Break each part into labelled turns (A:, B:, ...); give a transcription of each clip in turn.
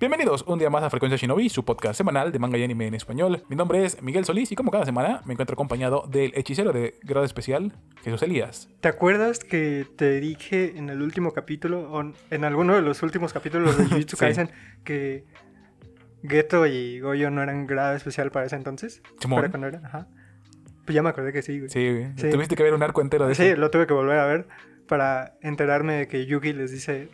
A: Bienvenidos un día más a Frecuencia Shinobi, su podcast semanal de manga y anime en español. Mi nombre es Miguel Solís y como cada semana me encuentro acompañado del hechicero de grado especial, Jesús Elías.
B: ¿Te acuerdas que te dije en el último capítulo, o en alguno de los últimos capítulos de
A: Sí.
B: Jujutsu Kaisen, que Geto y Goyo no eran grado especial para ese entonces?
A: Simón.
B: ¿Para cuando eran? Ajá. Pues ya me acordé que sí, güey.
A: Sí, güey.
B: Sí.
A: tuviste que ver un arco entero de
B: Sí,
A: eso.
B: lo tuve que volver a ver para enterarme de que Yugi les dice,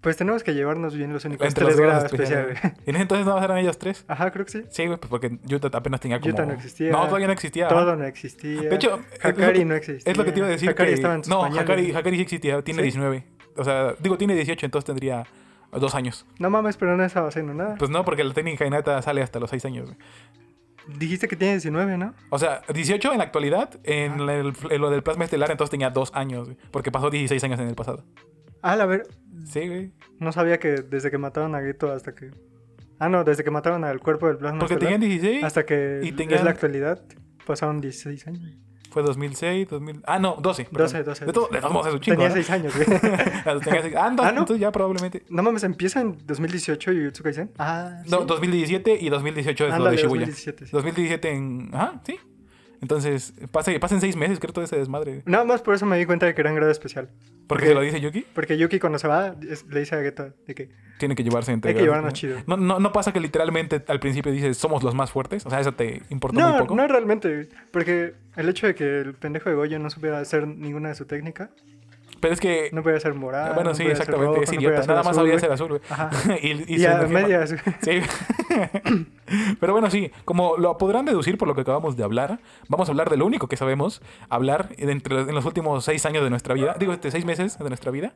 B: pues tenemos que llevarnos bien los únicos
A: Entre
B: tres
A: los grados
B: grados especial.
A: especiales. Y en ese entonces nada más eran ellos tres.
B: Ajá, creo que sí.
A: Sí, güey, pues porque Yuta apenas tenía como...
B: Yuta no existía.
A: No, todavía no existía.
B: Todo
A: ajá.
B: no existía.
A: De hecho, es lo
B: Hakari
A: que-
B: no existía.
A: Es lo que te iba a decir.
B: Hakari
A: que-
B: estaba en sus
A: No,
B: pañales.
A: Hakari, Hakari sí existía, tiene
B: ¿Sí?
A: 19. O sea, digo, tiene 18, entonces tendría dos años.
B: No mames, pero no estaba haciendo nada.
A: Pues no, porque la técnica Hinata sale hasta los 6 años. güey.
B: Dijiste que tiene 19, ¿no?
A: O sea, 18 en la actualidad, en, la- el- en lo del plasma estelar, entonces tenía 2 años, güey, porque pasó 16 años en el pasado.
B: Ah, la ver,
A: Sí, güey.
B: no sabía que desde que mataron a Gueto hasta que... Ah, no, desde que mataron al cuerpo del plasma
A: Porque
B: estelar
A: tenían 16,
B: hasta que
A: y
B: es
A: tenían-
B: la actualidad, pasaron 16 años.
A: fue 2006, 2000. Ah, no, 12. perdón.
B: 12, 12.
A: De, todo, de todos modos es un chingo.
B: Tenía
A: ¿no?
B: 6 años, güey.
A: Ah, tenía seis- Ah, no,
B: Ah, ¿no?
A: entonces ya probablemente.
B: No mames, empieza en 2018 Jujutsu Kaisen. Ah,
A: No, 2017 y 2018 es lo de
B: Ándale,
A: Shibuya.
B: 2017, sí.
A: 2017 en. Ajá, sí. Entonces, pase, pasen 6 meses, creo, todo ese desmadre.
B: Nada más por eso me di cuenta de que era en grado especial.
A: Porque se lo dice Yuki,
B: Porque Yuki cuando se va es- le dice a Geto de que
A: tiene que llevarse entre.
B: hay que llevarnos chido.
A: No, no, no pasa que literalmente al principio dices somos los más fuertes. O sea, eso te importa muy
B: No,
A: poco.
B: no realmente, porque el hecho de que el pendejo de Goyo no supiera hacer ninguna de su técnica,
A: Pero es que.
B: no podía hacer morado,
A: Eh, bueno,
B: Ah, no
A: sí,
B: podía hacer
A: exactamente.
B: rojo,
A: es
B: no podía
A: idiota.
B: hacer
A: Nada más
B: azul,
A: sabía
B: güey.
A: hacer azul, güey.
B: Ajá.
A: y,
B: Y,
A: y se
B: a
A: enojaba.
B: medias.
A: Sí. Pero bueno, sí, como lo podrán deducir por lo que acabamos de hablar, vamos a hablar de lo único que sabemos hablar en entre, en los últimos seis años de nuestra vida, digo, este, seis meses de nuestra vida.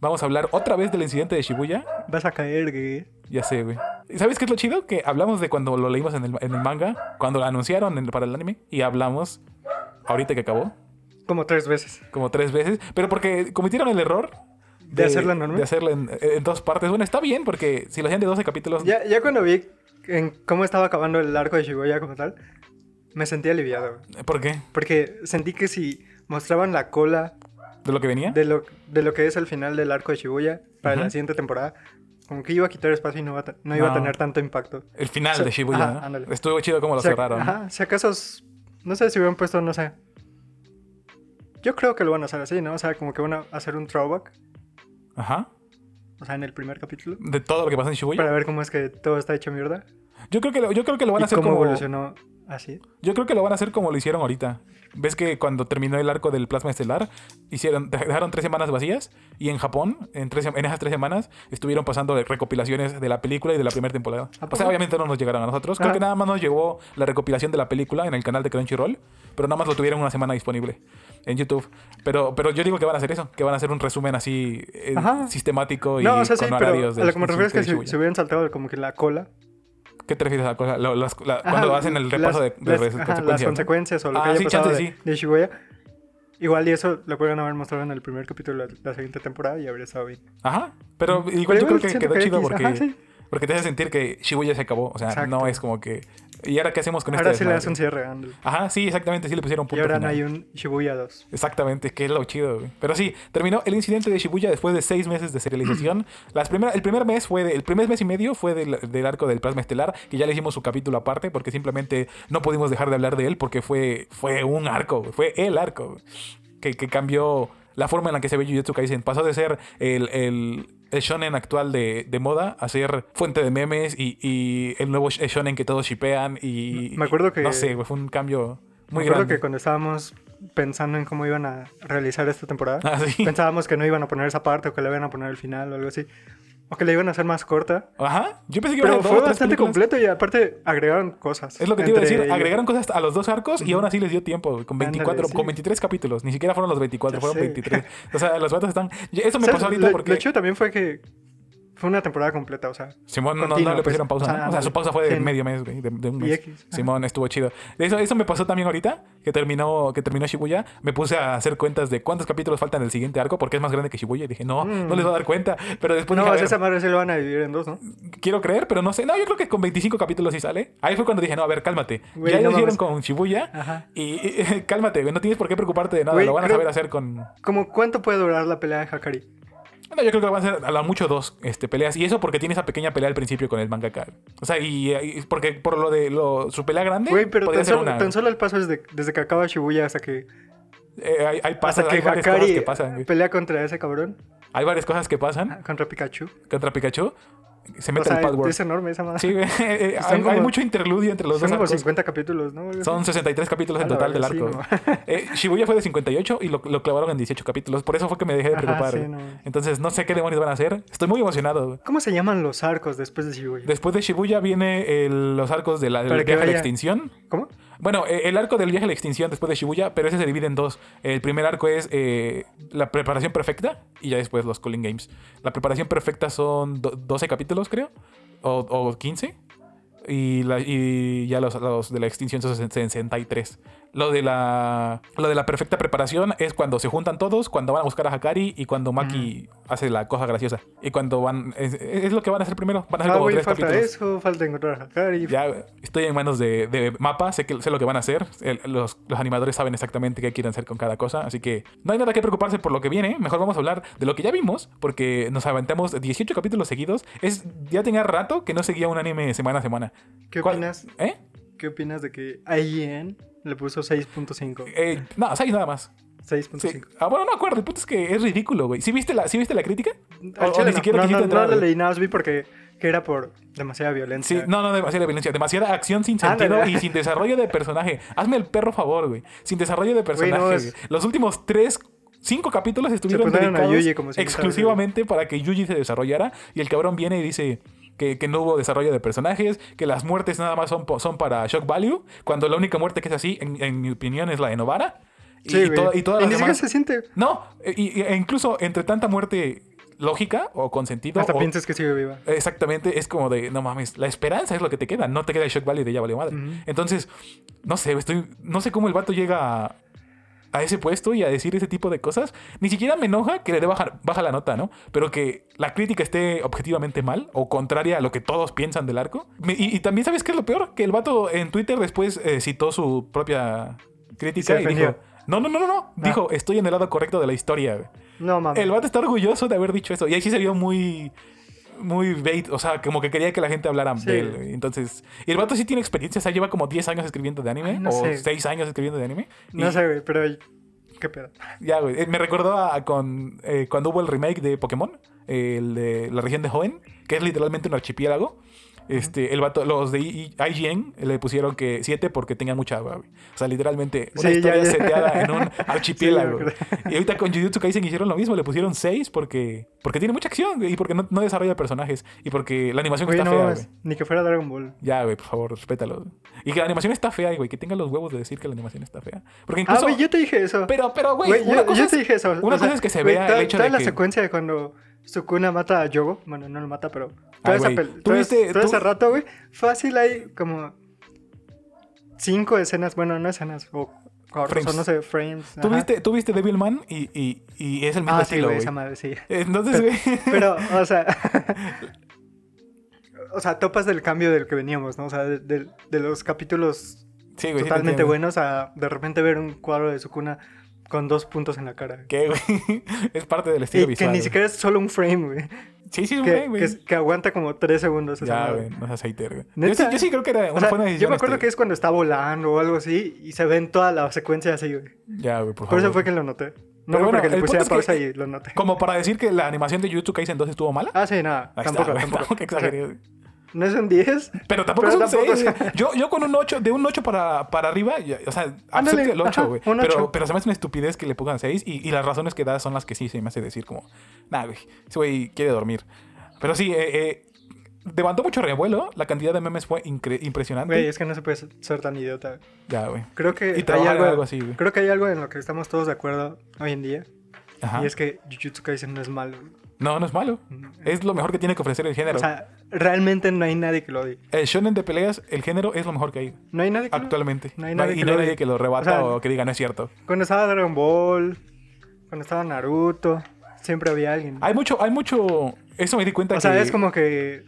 A: Vamos a hablar otra vez del incidente de Shibuya.
B: Vas a caer, güey.
A: Ya sé, güey. ¿Y ¿Sabes qué es lo chido? Que hablamos de cuando lo leímos en el, en el manga, cuando lo anunciaron en- para el anime, y hablamos ahorita que acabó,
B: Como tres veces.
A: como tres veces, pero porque cometieron el error.
B: ¿De hacerlo enorme?
A: De hacerlo en, eh, en dos partes. Bueno, está bien, porque si lo hacían de 12 capítulos.
B: Ya, ya cuando vi en cómo estaba acabando el arco de Shibuya como tal, me sentí aliviado. güey.
A: ¿Por qué?
B: Porque sentí que si mostraban la cola
A: ¿De lo que venía?
B: de lo, de lo que es el final del arco de Shibuya para
A: Ajá.
B: la siguiente temporada, como que iba a quitar espacio y no, iba a ta- no iba a
A: No.
B: tener tanto impacto.
A: El final
B: O sea,
A: de Shibuya.
B: ajá,
A: ¿no?
B: ándale.
A: Estuvo chido como lo
B: Si ac-
A: cerraron. ¿no?
B: Ajá, si acaso, s- no sé si hubieran puesto, no sé. Yo creo que lo van a hacer así, ¿no? O sea, como que van a hacer un throwback,
A: Ajá.
B: o sea, en el primer capítulo,
A: De todo lo que pasa en Shibuya.
B: para ver cómo es que todo está hecho mierda
A: Yo creo que lo, yo creo que lo van a
B: y
A: hacer
B: cómo
A: como
B: evolucionó así.
A: Yo creo que lo van a hacer como lo hicieron ahorita. ¿Ves que cuando terminó el arco del plasma estelar hicieron dejaron tres semanas vacías y en Japón en, tres, en esas tres semanas estuvieron pasando de recopilaciones de la película y de la primera temporada.
B: ¿A
A: O sea,
B: poco?
A: obviamente no nos llegaron a nosotros. Creo
B: Ajá.
A: que nada más nos llegó la recopilación de la película en el canal de Crunchyroll, pero nada más lo tuvieron una semana disponible en YouTube. Pero pero yo digo que van a hacer eso, que van a hacer un resumen así eh,
B: Ajá.
A: sistemático y
B: No, o sea, sí,
A: con
B: pero
A: horarios
B: a lo que me
A: del
B: refiero es
A: incidente
B: que
A: de
B: si, si
A: Shibuya.
B: hubieran saltado como que la cola.
A: ¿Qué te refieres a la cosa? Lo- las- la-
B: Ajá,
A: cuando hacen el
B: las-
A: repaso de, de
B: las-
A: res-
B: ajá,
A: consecuencias,
B: Las
A: ¿no?
B: consecuencias o lo
A: Ah,
B: que haya
A: sí,
B: pasado
A: chance,
B: de,
A: sí.
B: de Shibuya. Igual y eso lo pueden haber mostrado en el primer capítulo de la, la siguiente temporada y habría estado bien.
A: Ajá. Pero igual
B: Mm, Pero
A: yo creo que
B: siento
A: quedó chido
B: X,
A: porque,
B: ajá, sí.
A: porque te hace sentir que Shibuya se acabó. O sea,
B: Exacto.
A: no es como que. ¿Y ahora qué hacemos con
B: Ahora
A: este
B: sí le das
A: desmadre?
B: un cierre, ándale.
A: Ajá, sí, exactamente. Sí le pusieron
B: Y
A: punto.
B: ahora no
A: final.
B: hay un Shibuya 2.
A: Exactamente, que es lo chido, güey. Pero sí, terminó el incidente de Shibuya después de seis meses de serialización. Las primera- el primer mes fue de- el primer mes y medio fue del, del arco del plasma estelar, que ya le hicimos su capítulo aparte, porque simplemente no pudimos dejar de hablar de él, porque fue, fue un arco, güey, fue el arco, güey, que, que cambió la forma en la que se ve Jujutsu Kaisen. Pasó de ser el, el, el shonen actual de, de moda a ser fuente de memes y, y el nuevo sh- shonen que todos shipean y...
B: Me acuerdo que-
A: No sé, güey, fue un cambio muy
B: Me acuerdo
A: grande.
B: que cuando estábamos pensando en cómo iban a realizar esta temporada,
A: Ah, sí.
B: pensábamos que no iban a poner esa parte o que le iban a poner el final o algo así. O que le iban a hacer más corta.
A: Ajá, yo pensé que iban a
B: Pero
A: haber
B: fue
A: dos, tres
B: bastante
A: películas.
B: completo y aparte agregaron cosas.
A: Es lo que te iba a
B: entre
A: decir.
B: ellos.
A: Agregaron cosas a los dos arcos y aún así les dio tiempo. güey, Con 24,
B: Ándale, sí.
A: con 23 capítulos. Ni siquiera fueron los 24,
B: Ya
A: fueron
B: sé.
A: 23. O sea, los vatos están. y Eso me
B: ¿Sabes?
A: pasó ahorita
B: Lo-
A: porque.
B: Lo hecho también fue que fue una temporada completa, o sea.
A: Simón no, no
B: continuo,
A: le
B: pues.
A: pusieron pausa.
B: O sea,
A: ¿no? O sea,
B: ándale.
A: su pausa fue de
B: Sí.
A: medio mes, güey, de, de un
B: Y
A: mes.
B: X, ajá.
A: Simón estuvo chido. Eso, eso me pasó también ahorita, que terminó, que terminó Shibuya. Me puse a hacer cuentas de cuántos capítulos faltan del siguiente arco, porque es más grande que Shibuya. Y dije, no, no les va a dar cuenta. Pero después Pues dije, a
B: Mm. No,
A: ver,
B: esa madre se lo van a dividir en dos, ¿no?
A: quiero creer, pero no sé. No, yo creo que con 25 capítulos sí sale. Ahí fue cuando dije, no, a ver, cálmate.
B: Güey,
A: ya
B: no
A: lo hicieron
B: mames.
A: con Shibuya.
B: Ajá.
A: Y, y- cálmate, güey, no tienes por qué preocuparte de nada.
B: Güey,
A: lo van a
B: creo-
A: saber hacer con.
B: Como cuánto puede durar la pelea de Hakari.
A: No, yo creo que van a ser a lo mucho dos este, peleas. Y eso porque tiene esa pequeña pelea al principio con el mangaka. O sea, y, y porque por lo de lo, su pelea grande.
B: Güey, pero
A: podría
B: tan
A: ser
B: solo,
A: una.
B: tan solo el paso es de- desde que acaba Shibuya hasta que,
A: eh, hay, hay pasas-
B: hasta que
A: hay varias cosas
B: Hakari
A: que pasan. güey.
B: pelea contra ese cabrón, ah,
A: Hay varias cosas que pasan
B: contra Pikachu.
A: contra Pikachu. Se
B: O
A: mete
B: sea,
A: el password.
B: es enorme esa madre.
A: Sí, güey. hay, hay
B: como-
A: mucho interludio entre los
B: Son
A: dos
B: como
A: arcos.
B: 50 capítulos, ¿no? Algo así.
A: Son 63 capítulos en
B: A la
A: total del
B: verga, sí,
A: arco.
B: no.
A: Eh, Shibuya fue de 58 y lo, lo clavaron en 18 capítulos. Por eso fue que me dejé de
B: Ajá,
A: preocupar.
B: sí, no.
A: Entonces, no sé qué demonios van a hacer. Estoy muy emocionado.
B: ¿Cómo se llaman los arcos después de Shibuya?
A: Después de Shibuya viene el- los arcos de la- del
B: Para que
A: viaje a la
B: vaya.
A: extinción.
B: ¿Cómo?
A: Bueno, eh, el arco del viaje a la extinción después de Shibuya, pero ese se divide en dos. El primer arco es eh, la preparación perfecta y ya después los Cooling Games. La preparación perfecta son do- 12 capítulos, creo, o, o 15. Y, la- y ya los, los de la extinción son 63. Lo de, la, lo de la perfecta preparación es cuando se juntan todos, cuando van a buscar a Hakari y cuando Maki
B: Mm.
A: hace la cosa graciosa. Y cuando van. Es, es lo que van a hacer primero. Van a hacer
B: Ah,
A: como
B: güey,
A: tres
B: falta
A: capítulos.
B: eso, falta encontrar a Hakari.
A: Ya estoy en manos de, de mapa, sé, que, sé lo que van a hacer. El- los, los animadores saben exactamente qué quieren hacer con cada cosa, así que no hay nada que preocuparse por lo que viene. Mejor vamos a hablar de lo que ya vimos, porque nos aventamos 18 capítulos seguidos. Es, ya tenía rato que no seguía un anime semana a semana.
B: ¿Qué
A: ¿Cuál?
B: opinas?
A: ¿Eh?
B: ¿Qué opinas de que IGN le puso 6.5?
A: Eh, no, 6 nada más. Sí.
B: 6.5.
A: Ah, bueno, no me acuerdo. El punto es que es ridículo, güey. ¿Sí viste la, ¿sí viste la crítica? O-
B: Al
A: o
B: chile
A: ni
B: no.
A: siquiera
B: no,
A: quisiste
B: no,
A: entrar,
B: No,
A: güey.
B: lo leí, nada más vi porque que era por demasiada violencia.
A: Sí, no, no, demasiada violencia, demasiada acción sin sentido
B: Ándale.
A: y sin desarrollo de personaje. Hazme el perro favor, güey. Sin desarrollo de personaje.
B: no, es-
A: güey. Los últimos tres, cinco capítulos estuvieron
B: pusieron a
A: dedicados
B: Yuji como si no
A: exclusivamente para que Yuji se desarrollara y el cabrón viene y dice que, que no hubo desarrollo de personajes, que las muertes nada más son, po- son para shock value, cuando la única muerte que es así, en, en mi opinión, es la de Novara. Y,
B: Sí,
A: y
B: güey.
A: to- y todas las
B: ni siquiera
A: demás...
B: se siente.
A: No, y- y- e incluso entre tanta muerte lógica o con sentido
B: Hasta
A: o-
B: piensas que sigue viva.
A: Exactamente, es como de, no mames, la esperanza es lo que te queda, no te queda el shock value de ya valió madre.
B: Ujú.
A: Entonces, no sé, estoy, no sé cómo el vato llega a, a ese puesto y a decir ese tipo de cosas. Ni siquiera me enoja que le dé baja, baja la nota, ¿no? Pero que la crítica esté objetivamente mal o contraria a lo que todos piensan del arco. Me- y, y también, ¿sabes qué es lo peor? Que el vato en Twitter después eh, citó su propia crítica
B: Se Ah.
A: y
B: ofendió.
A: dijo, no, no, no, no, no, dijo, estoy en el lado correcto de la historia.
B: No mames.
A: El vato está orgulloso de haber dicho eso. Y ahí sí se vio muy. Muy bait. O sea, como que quería que la gente hablara
B: Sí.
A: de él. güey. Entonces. Y el vato sí tiene experiencia. O sea, lleva como 10 años escribiendo de anime.
B: Ay, no
A: o
B: sé.
A: 6 años escribiendo de anime.
B: No
A: y
B: sé, güey, pero qué pedo.
A: Ya, güey. Eh, Me recordó a, a con, eh, cuando hubo el remake de Pokémon. eh, el de la región de Hoenn. Que es literalmente un archipiélago. Este, el vato, los de I- I- IGN le pusieron que 7 porque tenía mucha agua, güey. O sea, literalmente una
B: Sí, ya,
A: historia
B: ya.
A: seteada en un archipiélago.
B: Sí,
A: güey. y ahorita con Jujutsu Kaisen hicieron lo mismo, le pusieron 6 porque, porque tiene mucha acción güey, y porque no, no desarrolla personajes y porque la animación
B: Güey,
A: está
B: no
A: fea,
B: mames,
A: güey.
B: Ni que fuera Dragon Ball.
A: Ya, güey, por favor, respétalo. güey. Y que la animación está fea, güey, que tenga los huevos de decir que la animación está fea. Porque
B: Ah,
A: incluso
B: güey, yo te dije eso.
A: pero pero güey,
B: Güey,
A: una
B: yo,
A: cosa
B: yo
A: es-
B: te dije eso.
A: una
B: O
A: cosa
B: sea,
A: es que se
B: güey,
A: vea
B: toda-
A: el hecho
B: toda
A: de
B: la
A: que
B: secuencia de cuando Sukuna mata a Yogo. Bueno, no lo mata, pero.
A: Ay,
B: Toda esa
A: güey,
B: pel-
A: tú
B: todo,
A: viste-
B: ese- todo
A: tú-
B: ese rato, güey. Fácil hay como. Cinco escenas. Bueno, no escenas. O cortos,
A: Frames.
B: o no sé, frames.
A: tú
B: ajá.
A: viste tú viste Devilman y, y, y es el mismo
B: Ah, sí,
A: estilo,
B: güey,
A: güey.
B: esa madre, sí.
A: Entonces, güey,
B: Pero, o sea. o sea, topas del cambio del que veníamos, ¿no? O sea, de, del- de los capítulos
A: sí, güey, sí te
B: totalmente
A: entiendo.
B: buenos a de repente ver un cuadro de Sukuna con dos puntos en la cara. güey.
A: Que, güey, es parte del estilo
B: Y que
A: visual.
B: ni
A: güey.
B: siquiera es solo un frame, güey.
A: Sí, sí, es un
B: Que,
A: güey, güey.
B: que- que aguanta como tres segundos. esa
A: Ya,
B: madre.
A: güey, no seas hater, güey. Yo
B: ¿Neta?
A: sí, yo sí creo que era
B: O
A: una
B: sea,
A: buena decisión.
B: yo me acuerdo que
A: este.
B: es cuando está volando o algo así y se ven toda la secuencia así, güey.
A: Ya, güey, por favor.
B: Por eso fue que lo noté. No
A: Pero
B: fue
A: bueno,
B: porque
A: el
B: le puse
A: punto
B: a
A: es que- eh,
B: pausa y lo noté.
A: Como para decir que la animación de Jujutsu Kaisen 2 estuvo mala.
B: Ah, sí, nada,
A: Ahí está,
B: tampoco,
A: güey,
B: tampoco.
A: que exageré, güey.
B: No es un 10.
A: Pero tampoco
B: Pero
A: es un
B: tampoco,
A: seis,
B: o sea.
A: güey. yo, yo con un 8, de un 8 para, para arriba, ya- o sea,
B: Ándale,
A: acepto el 8,
B: ajá,
A: güey.
B: un
A: Pero,
B: ocho.
A: pero se me hace una estupidez que le pongan 6 y, y las razones que da son las que sí se me hace decir como, nah, güey, ese güey quiere dormir. Pero sí, eh, eh, levantó mucho revuelo, la cantidad de memes fue incre- impresionante.
B: Güey, es que no se puede ser tan idiota.
A: ya, güey.
B: Creo que
A: Y
B: hay
A: trabajar en
B: algo,
A: algo así, güey.
B: Creo que hay algo en lo que estamos todos de acuerdo hoy en día.
A: Ajá.
B: Y es que Jujutsu Kaisen no es malo.
A: No, no es malo. Es lo mejor que tiene que ofrecer el género.
B: O sea, realmente no hay nadie que lo odie.
A: el shonen de peleas, el género es lo mejor que hay
B: No hay nadie que lo-
A: actualmente.
B: No hay
A: No
B: nadie
A: y
B: que
A: no hay
B: lo-
A: nadie que lo rebata
B: o sea,
A: o que diga, no es cierto.
B: Cuando estaba Dragon Ball, cuando estaba Naruto, siempre había alguien.
A: Hay mucho, hay mucho... Eso me di cuenta
B: o
A: que...
B: sea, es como que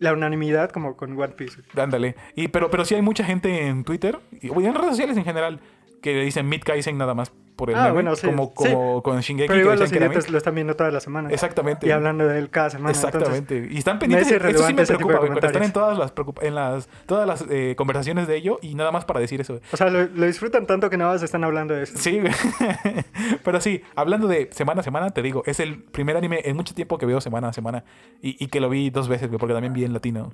B: la unanimidad como con One Piece.
A: Ándale. Y, pero, pero sí hay mucha gente en Twitter y o en redes sociales en general que le dicen Mid Kaisen nada más por el
B: Ah,
A: meme,
B: bueno, sí,
A: como,
B: sí.
A: como con Shingeki
B: Pero igual
A: decían
B: los
A: que era meme.
B: idiotas lo están viendo todas las semanas.
A: Exactamente.
B: Y hablando de él cada semana. entonces-
A: Exactamente. y están
B: me es
A: pendientes. de- esto sí
B: irrelevante
A: me
B: ese tipo de
A: preocupa, güey, pero están
B: comentarios.
A: en todas las, preocupa- en las, todas las eh, conversaciones de ello y nada más para decir eso.
B: o sea, lo, lo disfrutan tanto que nada más están hablando de eso.
A: Sí, güey. pero sí, hablando de semana a semana, te digo, es el primer anime en mucho tiempo que veo semana a semana y, y que lo vi dos veces, güey, porque también vi en latino.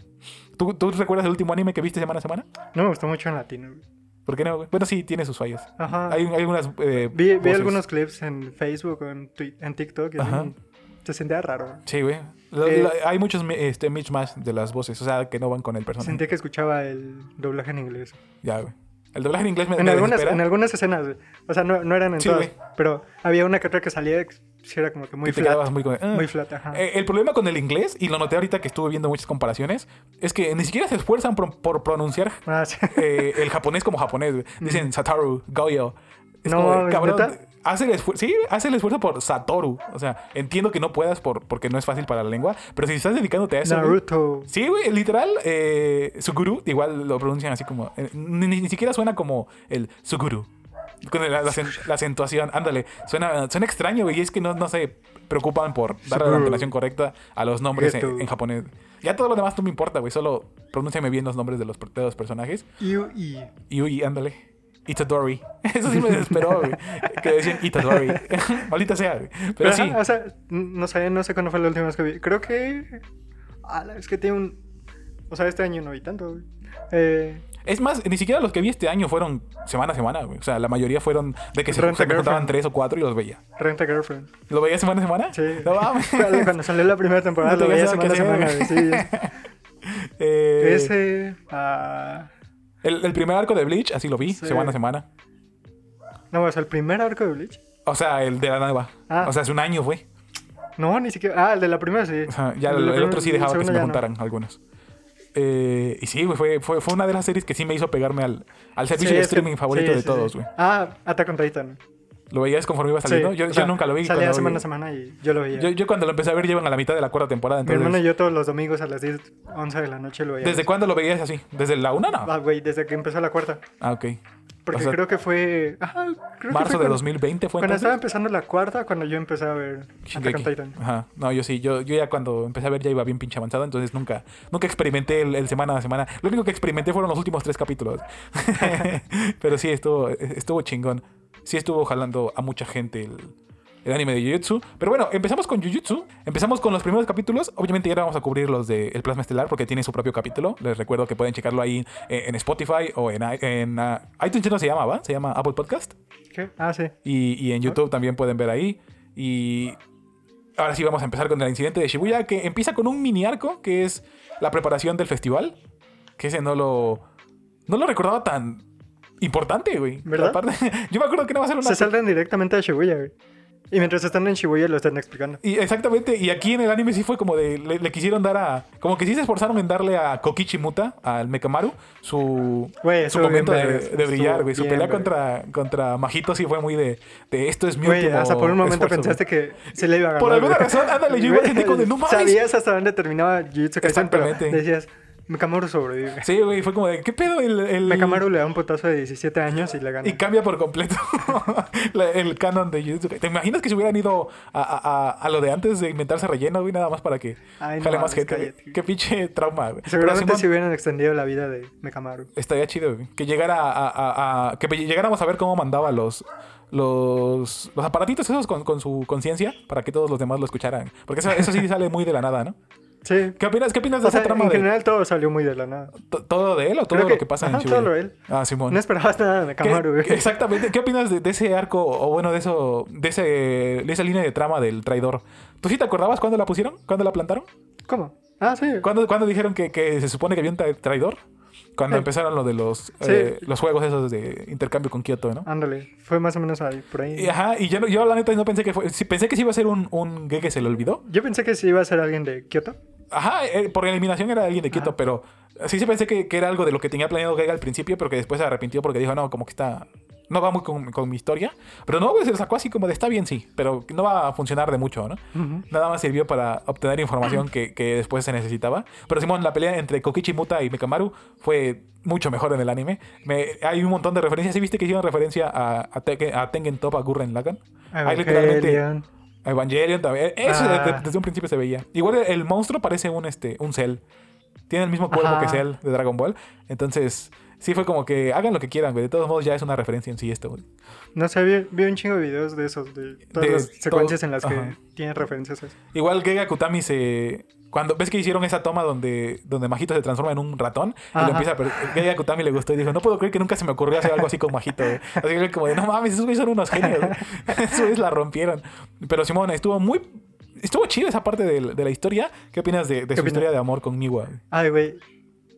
A: ¿Tú, tú recuerdas el último anime que viste semana a semana?
B: No me gustó mucho en latino. güey.
A: ¿Por qué no? güey? Bueno, sí, tiene sus fallas.
B: Ajá.
A: Hay, hay unas. eh,
B: vi vi
A: voces.
B: algunos clips en Facebook o en, Twi- en TikTok. Y así,
A: Ajá.
B: se sentía raro. güey.
A: Sí, güey. La-
B: Eh,
A: la- hay muchos mi- este, mismatch de las voces, o sea, que no van con el personaje.
B: Sentía que escuchaba el doblaje en inglés.
A: Ya, güey. El doblaje en inglés me,
B: En
A: me
B: algunas,
A: desespera.
B: en algunas escenas, güey. O sea, no, no eran en
A: Sí,
B: todas.
A: güey.
B: Pero había una que otra que salía que sí era como que muy
A: que te
B: flat.
A: quedabas muy con- ah.
B: Muy flat, ajá.
A: Eh, El problema con el inglés, y lo noté ahorita que estuve viendo muchas comparaciones, es que ni siquiera se esfuerzan por, por pronunciar
B: Ah, sí.
A: eh, el japonés como japonés. güey. Dicen Satoru, Goyo. Es
B: Mm. No
A: como de,
B: mames,
A: cabrón,
B: ¿neta?
A: hace el esfuerzo, sí, hace el esfuerzo por Satoru. O sea, entiendo que no puedas por, porque no es fácil para la lengua, pero si estás dedicándote a eso... güey,
B: Naruto.
A: Sí, güey, literal, eh, Suguru, igual lo pronuncian así como. eh, ni, ni- ni siquiera suena como el Suguru. Con el- la, la acen- la acentuación, ándale. Suena, suena extraño, güey, y es que no, no se preocupan por dar la
B: Suguru.
A: pronunciación correcta a los nombres en,
B: Geto.
A: en japonés. Ya todo lo demás no me importa, güey, solo pronúnciame bien los nombres de los, de los personajes.
B: Yui.
A: Yui, ándale. Itadori. Eso sí me desesperó, güey. Que decían Itadori. Maldita sea, güey. Pero
B: Ajá,
A: sí.
B: O sea, n- no sé, no sé cuándo fue la última vez que vi. Creo que. Ala, es que tiene un. O sea, este año no vi tanto. güey. Eh,
A: Es más, ni siquiera los que vi este año fueron semana a semana, güey. O sea, la mayoría fueron de que se,
B: Rent a
A: se me juntaban
B: Girlfriend.
A: tres o cuatro y los veía.
B: Renta Girlfriend.
A: ¿Lo veía semana a semana?
B: Sí.
A: No mames.
B: Ala, Cuando salió la primera temporada,
A: No
B: lo veía
A: tenías nada
B: semana a
A: que
B: semana.
A: hacer,
B: güey,
A: güey.
B: sí.
A: Eh,
B: Ese. ah,
A: el, el primer arco de Bleach, así lo vi,
B: Sí.
A: semana a semana.
B: no, o sea, el primer arco de Bleach.
A: O sea, el de la nueva.
B: Ah.
A: O sea, hace un año fue.
B: No, ni siquiera. Ah, el de la primera sí.
A: O sea, ya
B: de
A: el,
B: la
A: el otro sí
B: primera-
A: dejaba
B: el
A: que se
B: segundo
A: me
B: ya no.
A: juntaran algunos. Eh, y sí, güey, fue, fue, fue una de las series que sí me hizo pegarme al, al servicio
B: Sí,
A: de
B: es que-
A: streaming favorito
B: sí,
A: de
B: sí,
A: todos,
B: sí.
A: güey.
B: Ah, Attack on Titan.
A: Lo veías conforme iba saliendo.
B: Sí,
A: yo,
B: o
A: yo
B: sea,
A: nunca lo vi.
B: Salía
A: cuando-
B: semana a semana y yo lo veía.
A: Yo, yo cuando lo empecé a ver, llevan a la mitad de la cuarta temporada.
B: Mi
A: Entonces,
B: hermano y yo todos los domingos a las 10, 11 de la noche lo veíamos.
A: ¿Desde cuándo lo veías así? ¿Desde la una? No.
B: Ah, güey, desde que empezó la cuarta.
A: Ah, ok.
B: Porque
A: O sea,
B: creo que fue. Ajá, creo que
A: Marzo
B: fue
A: de
B: cuando-
A: 2020 fue
B: Cuando estaba
A: entonces.
B: empezando la cuarta, cuando yo empecé a ver Attack on
A: Shingeki.
B: Titan.
A: Ajá. No, yo sí, yo, yo ya cuando empecé a ver ya iba bien pinche avanzado, entonces nunca, nunca experimenté el, el semana a semana. Lo único que experimenté fueron los últimos tres capítulos. Pero sí, estuvo, estuvo chingón. Sí estuvo jalando a mucha gente el, el anime de Jujutsu. Pero bueno, empezamos con Jujutsu. Empezamos con los primeros capítulos. Obviamente ya ahora vamos a cubrir los de El Plasma Estelar porque tiene su propio capítulo. Les recuerdo que pueden checarlo ahí eh, en Spotify o en, i- en ah, iTunes. Ya no se llama, ¿va? Se llama Apple Podcast.
B: ¿Qué? Ah, sí.
A: Y, y en YouTube también pueden ver ahí. Y ahora sí vamos a empezar con el incidente de Shibuya, que empieza con un mini arco, que es la preparación del festival. Que ese no lo. No lo recordaba tan importante, güey.
B: ¿Verdad?
A: La parte- yo me acuerdo que no va a ser una.
B: Se saltan directamente a Shibuya, güey. Y mientras están en Shibuya lo están explicando.
A: Y exactamente, y aquí en el anime sí fue como de. Le, le quisieron dar a. Como que sí se esforzaron en darle a Kokichi Muta, al Mekamaru, su.
B: Güey,
A: su
B: estuvo
A: momento
B: bien
A: de,
B: vergas,
A: de brillar,
B: estuvo
A: güey. Su
B: bien
A: pelea
B: vergas.
A: contra, contra Majito sí fue muy de. de esto es mi
B: Güey,
A: último
B: hasta por un momento
A: esfuerzo, güey".
B: pensaste que se le iba a ganar.
A: Por alguna
B: güey.
A: razón, ándale, yo igual
B: Güey,
A: sentí como de, "No mames".
B: Sabías hasta dónde terminaba Jujutsu Kaisen, pero
A: Exactamente.
B: decías, Mekamaru sobrevive.
A: Sí, güey, fue como de, ¿qué pedo? El, el-
B: Mekamaru le da un potazo de 17 años y le gana.
A: Y cambia por completo la- el canon de YouTube. ¿Te imaginas que se hubieran ido a, a- a- a lo de antes de inventarse relleno, güey? Nada más para que
B: Ay, no
A: jale más
B: mames,
A: gente. güey.
B: cállate.
A: Qué pinche trauma, güey. Pero
B: Seguramente
A: Simón,
B: si hubieran extendido la vida de Mekamaru.
A: Estaría chido, güey. Que llegara a, a- a- Que llegáramos a ver cómo mandaba los... Los, los aparatitos esos con, con su conciencia para que todos los demás lo escucharan. Porque eso, eso sí sale muy de la nada, ¿no?
B: Sí.
A: ¿Qué opinas, qué opinas de
B: O
A: esa
B: sea,
A: trama
B: en
A: de
B: general todo salió muy de la nada.
A: to- todo de él o todo
B: Creo
A: lo
B: que-
A: que pasa en
B: ajá,
A: Shibuya?
B: todo lo de él.
A: Ah, Simón.
B: No esperabas nada de
A: ¿Qué-
B: Mekamaru, güey.
A: exactamente. ¿Qué opinas de, de ese arco o bueno, de eso, de, ese, de esa línea de trama del traidor? ¿Tú sí te acordabas cuándo la pusieron? ¿Cuándo la plantaron?
B: ¿Cómo? Ah, sí.
A: ¿Cuándo, cuándo dijeron que, que se supone que había un tra- traidor? Cuando
B: Sí.
A: empezaron lo de los,
B: Sí. Ah,
A: eh, los juegos esos de intercambio con Kioto, ¿no?
B: Ándale. Fue más o menos ahí, por ahí.
A: Y, ajá, y yo, no- yo la neta no pensé que fue... sí, pensé que sí iba a ser un, un gay que se le olvidó.
B: Yo pensé que sí iba a ser alguien de Kyoto.
A: Ajá, eh, por eliminación era alguien de eh, Kioto,
B: Ajá.
A: pero... Sí se pensé que, que era algo de lo que tenía planeado Geiga al principio, pero que después se arrepintió porque dijo, no, como que está... no va muy con, con mi historia. Pero no, pues se sacó así como de está bien, sí, pero no va a funcionar de mucho, ¿no?
B: Ujú.
A: Nada más sirvió para obtener información que, que después se necesitaba. Pero Simón, la pelea entre Kokichi Muta y Mikamaru fue mucho mejor en el anime. Me- hay un montón de referencias. ¿Sí viste que hicieron referencia a, a, Tekken- a Tengen Toppa, Gurren Lagann? Hay literalmente
B: Evangelion.
A: a Evangelion también. Eso
B: Ah.
A: desde, desde un principio se veía. Igual el, el monstruo parece un, este, un Cell. Tiene el mismo cuerpo
B: Ajá.
A: que Cell de Dragon Ball. Entonces, sí fue como que hagan lo que quieran, güey. De todos modos, ya es una referencia en sí esto, güey.
B: No sé, vi, vi un chingo de videos de esos, de todas
A: De
B: las secuencias
A: todo-
B: en las que
A: ajá.
B: tienen referencias a eso.
A: Igual Gega Kutami se. Cuando ves que hicieron esa toma donde, donde Majito se transforma en un ratón y lo
B: Ajá.
A: empieza a per- Geiga Kutami le gustó y dijo, no puedo creer que nunca se me ocurrió hacer algo así con Majito. güey". Así que como de, no mames, esos güeyes son unos genios. güey". Esos güeyes la rompieron. Pero Simón, estuvo muy... Estuvo chido esa parte del- de, la historia. ¿Qué opinas de, de su
B: opinas?
A: historia de amor con Miwa? güey?
B: Ay, güey,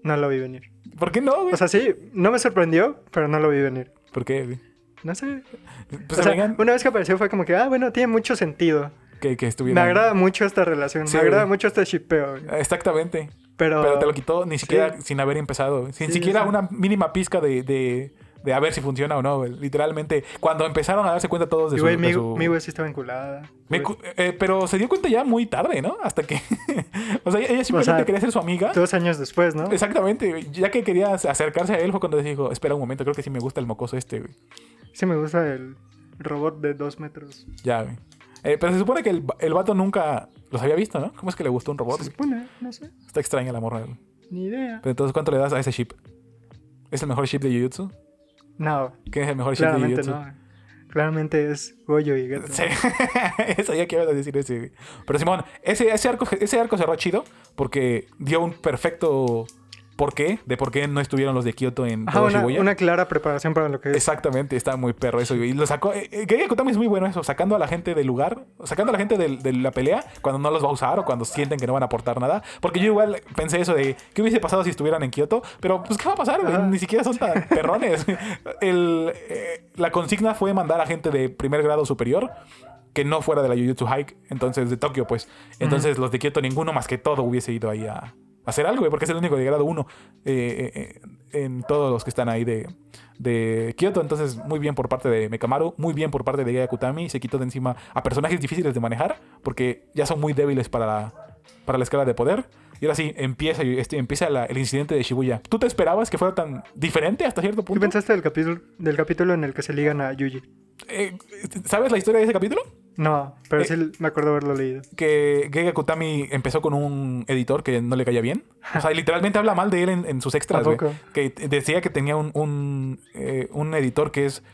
B: no lo vi venir.
A: ¿Por qué no, güey?
B: O sea, sí, no me sorprendió, pero no lo vi venir.
A: ¿Por qué, güey?
B: No sé.
A: Pues
B: o
A: se
B: sea,
A: vengan
B: una vez que apareció fue como que, ah, bueno, tiene mucho sentido.
A: que, que
B: Me
A: estuvieran...
B: agrada mucho esta relación,
A: Sí,
B: me agrada
A: güey.
B: mucho este shippeo. güey.
A: Exactamente.
B: Pero,
A: Pero te lo quitó ni siquiera sin haber empezado. güey. Sin
B: Sí,
A: siquiera
B: sí.
A: una mínima pizca de, de, de a ver si funciona o no. güey. Literalmente, cuando empezaron a darse cuenta todos de
B: y
A: su...
B: güey,
A: de
B: mi,
A: su-
B: mi güey sí estaba vinculada.
A: Me
B: güey.
A: cu- eh, pero se dio cuenta ya muy tarde, ¿no? Hasta que... o sea, ella simplemente
B: O sea,
A: quería ser su amiga.
B: Dos años después, ¿no?
A: Exactamente. güey. Ya que quería acercarse a él fue cuando dijo, espera un momento, creo que sí me gusta el mocoso este, güey.
B: Sí me gusta el robot de dos metros.
A: Ya, güey. Eh, pero se supone que el, va- el vato nunca los había visto, ¿no? ¿Cómo es que le gustó un robot?
B: Se supone, no sé,
A: Está extraña la morra. güey.
B: ni idea.
A: Pero entonces, ¿cuánto le das a ese ship? ¿Es el mejor ship de Jujutsu?
B: No,
A: ¿Quién es el mejor ship de
B: claramente
A: Jujutsu?
B: no. Claramente es Goyo y Gato.
A: Sí. Eso ya que ibas a decir ese, güey. Pero Simón, ese, ese, arco, ese arco cerró chido porque dio un perfecto porqué de por qué no estuvieron los de Kioto en
B: Ajá,
A: todo
B: una,
A: Shibuya.
B: una clara preparación para lo que es.
A: Exactamente, está muy perro eso. güey. Y lo sacó. eh, eh, Gege Kutami es muy bueno eso, sacando a la gente del lugar, sacando a la gente del- de, la pelea cuando no los va a usar o cuando sienten que no van a aportar nada. Porque yo igual pensé eso de qué hubiese pasado si estuvieran en Kioto, pero pues qué va a pasar, güey?
B: Ajá.
A: ni siquiera son tan perrones. El, eh, la consigna fue mandar a gente de primer grado superior que no fuera de la Jujutsu Hike, entonces de Tokio, pues. Entonces los de Kioto, ninguno más que todo hubiese ido ahí a hacer algo, güey, porque es el único de grado 1 eh, en todos los que están ahí de, de Kioto. Entonces, muy bien por parte de Mekamaru, muy bien por parte de Gaya Kutami. Se quitó de encima a personajes difíciles de manejar, porque ya son muy débiles para la, para la escala de poder. Y ahora sí, empieza, este, empieza la- el incidente de Shibuya. ¿Tú te esperabas que fuera tan diferente hasta cierto
B: ¿Qué
A: punto?
B: pensaste del capítulo, del capítulo en el que se ligan a Yuji?
A: Eh, ¿Sabes la historia de ese capítulo?
B: No, pero
A: Eh.
B: sí me acuerdo haberlo leído.
A: que Geiga Kutami empezó con un editor que no le caía bien. O sea, literalmente habla mal de él en, en sus extras,
B: ¿A
A: güey.
B: poco?
A: Que t- decía que tenía un, un, eh, un editor que es...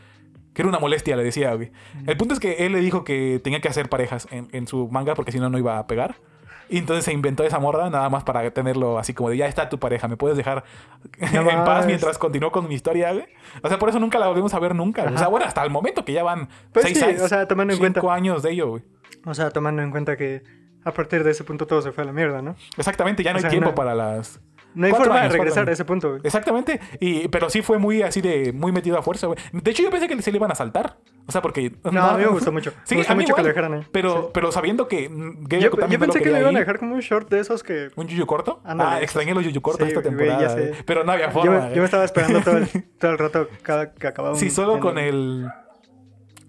A: Que era una molestia, le decía, güey.
B: Mm.
A: El punto es que él le dijo que tenía que hacer parejas en, en su manga porque si no, no iba a pegar. Y entonces se inventó esa morra nada más para tenerlo así como de ya está tu pareja, me puedes dejar
B: No
A: en paz
B: mames.
A: mientras continúo con mi historia, güey. O sea, por eso nunca la volvimos a ver nunca. güey. O sea, bueno, hasta el momento que ya van
B: Pues
A: seis
B: sí,
A: años,
B: o sea, tomando en
A: cinco
B: cuenta-
A: años de ello, güey.
B: O sea, tomando en cuenta que a partir de ese punto todo se fue a la mierda, ¿no?
A: Exactamente, ya no
B: O
A: hay
B: sea,
A: tiempo
B: no-
A: para las.
B: No hay
A: Cuatro
B: forma
A: años,
B: de
A: cuatro
B: regresar
A: años.
B: a ese punto, güey.
A: Exactamente. Y, pero sí fue muy así de. Muy metido a fuerza, güey. De hecho, yo pensé que se le iban a saltar. O sea, porque.
B: No, a mí me gustó mucho.
A: Sí,
B: me
A: a
B: gustó
A: mí
B: mucho que lo
A: igual.
B: dejaran ahí.
A: Pero,
B: Sí.
A: pero sabiendo que. mm, Gege
B: Yo,
A: Kutami
B: yo
A: no
B: pensé que lo
A: quería
B: iban a
A: ahí.
B: dejar como un short de esos que...
A: ¿Un yuyu corto?
B: Ándale.
A: ah, extrañé los yuyu cortos
B: Sí,
A: esta
B: güey, ya
A: temporada.
B: sé.
A: güey. pero no había
B: Yo,
A: forma.
B: me-
A: güey.
B: yo me estaba esperando todo el, todo el rato cada que acababa un...
A: Si solo
B: en-
A: con el.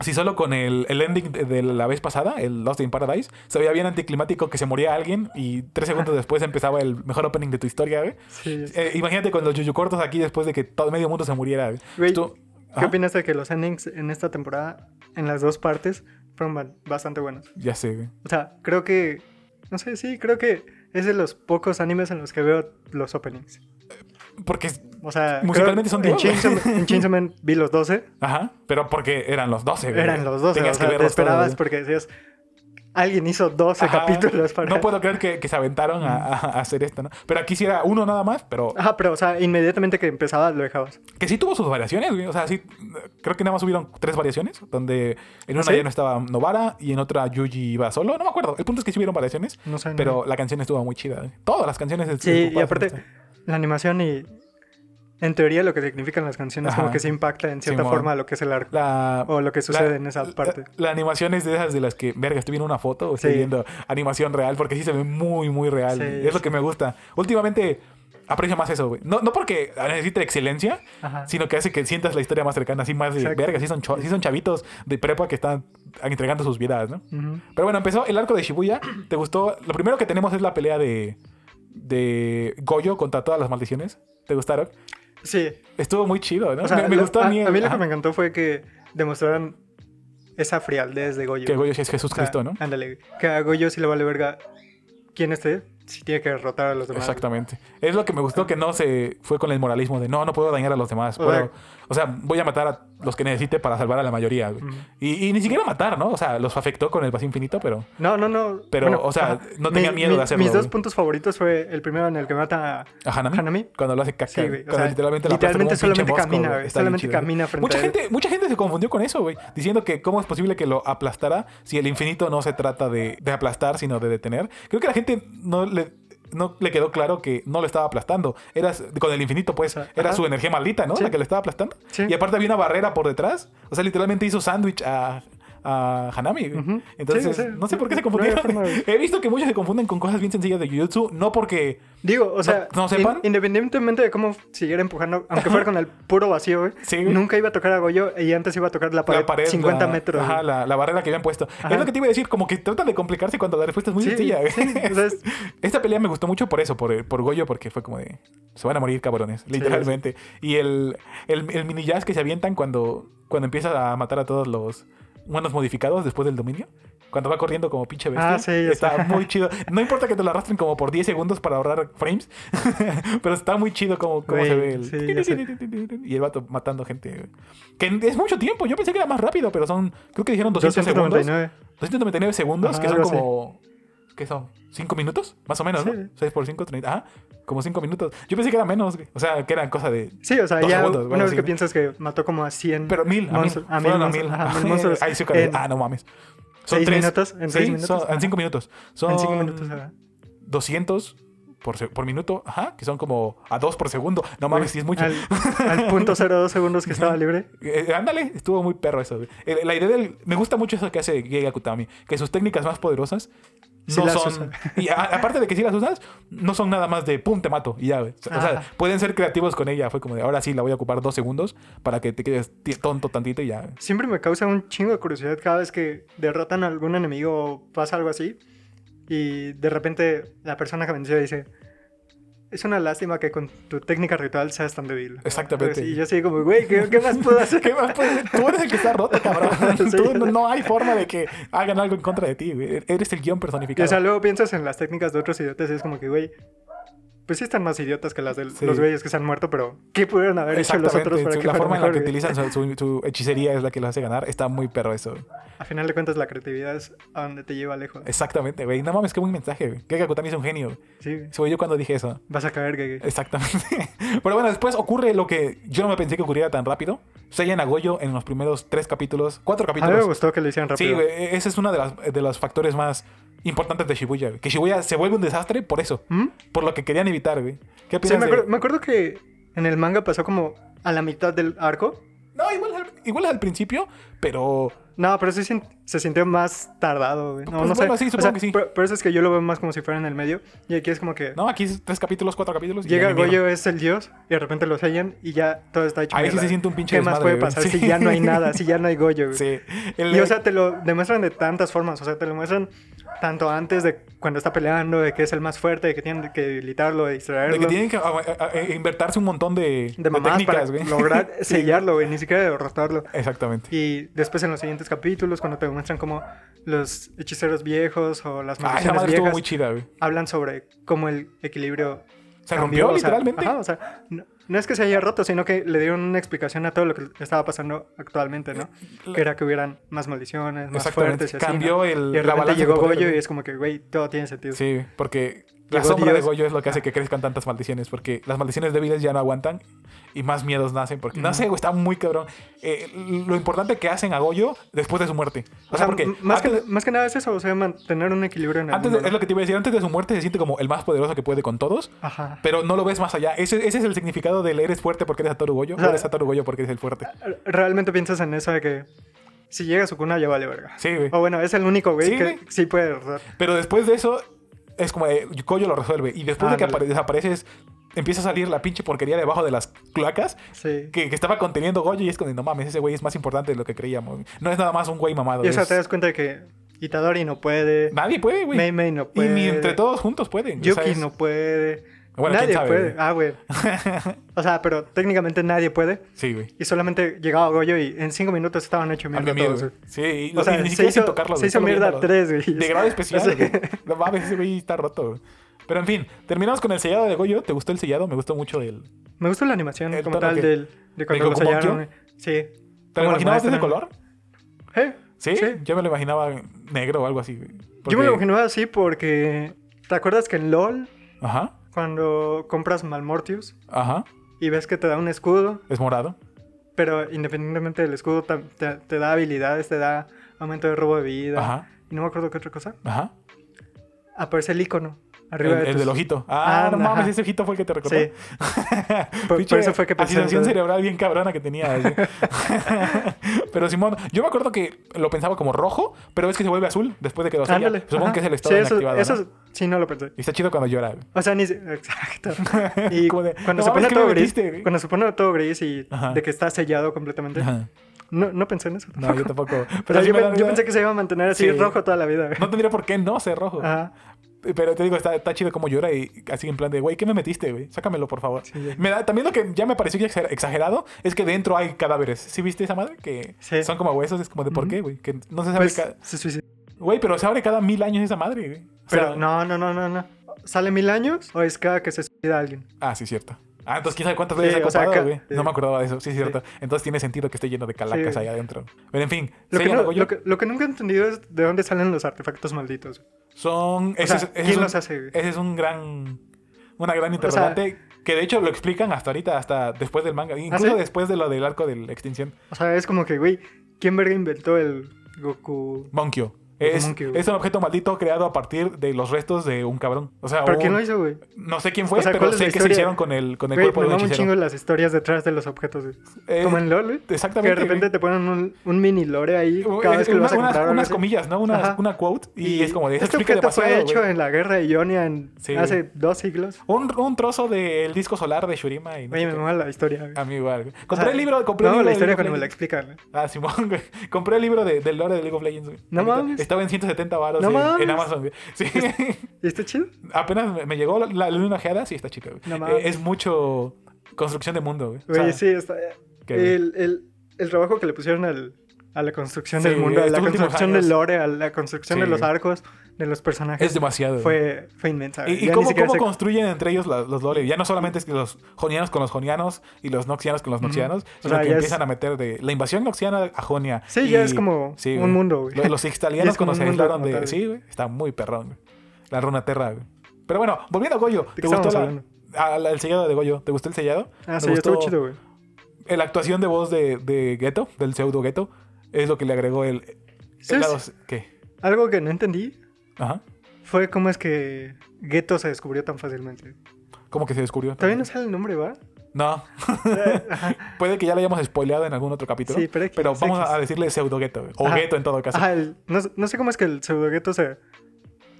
A: Si solo con el, el ending de, de la vez pasada, el Lost in Paradise, se veía bien anticlimático que se moría alguien y tres segundos después empezaba el mejor opening de tu historia, güey.
B: Sí, ya sé.
A: Eh, imagínate con los yuyu cortos aquí después de que todo medio mundo se muriera. güey.
B: Güey,
A: Tú-
B: ¿Qué
A: Ajá.
B: opinas de que los endings en esta temporada, en las dos partes, fueron ba- bastante buenos?
A: Ya sé, güey.
B: O sea, creo que... No sé, sí, creo que es de los pocos animes en los que veo los openings.
A: Porque, es-
B: O sea,
A: Musicalmente son
B: creo- en
A: Dios, güey.
B: Chainsaw, Man- en Chainsaw Man vi los 12,
A: ajá, pero porque eran los 12, güey.
B: eran los 12, o
A: Tenías
B: sea, te
A: verlos
B: esperabas
A: todos, güey.
B: porque decías, alguien hizo 12
A: Ajá.
B: capítulos para...
A: No puedo creer que, que se aventaron a, a- a hacer esto, ¿no? Pero aquí sí era uno nada más, pero
B: Ajá, Ah, pero o sea, inmediatamente que empezabas lo dejabas.
A: que sí tuvo sus variaciones, güey. O sea, sí, creo que nada más hubieron tres variaciones, donde en una
B: ¿Sí?
A: ya no estaba Novara y en otra Yuji iba solo. No me acuerdo. El punto es que sí hubieron variaciones,
B: No sé. no.
A: pero la canción estuvo muy chida. güey. Todas las canciones. est-
B: Sí, y
A: ocupadas,
B: aparte,
A: ¿no?
B: la animación y... En teoría lo que significan las canciones
A: Ajá.
B: como que se impacta en cierta
A: Simón.
B: forma lo que es el arco.
A: La,
B: O lo que sucede
A: La-
B: en esa
A: la-
B: parte.
A: La, animación es de esas de las que, verga, estoy viendo una foto o estoy
B: Sí.
A: viendo animación real, porque sí se ve muy, muy real.
B: Sí,
A: es lo
B: sí.
A: que me gusta. Últimamente, aprecio más eso, güey. No, no porque necesite excelencia,
B: Ajá.
A: sino que hace que sientas la historia más cercana, así más de
B: Exacto.
A: verga, sí son, cho- sí son chavitos de prepa que están entregando sus vidas, ¿no?
B: Ujú.
A: Pero bueno, empezó el arco de Shibuya. ¿Te gustó? Lo primero que tenemos es la pelea de, de Goyo contra todas las maldiciones. ¿Te gustaron?
B: Sí.
A: Estuvo muy chido, ¿no?
B: O sea,
A: me, me
B: lo-
A: gustó
B: a,
A: a mí.
B: a mí lo
A: ajá,
B: que me encantó fue que demostraran esa frialdez de Goyo.
A: que Goyo es Jesús
B: O sea,
A: Cristo, ¿no?
B: Ándale, que a Goyo sí le vale verga quién esté, si tiene que derrotar a los demás.
A: Exactamente. Es lo que me gustó que no se fue con el moralismo de no, no puedo dañar a los demás.
B: O
A: puedo-
B: sea-
A: o sea, voy a matar a los que necesite para salvar a la mayoría. güey.
B: Ujú.
A: y, y ni siquiera matar, ¿no? O sea, los afectó con el vacío infinito, pero
B: No, no, no.
A: Pero, o sea, no tenía miedo de hacerlo,
B: Mis dos
A: güey.
B: puntos favoritos fue el primero en el que mata a
A: a Hanami.
B: Hanami.
A: Cuando lo hace caca.
B: Sí, güey, o
A: cuando
B: sea,
A: literalmente, la aplasta
B: literalmente
A: como un pinche
B: solamente
A: mosco,
B: camina,
A: güey.
B: güey,
A: Está bien
B: solamente
A: chido, güey.
B: camina frente
A: mucha
B: a él.
A: gente, mucha gente se confundió con eso, güey. Diciendo que cómo es posible que lo aplastara si el infinito no se trata de, de aplastar, sino de detener. Creo que la gente no le. No le quedó claro que no lo estaba aplastando. Era s- con el infinito, pues.
B: Ajá.
A: Era su energía maldita, ¿no?
B: Sí.
A: La que le estaba aplastando.
B: Sí.
A: Y aparte había una barrera por detrás. O sea, literalmente hizo sándwich a, a Hanami. güey.
B: Ujú.
A: Entonces,
B: Sí, sí.
A: no sé por qué se
B: No había
A: confundieron.
B: forma, güey.
A: He visto que muchos se confunden con cosas bien sencillas de Jujutsu. No porque
B: Digo, o sea,
A: no sepan.
B: in- independientemente de cómo siguiera empujando, aunque fuera con el puro vacío, güey,
A: Sí, güey.
B: nunca iba a tocar a Goyo y antes iba a tocar la pared,
A: la pared
B: 50
A: la-
B: metros.
A: Ajá,
B: güey.
A: la, la barrera que habían puesto.
B: Ajá.
A: Es lo que te iba a decir, como que trata de complicarse cuando la respuesta es muy
B: Sí,
A: sencilla. güey.
B: sí, o sea, es-
A: Esta pelea me gustó mucho por eso, por, por Goyo, porque fue como de. Se van a morir, cabrones, literalmente. Y el, el, el mini jazz que se avientan cuando, cuando empieza a matar a todos los humanos modificados después del dominio. Cuando va corriendo como pinche bestia.
B: Ah, sí, ya
A: está
B: sé.
A: muy chido. No importa que te lo arrastren como por 10 segundos para ahorrar frames, pero está muy chido como, como
B: Güey,
A: se ve el.
B: sí, ya sé.
A: Y el vato matando gente. güey. Que es mucho tiempo. Yo pensé que era más rápido, pero son. Creo que dijeron 200 segundos.
B: 299.
A: 299 segundos,
B: Ajá,
A: que son
B: algo así.
A: como. ¿Qué son? ¿5 minutos? Más o menos,
B: Sí.
A: ¿no? 6 por 5, 30. Ajá, como 5 minutos. Yo pensé que era menos, güey. O sea, que eran cosa de.
B: Sí, o sea,
A: Dos
B: ya
A: segundos,
B: una
A: bueno,
B: vez
A: sí.
B: que piensas que mató como a 100
A: Pero mil, a mil.
B: monstruos- a mil,
A: Fueron a
B: monstruos,
A: mil.
B: ajá, mil monstruos
A: Ahí sí, caray.
B: en-
A: Ah, no mames.
B: seis
A: tres-
B: minutos, en
A: sí,
B: seis minutos.
A: son- en 5 minutos. Son
B: en 5 minutos. ajá.
A: 200 por, se- por minuto. Ajá, que son como a 2 por segundo. No mames, sí es mucho.
B: Al, al punto 02 segundos que estaba libre.
A: Eh, ándale, estuvo muy perro eso. güey. Eh, La idea del. Me gusta mucho eso que hace Geiga Kutami, que sus técnicas más poderosas
B: Sí
A: no
B: las
A: son.
B: usa.
A: Y a- aparte de que sí las usas, no son nada más de pum, te mato y ya, güey. O sea,
B: Ah.
A: pueden ser creativos con ella. Fue como de ahora sí la voy a ocupar dos segundos para que te quedes ti- tonto tantito y ya.
B: Siempre me causa un chingo de curiosidad cada vez que derrotan a algún enemigo o pasa algo así. Y de repente la persona que venció dice: Es una lástima que con tu técnica ritual seas tan débil.
A: Exactamente.
B: Y yo así como, güey, ¿qué, qué más puedo hacer?
A: ¿Qué más puedes- Tú eres el que está roto, cabrón.
B: Sí.
A: Tú no, no hay forma de que hagan algo en contra de ti, güey. Eres el guión
B: Y o sea,
A: personificado.
B: luego piensas en las técnicas de otros idiotas y es como que, güey, pues sí están más idiotas que las de
A: Sí.
B: los güeyes que se han muerto, pero ¿qué pudieron haber hecho los
A: Exactamente.
B: otros para
A: Su-
B: que
A: La
B: fuera
A: forma en la
B: mejor,
A: que
B: güey?
A: utilizan su, su- su hechicería es la que lo hace ganar. Está muy perro eso, güey.
B: A final de cuentas, la creatividad es a donde te lleva lejos.
A: Exactamente, güey. No mames, qué buen mensaje, güey. Que Kutami es un genio.
B: Sí, güey.
A: Soy yo cuando dije eso.
B: vas a caer, güey.
A: Eh, Exactamente. Pero bueno, después ocurre lo que yo no me pensé que ocurriera tan rápido. Sellan a Goyo en los primeros tres capítulos, cuatro
B: A mí me
A: capítulos.
B: gustó que lo hicieran rápido.
A: sí, güey. e-, Ese es uno de, las- de los factores más importantes de Shibuya. güey. Que Shibuya se vuelve un desastre por eso.
B: ¿Mm?
A: Por lo que querían evitar, güey. ¿Qué
B: Sí,
A: opinas?
B: me
A: de-
B: acuerdo, me acuerdo que en el manga pasó como a la mitad del arco.
A: No, igual, al- igual al principio, pero
B: No, pero sí sin- se sintió más tardado, güey. No,
A: Pues
B: no
A: bueno,
B: sé.
A: sí,
B: O sea,
A: supongo que sí.
B: Por, por eso es que yo lo veo más como si fuera en el medio. Y aquí es como que
A: no, aquí es tres capítulos, cuatro capítulos. y
B: llega
A: ya ni mierda.
B: Goyo, es el dios, y de repente lo sellan y ya todo está hecho
A: Ahí sí
B: mierda.
A: se siente un pinche
B: ¿Qué más
A: desmadre,
B: puede
A: güey.
B: pasar
A: Sí.
B: si ya no hay nada, si ya no hay Goyo, güey?
A: Sí. El-
B: Y o sea, te lo demuestran de tantas formas. O sea, te lo muestran tanto antes de cuando está peleando, de que es el más fuerte, de que tienen que debilitarlo, de distraerlo.
A: de que tienen que ah, a- a- a- eh, invertirse un montón de,
B: de mamás para
A: técnicas, güey.
B: lograr sellarlo, güey, ni siquiera derrotarlo.
A: Exactamente.
B: Y después en los siguientes capítulos, cuando te muestran como los hechiceros viejos o las
A: Ah, esa
B: maldiciones
A: madre estuvo
B: viejas
A: muy chida, güey.
B: hablan sobre cómo el equilibrio
A: Se
B: cambió,
A: rompió
B: o sea,
A: literalmente.
B: ajá, o sea, no, no es que se haya roto, sino que le dieron una explicación a todo lo que estaba pasando actualmente, ¿no?
A: la-
B: Que era que hubieran más maldiciones, más
A: Exactamente.
B: fuertes y así,
A: Cambió
B: ¿no?
A: el-
B: Y de
A: la
B: repente
A: balanza
B: llegó
A: de poder,
B: Goyo
A: ¿no?
B: y es como que, güey, todo tiene sentido.
A: Sí, porque la
B: Llegó
A: sombra de
B: Dios.
A: Goyo es lo que hace que crezcan tantas maldiciones, porque las maldiciones débiles ya no aguantan y más miedos nacen, porque no sé, güey, está muy cabrón. Eh, lo importante que hacen a Goyo después de su muerte. O, sea, porque
B: m- más,
A: antes,
B: que, más que nada es eso, o sea, mantener un equilibrio en el
A: antes de-
B: mundo, ¿no?
A: es lo que te iba a decir, antes de su muerte se siente como el más poderoso que puede con todos,
B: Ajá.
A: pero no lo ves más allá. Ese, ese es el significado del eres fuerte porque eres Satoru Goyo, o
B: sea, ah,
A: eres Satoru Goyo porque eres el fuerte.
B: Realmente piensas en eso de que si llega su cuna ya vale verga.
A: Sí, güey.
B: O bueno, es el único güey
A: Sí,
B: que
A: güey.
B: sí puede derrotar.
A: Pero después de eso, es como eh, Goyo lo resuelve. Y después de que
B: Ándale.
A: apare- desapareces empieza a salir la pinche porquería debajo de las cloacas
B: Sí.
A: que, que estaba conteniendo Goyo y es como, no mames, ese güey es más importante de lo que creíamos. No es nada más un güey mamado.
B: Y o sea,
A: es-
B: te das cuenta de que Itadori no puede,
A: Nadie puede, güey.
B: Mei Mei no puede,
A: Y ni entre todos juntos pueden.
B: Yuki
A: o sea, es-
B: no puede,
A: Bueno,
B: nadie
A: quién sabe,
B: puede.
A: güey.
B: Ah, güey. O sea, pero técnicamente nadie puede.
A: Sí, güey.
B: Y solamente llegaba Goyo y en cinco minutos estaban hecho mierda
A: Algo miedo,
B: todos.
A: güey. Sí, y
B: O
A: o
B: sea,
A: ni
B: se
A: siquiera sin
B: hizo,
A: tocarlo.
B: se
A: güey,
B: hizo
A: solo
B: mierda
A: viéndolo.
B: tres, güey.
A: De grado especial,
B: O sea,
A: güey. No mames, ese güey está roto. güey. Pero en fin, terminamos con el sellado de Goyo. ¿Te gustó el sellado? Me gustó mucho el...
B: Me gusta la animación
A: El
B: como
A: tono
B: tal
A: que-
B: del, de cuando
A: ¿De
B: lo
A: Goku Monkey?
B: sellaron. Sí.
A: ¿Te lo
B: Como
A: imaginabas de ese
B: muestran.
A: color?
B: Eh,
A: ¿Sí?
B: Sí.
A: Yo me lo imaginaba negro o algo así. güey.
B: Yo me lo
A: Porque-
B: imaginaba así porque... ¿Te acuerdas que en LOL,
A: Ajá,
B: cuando compras Malmortius
A: ajá.
B: y ves que te da un escudo,
A: Es morado.
B: pero independientemente del escudo tam- te, te da habilidades, te da aumento de robo de vida?
A: Ajá,
B: Y no me acuerdo qué otra cosa.
A: ajá.
B: Aparece el icono
A: El,
B: arriba de
A: el
B: tus-
A: del ojito. Ah,
B: Ah,
A: no mames,
B: ajá.
A: ese ojito fue el que te recordó.
B: Sí. Por-
A: Pinche
B: por eso fue que pensé,
A: Agitación
B: ¿verdad?
A: cerebral bien cabrona que tenía. así. pero Simón, yo me acuerdo que lo pensaba como rojo, pero es que se vuelve azul después de que lo sella.
B: Ándale.
A: Supongo
B: ajá.
A: que es el estado
B: sí, eso,
A: inactivado.
B: Eso
A: ¿no?
B: sí no lo pensé.
A: Y está chido cuando llora. güey.
B: O sea, ni... si- Exacto. Y
A: Como de,
B: cuando
A: "No
B: se
A: mames,
B: pone
A: ¿qué me
B: todo gris,
A: metiste, güey?"
B: cuando se pone todo gris y
A: Ajá.
B: de que está sellado completamente,
A: Ajá.
B: no, no pensé en eso.
A: No, yo
B: tampoco.
A: tampoco.
B: Pero
A: sí
B: yo,
A: me da
B: pen- yo
A: risa.
B: pensé que se iba a mantener así
A: Sí.
B: rojo toda la vida. güey.
A: No tendría por qué no ser rojo.
B: Ajá.
A: Pero te digo, está, está chido como llora y así en plan de, güey, ¿qué me metiste, güey? Sácamelo, por favor.
B: Sí.
A: Me da, también lo que ya me pareció exager- exagerado es que dentro hay cadáveres. ¿Sí viste esa madre? Que
B: Sí.
A: son como huesos. Es como de, ¿por
B: Ujú.
A: qué, güey? Que no se sabe...
B: Pues,
A: ca-
B: se suicidó.
A: Güey, pero se abre cada mil años esa madre, güey. O sea,
B: Pero no, no, no, no, no. ¿Sale mil años o es cada que se suicida alguien?
A: Ah, sí, cierto. Ah, entonces quién sabe cuántas
B: Sí,
A: veces ha
B: o sea,
A: ocupado,
B: acá-
A: güey. No
B: sí.
A: me acordaba de eso, sí, es cierto. Entonces tiene sentido que esté lleno de calacas
B: Sí.
A: allá adentro. Pero en fin,
B: Lo que,
A: Seiya
B: no-
A: Nagoya
B: lo que- lo que nunca he entendido es de dónde salen los artefactos malditos.
A: son.
B: O
A: Ese,
B: sea,
A: es- ese es
B: ¿quién
A: un- eh
B: los hace? güey?
A: ese es un gran. Una gran interrogante que de hecho lo explican hasta ahorita, hasta después del manga. Incluso
B: ¿Ah, sí?
A: después de lo del arco de la extinción.
B: O sea, es como que, güey, ¿quién verga inventó el Goku?
A: Monkyo. Es,
B: Monkyo, güey.
A: es un objeto maldito creado a partir de los restos de un cabrón. O sea,
B: ¿Pero
A: un-
B: quién lo hizo, güey?
A: no sé quién fue,
B: O sea,
A: pero
B: ¿cuál es
A: sé
B: la
A: que se
B: historia?
A: hicieron con el, con el
B: Güey,
A: cuerpo de
B: me
A: un
B: maman un
A: hechicero.
B: chingo las historias detrás de los objetos, güey.
A: Eh,
B: Como en LOL, güey. Que
A: Exactamente.
B: de
A: güey.
B: repente te ponen un, un mini lore ahí
A: Como
B: cada
A: es-
B: vez que lo
A: una-
B: vas a
A: unas,
B: comprar. o algo
A: unas
B: así.
A: comillas, ¿no? Unas-
B: Ajá.
A: una quote y, es como de
B: Este
A: explica
B: objeto fue
A: demasiado,
B: hecho
A: güey".
B: en la guerra de Ionia en-
A: Sí,
B: hace dos siglos.
A: un, un trozo del disco solar de Shurima y no
B: Oye,
A: sé
B: me
A: qué.
B: mola la historia. güey.
A: A mí igual. güey.
B: O sea,
A: Compré el libro, Ah, compré el
B: no,
A: libro
B: la
A: de
B: historia
A: League
B: cuando me
A: of
B: la
A: Legends.
B: explican. güey.
A: Ah, Simón, güey. Compré el libro de- del lore de League of Legends, güey.
B: No
A: Ahorita.
B: mames.
A: Estaba en 170 baros
B: No
A: en, en
B: mames.
A: Amazon, güey. Sí.
B: ¿Y está chido?
A: Apenas me- me llegó la, la luna ojeada, sí, está chica, güey.
B: No
A: Eh,
B: mames.
A: es mucho construcción de mundo, güey. O sea,
B: Güey, sí, está. eh,
A: qué güey.
B: El, el, el trabajo que le pusieron al, a la construcción
A: Sí, este
B: del mundo, a la
A: estos últimos
B: construcción
A: años.
B: del lore, a la construcción
A: Sí.
B: de los arcos, de los personajes,
A: Es demasiado. güey.
B: fue, fue inmensa. güey.
A: ¿Y, y
B: Ya ni
A: cómo,
B: siquiera
A: cómo
B: sé-
A: construyen entre ellos la- los lore? Ya no solamente es que los jonianos con los jonianos y los noxianos con los
B: Ujú.
A: noxianos,
B: O
A: sino
B: sea,
A: que
B: ya
A: empiezan
B: es-
A: a meter de la invasión noxiana a Jonia.
B: Sí,
A: y-
B: ya es como
A: sí,
B: un
A: güey.
B: mundo, güey.
A: Lo- Los
B: Ya
A: ixtalianos
B: es como
A: cuando se
B: un mundo
A: aislaron
B: como
A: de.
B: tal.
A: Sí, güey. Está muy perrón, güey. La runa terra, güey. Pero bueno, volviendo a Goyo,
B: qué
A: ¿te gustó
B: estábamos
A: la,
B: hablando?
A: a la- el sellado de Goyo? ¿Te gustó el sellado?
B: Ah,
A: Me
B: sí, estuvo
A: gustó
B: chido, güey.
A: La actuación de voz de, de Ghetto, del pseudo Ghetto, es lo que le agregó el.
B: Sí,
A: el
B: es-
A: lado- ¿Qué?
B: Algo que no entendí
A: Ajá.
B: fue cómo es que Ghetto se descubrió tan fácilmente.
A: ¿Cómo que se descubrió?
B: Todavía no sale el nombre, ¿va?
A: No.
B: Ajá,
A: Puede que ya lo hayamos spoileado en algún otro capítulo.
B: Sí, pero X,
A: Pero vamos
B: X.
A: a decirle pseudo gueto. güey, O
B: Ajá.
A: gueto en todo caso.
B: Ajá, el- no, no sé cómo es que el pseudo Ghetto se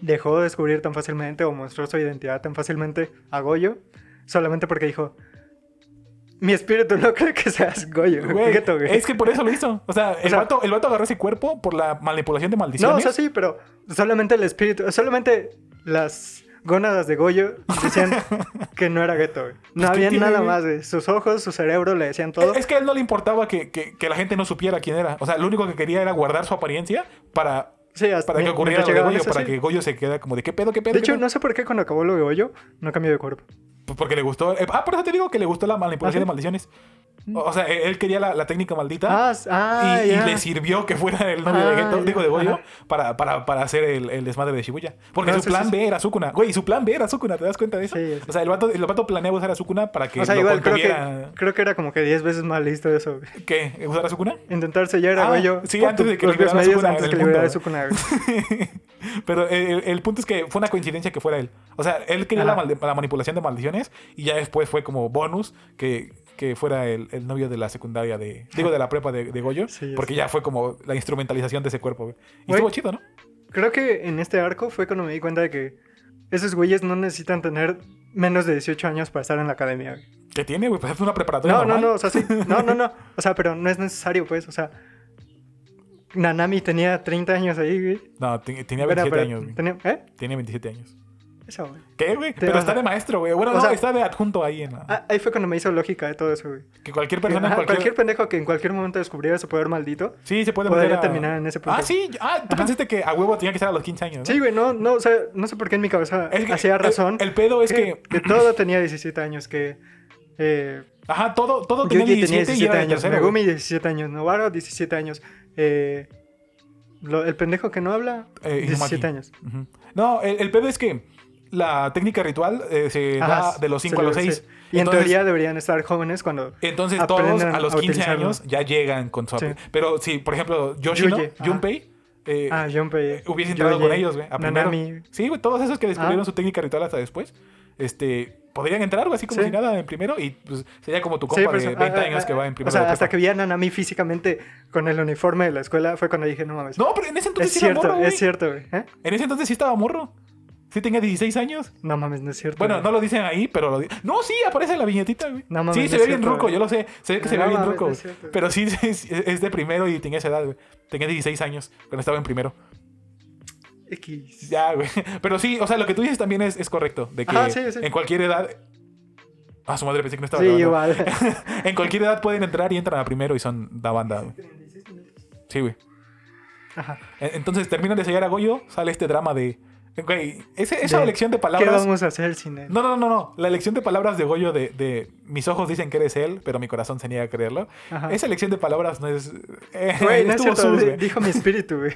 B: dejó descubrir tan fácilmente o mostró su identidad tan fácilmente a Goyo, solamente porque dijo: Mi espíritu no cree que seas Goyo,
A: Güey,
B: Ghetto, güey".
A: es que por eso lo hizo. O sea, el,
B: sea-
A: vato, el vato agarró ese cuerpo por la manipulación de
B: No,
A: maldiciones.
B: o sea, sí, pero solamente el espíritu, solamente las gónadas de Goyo decían que no era Ghetto, güey.
A: ¿qué
B: No había
A: tiene,
B: nada
A: güey?
B: más, güey. Sus ojos, su cerebro le decían todo.
A: Es que a él no le importaba que, que- que la gente no supiera quién era. O sea, lo único que quería era guardar su apariencia para,
B: Sí, hasta
A: para que
B: mi-
A: ocurriera lo
B: mientras
A: de
B: llegaban
A: Goyo,
B: esas,
A: para
B: sí.
A: que Goyo se queda como de qué pedo, qué pedo.
B: De
A: qué
B: hecho,
A: pedo?
B: no sé por qué cuando acabó lo de Goyo, no cambió de cuerpo.
A: Pues Porque le gustó. eh, Ah, por eso te digo que le gustó la manipulación
B: ¿Ah, sí?
A: de maldiciones. O, o sea, él él quería la, la técnica maldita.
B: Ah, s- ah,
A: y, y
B: ya.
A: le sirvió que fuera el novio
B: Ah,
A: de Geto,
B: ya.
A: digo de Goyo,
B: Ajá.
A: para, para, para hacer el, el desmadre de Shibuya. Porque
B: No,
A: su
B: sí,
A: plan
B: sí, sí.
A: B era Sukuna. Güey, su plan B era Sukuna, ¿te das cuenta de eso?
B: Sí, sí.
A: O sea, el vato, el vato planeaba usar a Sukuna para que
B: O sea,
A: lo
B: igual creo que,
A: contuviera-
B: creo que era como que 10 veces más listo eso. güey.
A: ¿Qué? ¿Usar a Sukuna?
B: Intentar sellar a
A: Ah,
B: Goyo
A: sí,
B: por
A: antes
B: tus
A: de que liberara
B: propios
A: su
B: medios
A: cuna
B: antes
A: del
B: que
A: mundo,
B: liberara
A: güey.
B: su cuna. güey.
A: Pero el, el punto es que fue una coincidencia que fuera él. O sea, él quería la,
B: Ajá.
A: malde- la manipulación de maldiciones y ya después fue como bonus que, que fuera el, el novio de la secundaria de... Digo, de la prepa de, de Goyo.
B: Sí, ya
A: porque ya fue como la instrumentalización de ese cuerpo. güey. Y
B: Güey.
A: estuvo chido, ¿no?
B: Creo que en este arco fue cuando me di cuenta de que esos güeyes no necesitan tener menos de 18 años para estar en la academia. güey.
A: ¿Qué tiene, güey? Pues es una preparatoria
B: No, no,
A: normal.
B: no, o sea, sí. No, no, no. O sea, pero no es necesario, pues. O sea, Nanami tenía 30 años ahí, güey.
A: No, te- tenía
B: Pero-
A: 27
B: pero
A: años, güey.
B: tenía- ¿Eh?
A: Tiene 27 años.
B: Eso, güey.
A: ¿Qué, güey?
B: Te-
A: Pero
B: o
A: está de
B: sea-
A: maestro, güey. Bueno,
B: o
A: no,
B: sea-
A: está de adjunto ahí en la...
B: Ah, ahí fue cuando me hizo lógica de todo eso, güey.
A: Que cualquier persona...
B: Ajá,
A: cualquier...
B: cualquier... pendejo que en cualquier momento descubriera su poder maldito.
A: Sí, se puede
B: podría
A: meter a-
B: terminar en ese punto.
A: Ah, sí. Ah, tú pensaste que a huevo tenía que estar a los 15 años, ¿no?
B: Sí, güey, no, no, o sea, no sé por qué en mi cabeza
A: Es que-
B: hacía
A: el-
B: razón.
A: el pedo es que-
B: todo tenía 17 años, que... Eh,
A: Ajá, todo, todo tenía
B: Yuji
A: 17,
B: tenía
A: y
B: 17
A: era el
B: años,
A: tercero,
B: Megumi 17 años, Novaro 17 años, eh, lo- el pendejo que no habla
A: Eh, Inumaki.
B: 17 años.
A: Ujú. No, el, el pedo es que la técnica ritual eh, se
B: Ajá,
A: da de los 5
B: se
A: a los eh,
B: le-
A: 6.
B: sí. Y en teoría deberían estar jóvenes cuando...
A: Entonces todos
B: aprendan
A: a los
B: a
A: 15
B: utilizarlo.
A: años ya llegan con su...
B: Sí.
A: apel- Pero si, por ejemplo, Yoshino,
B: Yuji, ajá.
A: Junpei... eh,
B: Ah, Junpei.
A: hubiese entrado
B: Yoye,
A: con ellos, güey. a primero.
B: Nanami.
A: Sí, güey, todos esos que descubrieron
B: Ah.
A: su técnica ritual hasta después, este, podrían entrar, güey, así como
B: Sí.
A: si nada en primero y pues sería como tu
B: Sí,
A: compa
B: por
A: de
B: eso-
A: 20
B: ah,
A: años
B: ah,
A: que va en
B: ah,
A: primero.
B: O sea,
A: de
B: hasta
A: prepa.
B: que vi a Nanami físicamente con el uniforme de la escuela fue cuando dije, no mames.
A: No, pero en ese entonces
B: es
A: sí era
B: cierto,
A: morro, güey.
B: es cierto, güey. ¿Eh?
A: En ese entonces sí estaba morro. Sí tenía 16 años.
B: No mames, no es cierto.
A: Bueno,
B: güey.
A: no lo dicen ahí, pero lo di- No, sí, aparece en la viñetita, güey.
B: No mames,
A: sí,
B: no
A: se
B: es
A: ve bien
B: cierto,
A: ruco,
B: güey.
A: yo lo sé. Se ve que se
B: Ah, No
A: ve bien
B: mames,
A: ruco,
B: no
A: güey.
B: es cierto.
A: Pero sí es, es de primero y tenía esa edad, güey. Tenía 16 años cuando estaba en primero.
B: X.
A: Ya, güey. Pero sí, o sea, lo que tú dices también es, es correcto. De que
B: Ajá, Ah, sí, sí.
A: en cualquier edad. Ah, su madre pensé que no estaba.
B: Sí,
A: grabando.
B: igual.
A: en cualquier edad pueden entrar y entran a primero y son la banda, güey. Sí, güey.
B: Ajá.
A: En- Entonces terminan de sellar a Goyo, sale este drama de. Güey, ese- esa
B: De-
A: elección de
B: ¿Qué
A: palabras.
B: vamos a hacer sin él?
A: No, no, no, no. La elección de palabras de Goyo de, de mis ojos dicen que eres él, pero mi corazón se niega a creerlo.
B: Ajá.
A: Esa elección de palabras no es. eh,
B: Güey, no es
A: estuvo
B: cierto,
A: sus,
B: di-
A: güey.
B: dijo mi espíritu, güey.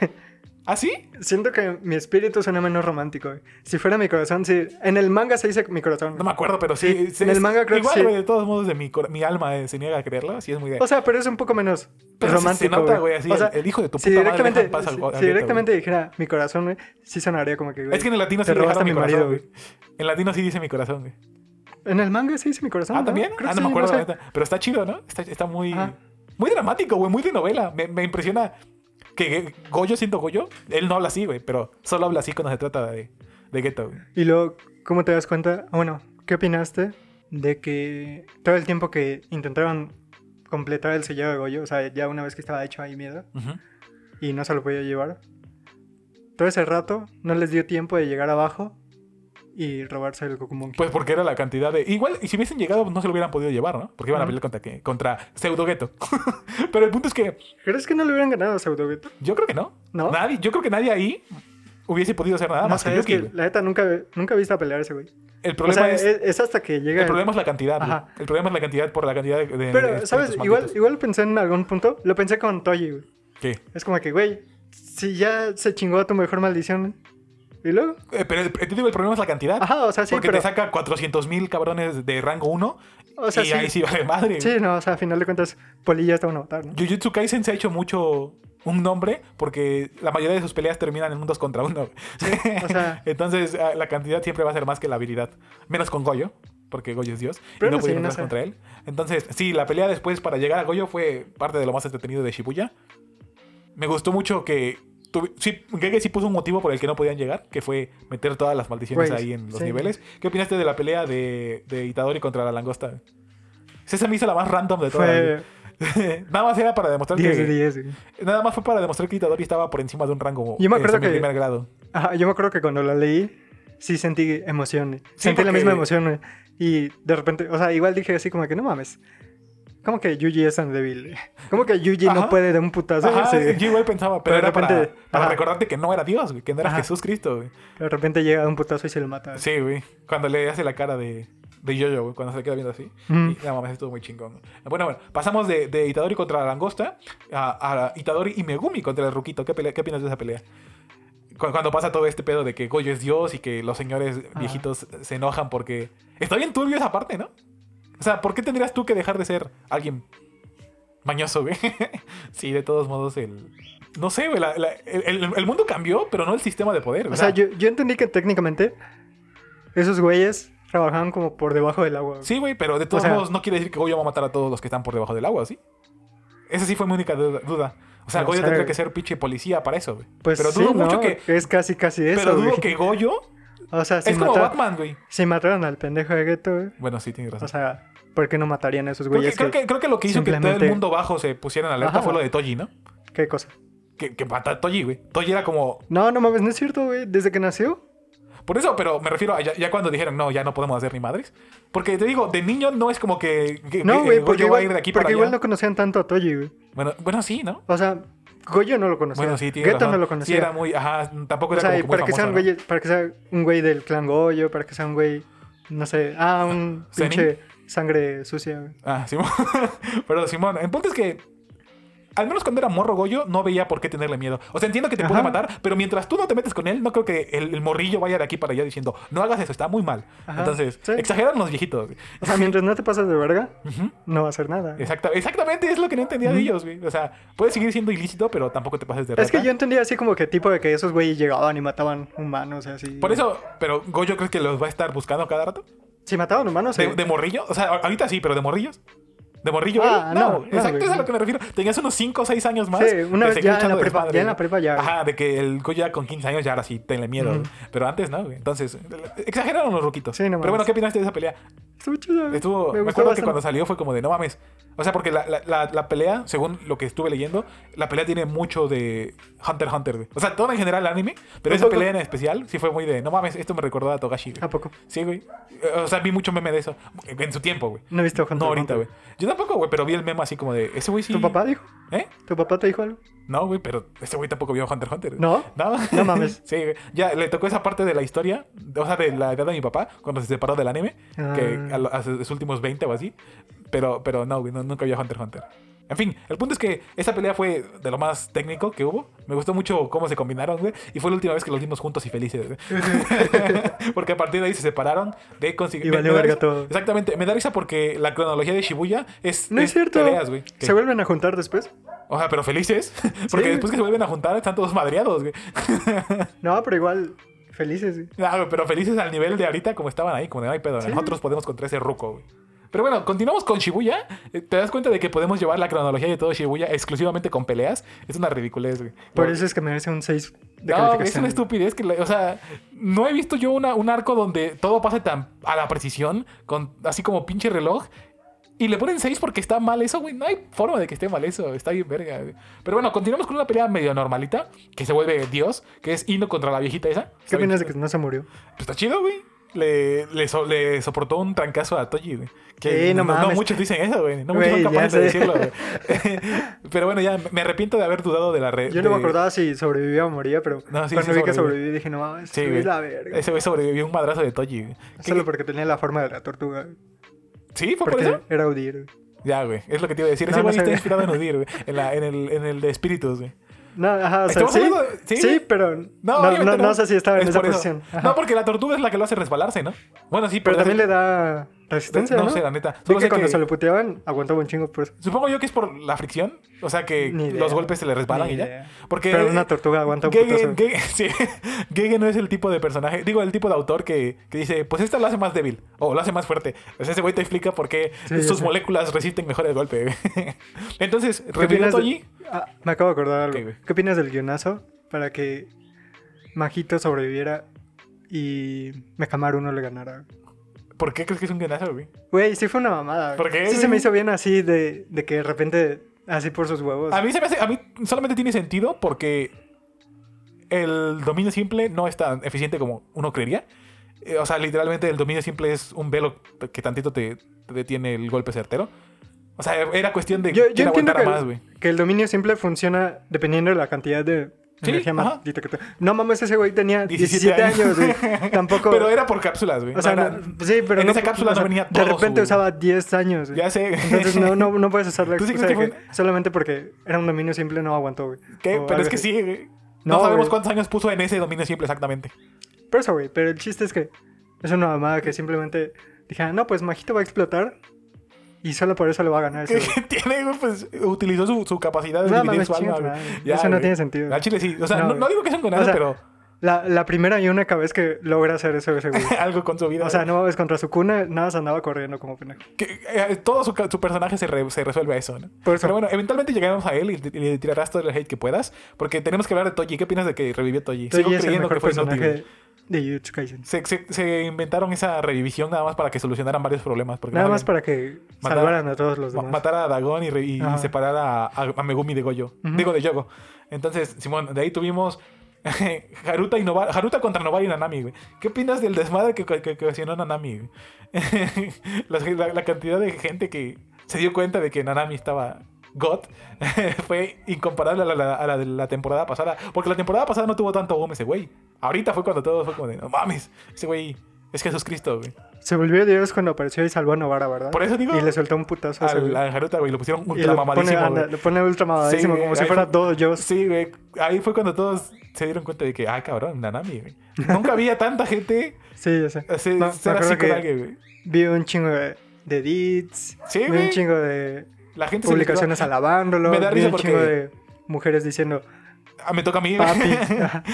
A: ¿Ah, sí?
B: Siento que mi espíritu suena menos romántico, güey. Si fuera mi corazón, sí. En el manga se dice mi corazón.
A: No me acuerdo, pero sí.
B: Sí,
A: sí,
B: en el
A: es-
B: manga creo que
A: Igual,
B: sí.
A: güey, de todos modos, de mi, cor- mi alma eh, se niega a creerlo. Sí, es muy de.
B: O sea, pero es un poco menos
A: Pero sí se
B: romántico.
A: nota, güey, así,
B: O sea,
A: el- el hijo de tu puta
B: si
A: madre,
B: directamente,
A: deja en paz al-
B: si-
A: al
B: si
A: gueto,
B: directamente dijera mi corazón, güey, sí sonaría como que, güey.
A: es que en el latino
B: te
A: sí le
B: robaste
A: dejaron
B: a
A: mi
B: mi
A: corazón,
B: marido,
A: güey. En latino sí dice mi corazón, güey.
B: En el manga sí dice mi corazón.
A: Ah,
B: ¿no?
A: ¿también?
B: Creo
A: ah,
B: que
A: no me
B: sí,
A: acuerdo.
B: sé.
A: la neta. Pero está chido, ¿no? Está, está muy...
B: Ajá.
A: Muy dramático, güey. Muy de novela. Me, me impresiona que Goyo, siento Goyo, él no habla así, güey. Pero solo habla así cuando se trata de, de gueto, güey.
B: Y luego, ¿cómo te das cuenta? Ah, Bueno, ¿qué opinaste de que todo el tiempo que intentaron completar el sellado de Goyo, o sea, ya una vez que estaba hecho ahí miedo
A: Ujú.
B: y no se lo podía llevar, todo ese rato no les dio tiempo de llegar abajo y robarse el Gokumonki?
A: Pues porque era la cantidad de... Igual, y si hubiesen llegado, no se lo hubieran podido llevar, ¿no? Porque iban a
B: Ujú.
A: pelear contra, que- contra pseudo gueto. pero el punto es que
B: ¿Crees que no le hubieran ganado a Pseudogueto?
A: yo creo que no.
B: ¿No?
A: Nadie, yo creo que nadie ahí hubiese podido hacer nada
B: No
A: más
B: sé,
A: que
B: es
A: Yuki,
B: que
A: güey.
B: la neta nunca, nunca he visto a pelear ese güey.
A: El
B: O
A: problema
B: sea,
A: es...
B: es, es hasta que llega.
A: el problema es la cantidad, güey.
B: Ajá.
A: El problema es la cantidad por la cantidad de... de
B: Pero,
A: espíritus
B: ¿sabes? Igual,
A: malditos.
B: igual pensé en algún punto. Lo pensé con Toji, güey.
A: ¿Qué?
B: Es como que, güey, si ya se chingó a tu mejor maldición. ¿Y luego?
A: Eh, pero el, te digo, el problema es la cantidad.
B: Ajá, o sea, sí,
A: porque
B: pero.
A: te saca 400 mil cabrones de rango 1
B: O sea,
A: y
B: sí.
A: ahí sí vale madre.
B: Sí, no, o sea, a final de cuentas, Polilla está un avatar, ¿no?
A: Jujutsu Kaisen se ha hecho mucho un nombre porque la mayoría de sus peleas terminan en un 2 contra 1.
B: o sea-
A: Entonces ah, la cantidad siempre va a ser más que la habilidad. Menos con Goyo, porque Goyo es Dios.
B: Pero
A: y no
B: sí,
A: pudieron
B: no
A: más
B: sé.
A: contra él. Entonces, sí, la pelea después para llegar a Goyo fue parte de lo más entretenido de Shibuya. Me gustó mucho que... tuvi- Sí, Gege sí puso un motivo por el que no podían llegar, que fue meter todas las maldiciones
B: Güey,
A: ahí en los
B: sí.
A: niveles. ¿Qué opinaste de la pelea de, de Itadori contra la langosta? Esa me hizo la más random de todas.
B: Fue
A: Nada más era para demostrar
B: 10
A: que.
B: de 10, güey.
A: Nada más fue para demostrar que Itadori estaba por encima de un rango.
B: Yo me acuerdo
A: este, en
B: que-
A: primer grado.
B: Ajá, yo me acuerdo que cuando la leí, sí sentí emoción. güey. sentí la
A: porque-
B: misma emoción, güey. Y de repente, o sea, igual dije así como que no mames. ¿Cómo que Yuji es tan débil? güey? ¿Cómo que Yuji
A: Ajá.
B: no puede de un putazo?
A: Ajá,
B: Sí.
A: yo igual pensaba, pero,
B: Pero de
A: era para-
B: repente-
A: para,
B: ajá.
A: recordarte que no era Dios, güey, que no era
B: Ajá.
A: Jesús Cristo, güey.
B: De repente llega de un putazo y se lo mata. güey.
A: Sí, güey. Cuando le hace la cara de, de Yoyo, güey, cuando se le queda viendo así.
B: Mm.
A: Y la mamá estuvo muy chingón. güey. Bueno, bueno, pasamos de, de Itadori contra la langosta a, a Itadori y Megumi contra el Ruquito. ¿Qué, pelea- qué opinas de esa pelea? Cu- Cuando pasa todo este pedo de que Goyo es Dios y que los señores
B: Ajá.
A: viejitos se enojan porque. Está bien turbio esa parte, ¿no? O sea, ¿por qué tendrías tú que dejar de ser alguien mañoso, güey? sí, de todos modos, el. No sé, güey. la- la- el, el- el mundo cambió, pero no el sistema de poder.
B: O sea,
A: ¿verdad?
B: yo, yo entendí que técnicamente esos güeyes trabajaban como por debajo del agua. güey.
A: Sí, güey, pero de todos
B: O sea-
A: modos no quiere decir que Goyo va a matar a todos los que están por debajo del agua, ¿sí? Esa sí fue mi única duda- duda. O sea,
B: No
A: Goyo
B: sé,
A: tendría
B: güey.
A: que ser pinche policía para eso, güey.
B: Pues
A: pero
B: sí,
A: dudo mucho
B: ¿no?
A: que...
B: Es casi, casi eso,
A: pero dudo
B: güey.
A: que Goyo
B: O sea, si,
A: es como
B: mata-
A: Batman, güey.
B: si mataron al pendejo de Geto, güey,
A: Bueno, sí, tienes razón.
B: o sea, ¿por qué no matarían a esos
A: creo,
B: güeyes?
A: que, creo,
B: que-
A: que, creo que lo que hizo que todo el
B: simplemente-
A: mundo bajo se pusieran alerta
B: Ajá.
A: fue lo de Toji, ¿no?
B: ¿Qué cosa?
A: Que, que mató a Toji, güey. Toji era como.
B: No, no mames, no es cierto, güey. Desde que nació,
A: Por eso, pero me refiero a ya, ya cuando dijeron, no, ya no podemos hacer ni madres. Porque te digo, de niño no es como que. que- que
B: No, güey,
A: el
B: porque,
A: Goyo va a
B: igual,
A: ir de aquí
B: porque
A: para
B: igual
A: allá.
B: no conocían tanto a Toji, güey.
A: Bueno, bueno, sí, ¿no?
B: O sea, Goyo no lo conocía.
A: Bueno, sí, tiene
B: Geto
A: razón.
B: no lo
A: Sí,
B: conocía.
A: era muy. Ajá, tampoco
B: o
A: era
B: sea, y
A: como que muy
B: para que,
A: famoso,
B: sean
A: ¿no?
B: güeyes- para que sea un güey del clan Goyo, para que sea un güey, no sé, ah, un
A: ¿Zenin?
B: pinche sangre sucia, güey.
A: Ah, Simón. pero Simón, el punto es que. Al menos cuando era morro Goyo, no veía por qué tenerle miedo. O sea, entiendo que te puede
B: Ajá.
A: matar, pero mientras tú no te metes con él, no creo que el, el morrillo vaya de aquí para allá diciendo, no hagas eso, está muy mal.
B: Ajá.
A: Entonces,
B: Sí.
A: exageran los viejitos. güey.
B: O sea, mientras no te pasas de verga,
A: Ujú.
B: no va a hacer nada.
A: Exacta- exactamente, es lo que no entendía de ellos, güey. O sea, puedes seguir siendo ilícito, pero tampoco te pases de rata.
B: Es que yo entendía así como que tipo de que esos güeyes llegaban y mataban humanos, así.
A: Por eso, pero Goyo crees que los va a estar buscando cada rato.
B: Si mataban humanos, eh,
A: ¿De,
B: sí.
A: de morrillo? O sea, ahorita sí, pero ¿de morrillos? ¿De morrillo?
B: Ah,
A: güey? no,
B: no, no,
A: exacto,
B: güey,
A: eso es a
B: no.
A: lo que me refiero. Tenías unos 5 o 6 años más.
B: Sí, una
A: de
B: vez
A: seguir
B: ya en la
A: echando
B: prepa-
A: desmadre,
B: ya en la
A: güey.
B: prepa ya, güey.
A: Ajá, de que el Goyo ya con 15 años ya ahora sí tenle miedo. güey. Pero antes no, güey. Entonces, exageraron los ruquitos.
B: Sí, no
A: pero bueno,
B: mames.
A: ¿qué opinaste de esa pelea?
B: Estuvo chido. güey.
A: Estuvo, me,
B: gustó
A: acuerdo que
B: bastante.
A: cuando salió fue como de no mames. O sea, porque la, la- la- la pelea, según lo que estuve leyendo, la pelea tiene mucho de Hunter x Hunter. güey. O sea, todo en general anime, pero
B: Un
A: esa
B: poco.
A: pelea en especial sí fue muy de no mames, esto me recordó a Togashi. güey".
B: ¿A poco?
A: Sí, güey. Eh, O sea, vi mucho meme de eso en su tiempo, güey.
B: No he visto Hunter
A: No
B: x
A: ahorita, güey.
B: Hunter.
A: Yo tampoco, güey, pero vi el meme así como de ese güey sí.
B: ¿Tu papá dijo?
A: ¿Eh?
B: ¿Tu papá te dijo algo?
A: No, güey, pero ese güey tampoco vio Hunter x Hunter. güey.
B: ¿No?
A: No,
B: No mames.
A: Sí, güey. ya le tocó esa parte de la historia, o sea, de la edad de mi papá, cuando se separó del anime, que
B: Ah.
A: a, lo- a sus últimos 20 o así. Pero, pero no, güey, no- nunca había Hunter x Hunter. En fin, el punto es que esa pelea fue de lo más técnico que hubo. Me gustó mucho cómo se combinaron, güey. Y fue la última vez que los vimos juntos y felices. güey. porque a partir de ahí se separaron de conseguir.
B: Y
A: me-
B: valió
A: me da
B: verga
A: risa-
B: todo.
A: Exactamente. Me da risa porque la cronología de Shibuya es.
B: No es cierto.
A: Peleas, güey. que-
B: ¿Se vuelven a juntar después?
A: O sea, pero felices. Porque
B: güey.
A: después que se vuelven a juntar están todos madreados, güey.
B: No, pero igual, felices, güey.
A: No, Ah, güey, pero felices al nivel de ahorita como estaban ahí, como de no hay pedo. Nosotros podemos contra ese ruco, güey. Pero bueno, continuamos con Shibuya. Eh, Te das cuenta de que podemos llevar la cronología de todo Shibuya exclusivamente con peleas. Es una ridiculez, güey.
B: Por
A: No,
B: eso es que merece un 6
A: no,
B: de
A: güey, es
B: calificación.
A: una estupidez que, la- o sea, no he visto yo una- un arco donde todo pase tan a la precisión, con así como pinche reloj. Y le ponen 6 porque está mal eso, güey. No hay forma de que esté mal eso. Está bien verga, güey. Pero bueno, continuamos con una pelea medio normalita, que se vuelve Dios, que es Ino contra la viejita esa.
B: ¿Qué
A: Está bien
B: opinas de
A: chido.
B: que no se murió?
A: Pues está chido, güey. Le, le, so- le soportó un trancazo a Toji, güey. Que
B: Sí,
A: no,
B: no
A: no
B: mames.
A: muchos dicen eso, güey. No muchos
B: Güey,
A: son
B: ya
A: capaces de
B: sé.
A: decirlo, güey. pero bueno, ya me arrepiento de haber dudado de la red.
B: Yo no me acordaba si sobrevivía o moría, pero
A: No, sí,
B: cuando
A: sí
B: vi que
A: sobrevivió.
B: sobreviví dije, no mames,
A: Sí,
B: sí,
A: güey.
B: la verga.
A: Ese güey sobrevivió a un madrazo de Toji, güey. ¿Qué-
B: Solo porque tenía la forma de la tortuga. güey.
A: ¿Sí? ¿Fue por
B: Porque
A: eso?
B: era Udir. güey.
A: Ya, güey. Es lo que te iba a decir.
B: No,
A: Ese
B: no
A: güey
B: sé,
A: está
B: güey.
A: inspirado en Udir, güey. En, la- en el, en el de espíritus, güey.
B: No, ajá, o sea,
A: ¿Estamos
B: sí,
A: hablando de- sí?
B: sí, pero no, no,
A: obviamente
B: no, sé si estaba en
A: Es
B: esa
A: por eso.
B: posición. Ajá.
A: No, porque la tortuga es la que lo hace resbalarse, ¿no? Bueno, sí,
B: pero también
A: hace-
B: le da resistencia,
A: No
B: ¿no?
A: sé, la neta.
B: Vi
A: Solo sé
B: que cuando
A: que-
B: se lo puteaban, aguantaba un chingo por eso.
A: Supongo yo que es por la fricción. O sea, que
B: Ni idea.
A: los golpes se le resbalan
B: Ni
A: y ya.
B: idea.
A: Porque
B: Pero una tortuga aguanta un
A: Gege,
B: putazo.
A: Gege- sí. Gege no es el tipo de personaje, digo, el tipo de autor que, que dice, pues esta lo hace más débil o lo hace más fuerte. O sea, ese güey te explica por qué
B: Sí, ya
A: sus
B: sé.
A: moléculas resisten mejor el golpe. Entonces,
B: ¿Qué opinas
A: reviviendo
B: de-
A: allí,
B: Ah, me acabo de acordar algo.
A: Ok, güey.
B: ¿Qué opinas del guionazo para que Majito sobreviviera y Mekamaru no le ganara?
A: ¿por qué crees que es un guionazo, güey?
B: Güey, sí fue una mamada.
A: ¿Por qué,
B: Sí
A: güey?
B: se me hizo bien así de, de que de repente, así por sus huevos.
A: A mí se me hace, a mí solamente tiene sentido porque el dominio simple no es tan eficiente como uno creería. Eh, O sea, literalmente el dominio simple es un velo que tantito te, te detiene el golpe certero. O sea, era cuestión de
B: Yo- yo
A: quién
B: entiendo
A: aguantara más,
B: que-
A: güey.
B: Que el dominio simple funciona dependiendo de la cantidad de
A: Sí,
B: energía
A: ajá.
B: maldita que te- No mames, ese güey tenía
A: 17
B: 17,
A: años.
B: años, güey. Tampoco.
A: Pero era por cápsulas, güey.
B: O sea,
A: No era-
B: no- sí, pero
A: en
B: no,
A: esa cápsula
B: o sea,
A: no venía
B: De
A: todo
B: repente
A: su-
B: usaba 10 años. güey.
A: Ya sé.
B: Entonces no, no, no puedes usar la
A: ¿Tú sí
B: excusa de
A: crees que
B: que solamente porque era un dominio simple no aguantó, güey.
A: ¿Qué?
B: O
A: Pero
B: algo
A: es que
B: así.
A: sí, güey. No,
B: No,
A: sabemos
B: güey.
A: cuántos años puso en ese dominio simple exactamente.
B: Pero eso, güey, pero el chiste es que es una mamada que simplemente dijeron, no, pues Majito va a explotar y solo por eso le va a ganar ese, güey".
A: ¿Qué tiene, güey? Pues utilizó su, su capacidad de
B: No,
A: dividir
B: mames,
A: su alma,
B: chinga tu
A: güey.
B: madre.
A: Ya,
B: Eso no
A: güey.
B: tiene sentido.
A: Al chile sí. O sea,
B: No,
A: no,
B: güey.
A: no digo que es un
B: O
A: conazo,
B: sea,
A: pero
B: La, la primera y única vez que logra hacer eso ese güey.
A: algo con su vida.
B: O sea, no mames, contra su cuna nada más andaba corriendo como pendejo.
A: Que, eh, todo su, ca- su personaje se, re- se resuelve a eso, ¿no?
B: Por eso.
A: Pero bueno, eventualmente llegaremos a él y, y le tirarás todo el hate que puedas. Porque tenemos que hablar de Toji. ¿Qué opinas de que revivió Toji?
B: Toji
A: Sigo
B: es el
A: creyendo que fue
B: mejor
A: inútil. Pues
B: personaje de Jujutsu Kaisen.
A: Se, se- se inventaron esa revisión nada más para que solucionaran varios problemas. Porque
B: Nada
A: no
B: más
A: habían-
B: para que
A: matar-
B: salvaran a todos los
A: ma- Pues,
B: demás.
A: matar a Dagon y, re- y
B: Ajá.
A: separar a, a- a Megumi de Goyo.
B: Ujú.
A: Digo, de Yogo. Entonces, Simón, de ahí tuvimos Haruta, y Nova- Haruta contra Nobara y Nanami, güey. ¿Qué opinas del desmadre que, que- que ocasionó Nanami? güey? la, la- la cantidad de gente que se dio cuenta de que Nanami estaba... God fue incomparable a la, la- a la de la temporada pasada. Porque la temporada pasada no tuvo tanto boom ese güey. Ahorita fue cuando todo fue como de, no mames, ese güey es Jesús Cristo, güey.
B: Se volvió Dios cuando apareció y salvó a Novara, ¿verdad?
A: Por eso digo-
B: Y le soltó un putazo a ese
A: Al,
B: güey.
A: al Haruta, güey, lo pusieron
B: Y
A: ultra
B: lo pone,
A: mamadísimo,
B: anda,
A: güey.
B: lo pone ultra mamadísimo,
A: Sí,
B: como si
A: ahí
B: fuera
A: fue-
B: todo Dios.
A: Sí, güey. Ahí fue cuando todos se dieron cuenta de que, ah, cabrón, Nanami, güey. Nunca había tanta gente
B: Sí, ya sé.
A: así,
B: No, me
A: ser así con
B: acuerdo que
A: alguien, güey.
B: Vi un chingo de, de deeds,
A: Sí,
B: vi
A: güey.
B: un chingo de
A: La gente se le quedó-
B: publicaciones alabándolo,
A: Me da
B: vi
A: risa
B: un
A: porque-
B: chingo de mujeres diciendo,
A: Ah, me toca a mí, güey.
B: papi,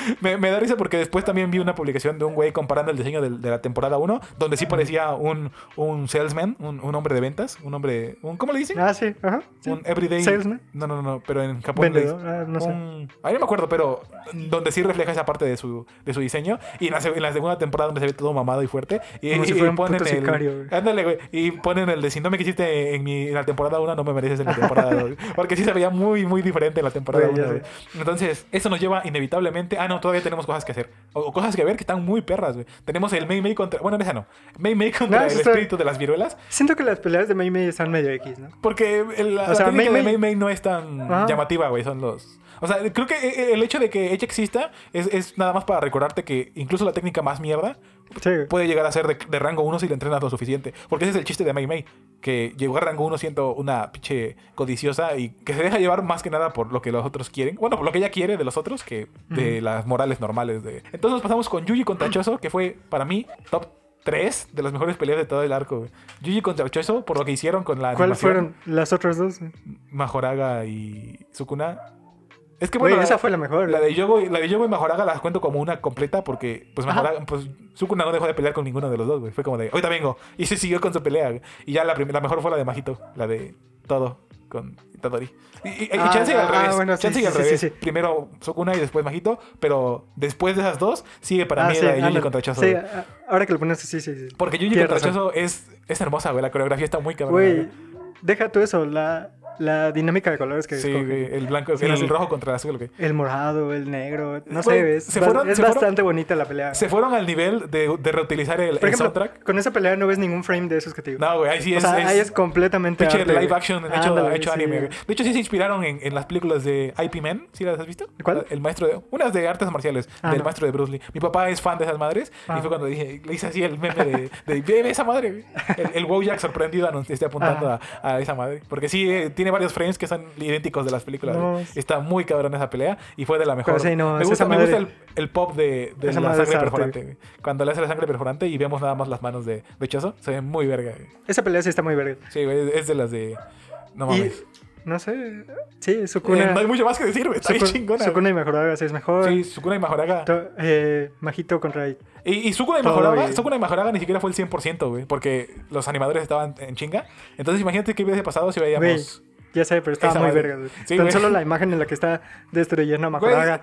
A: me, me da risa porque después también vi una publicación de un güey comparando el diseño del- de, la temporada 1, donde sí parecía un, un salesman, un, un hombre de ventas, un hombre. Un, ¿Cómo le dicen?
B: ah, sí, ajá, sí.
A: Un everyday.
B: Salesman.
A: No, no, no, pero en Japón. le
B: vendedor, ah, no sé.
A: un- Ahí no me acuerdo, pero donde sí refleja esa parte de su, de su diseño. Y en la, seg- en la segunda temporada donde se ve todo mamado y fuerte. Y,
B: Como
A: y-
B: si
A: y
B: fuera un
A: ponen
B: puto
A: el.
B: sicario, güey.
A: Ándale, güey. Y ponen el de si no me quisiste en, mi, en la temporada 1, no me mereces en la temporada 2. Porque sí se veía muy, muy diferente en la temporada
B: Güey, ya
A: 1. Entonces, eso nos lleva inevitablemente. Ah, no, todavía tenemos cosas que hacer. O, o cosas que ver que están muy perras, güey. Tenemos el Mei Mei contra. Bueno, esa no. Mei Mei contra el
B: No, Ah, eso está-
A: espíritu de las viruelas.
B: Siento que las peleas de Mei Mei están medio X, ¿no?
A: Porque el- la,
B: O sea,
A: la técnica
B: Mei
A: de Mei
B: Mei-
A: Mei no es tan
B: Ajá.
A: llamativa, güey. Son los. O sea, creo que eh, eh, el hecho de que Edge exista es, es nada más para recordarte que incluso la técnica más mierda
B: Sí,
A: puede llegar a ser de, de rango 1 si la entrenas lo suficiente. Porque ese es el chiste de Mei Mei, que llegó a rango 1 siendo una pinche codiciosa y que se deja llevar más que nada por lo que los otros quieren. Bueno, por lo que ella quiere de los otros que de las morales normales. de Entonces nos pasamos con Yuji contra Choso, que fue para mí top 3 de las mejores peleas de todo el arco. güey. Yuji contra Choso, por lo que hicieron con la
B: ¿cuáles
A: animación.
B: fueron las otras dos?
A: Majoraga y Sukuna. Es que
B: Güey,
A: bueno, la-
B: esa fue la mejor.
A: la de Yogo, la de Yogo y Majoraga las cuento como una completa porque pues
B: Ajá.
A: Majoraga, pues Sukuna no dejó de pelear con ninguno de los dos, güey. Fue como de, ahorita vengo. Y se siguió con su pelea. güey. Y ya la, prim- la mejor fue la de Majito, la de todo con Itadori. Y, y- y
B: Ah,
A: chance y al
B: ah,
A: revés.
B: bueno, sí,
A: chance y
B: sí,
A: al
B: sí,
A: revés.
B: sí, sí.
A: Primero Sukuna y después Majito, pero después de esas dos sigue para
B: Ah,
A: mí
B: sí,
A: la de Yuji
B: ándale.
A: contra Chozo.
B: Sí,
A: güey.
B: ah, ahora que lo pones así, sí, sí.
A: Porque Yuji
B: Tienes
A: contra
B: razón.
A: Chozo es, es hermosa, güey. La coreografía está muy cabrona.
B: Güey,
A: güey.
B: deja tú eso, la, la dinámica de colores que
A: Sí,
B: escogen.
A: güey, el blanco,
B: Sí,
A: el
B: sí.
A: rojo contra el azul, güey.
B: El morado, el negro, no
A: Güey,
B: sé, es,
A: se
B: ba-
A: fueron-
B: es
A: se fueron-
B: bastante bonita la pelea.
A: Se fueron al nivel de, de reutilizar el,
B: Por
A: el
B: ejemplo,
A: soundtrack.
B: con esa pelea no ves ningún frame de esos que te digo.
A: No, güey, ahí sí
B: o
A: es,
B: sea,
A: es
B: ahí es completamente
A: pinche
B: arte,
A: live
B: güey.
A: action hecho,
B: Ándale,
A: hecho
B: sí.
A: anime. güey. De hecho, sí se inspiraron en, en las películas de IP Man. ¿Sí las has visto?
B: ¿Cuál?
A: El maestro de. Unas de artes marciales,
B: Ah,
A: del
B: no.
A: maestro de Bruce Lee. Mi papá es fan de esas madres.
B: Ah.
A: Y fue cuando dije, le hice así el meme de. de "Ve, ve esa madre, güey. El, el wow Jack sorprendido anun- esté apuntando a, a esa madre. Porque sí, eh, tiene varios frames que son idénticos de las películas.
B: No,
A: güey.
B: es-
A: Está muy cabrón esa pelea. Y fue de la mejor.
B: sí, no,
A: me
B: es
A: gusta,
B: esa
A: me gusta el,
B: madre-
A: el pop de, de
B: esa
A: la
B: madre es
A: sangre
B: arte,
A: perforante. güey. Cuando le hace la sangre perforante y vemos nada más las manos de, de Chozo, se ve muy verga, güey.
B: Esa pelea sí está muy verga.
A: Sí, güey, es de las de. No
B: Y,
A: mames.
B: no sé, sí,
A: Eh,
B: Sukuna...
A: no hay mucho más que decir, güey. Está bien
B: Suku-
A: chingona.
B: Sukuna y Mejoraga sí es mejor.
A: güey. Sí, Sukuna y Majoraga.
B: To- eh, Majito contra...
A: Y, y Sukuna y
B: Todo
A: Majoraga,
B: bien.
A: Sukuna y Majoraga ni siquiera fue el 100%, güey. Porque los animadores estaban en chinga. Entonces, imagínate qué hubiese pasado si veíamos.
B: Ya sé, pero estaba
A: Esa
B: muy
A: madre.
B: verga. güey.
A: Sí,
B: Tan
A: güey.
B: solo la imagen en la que está destruyendo a Majoraga.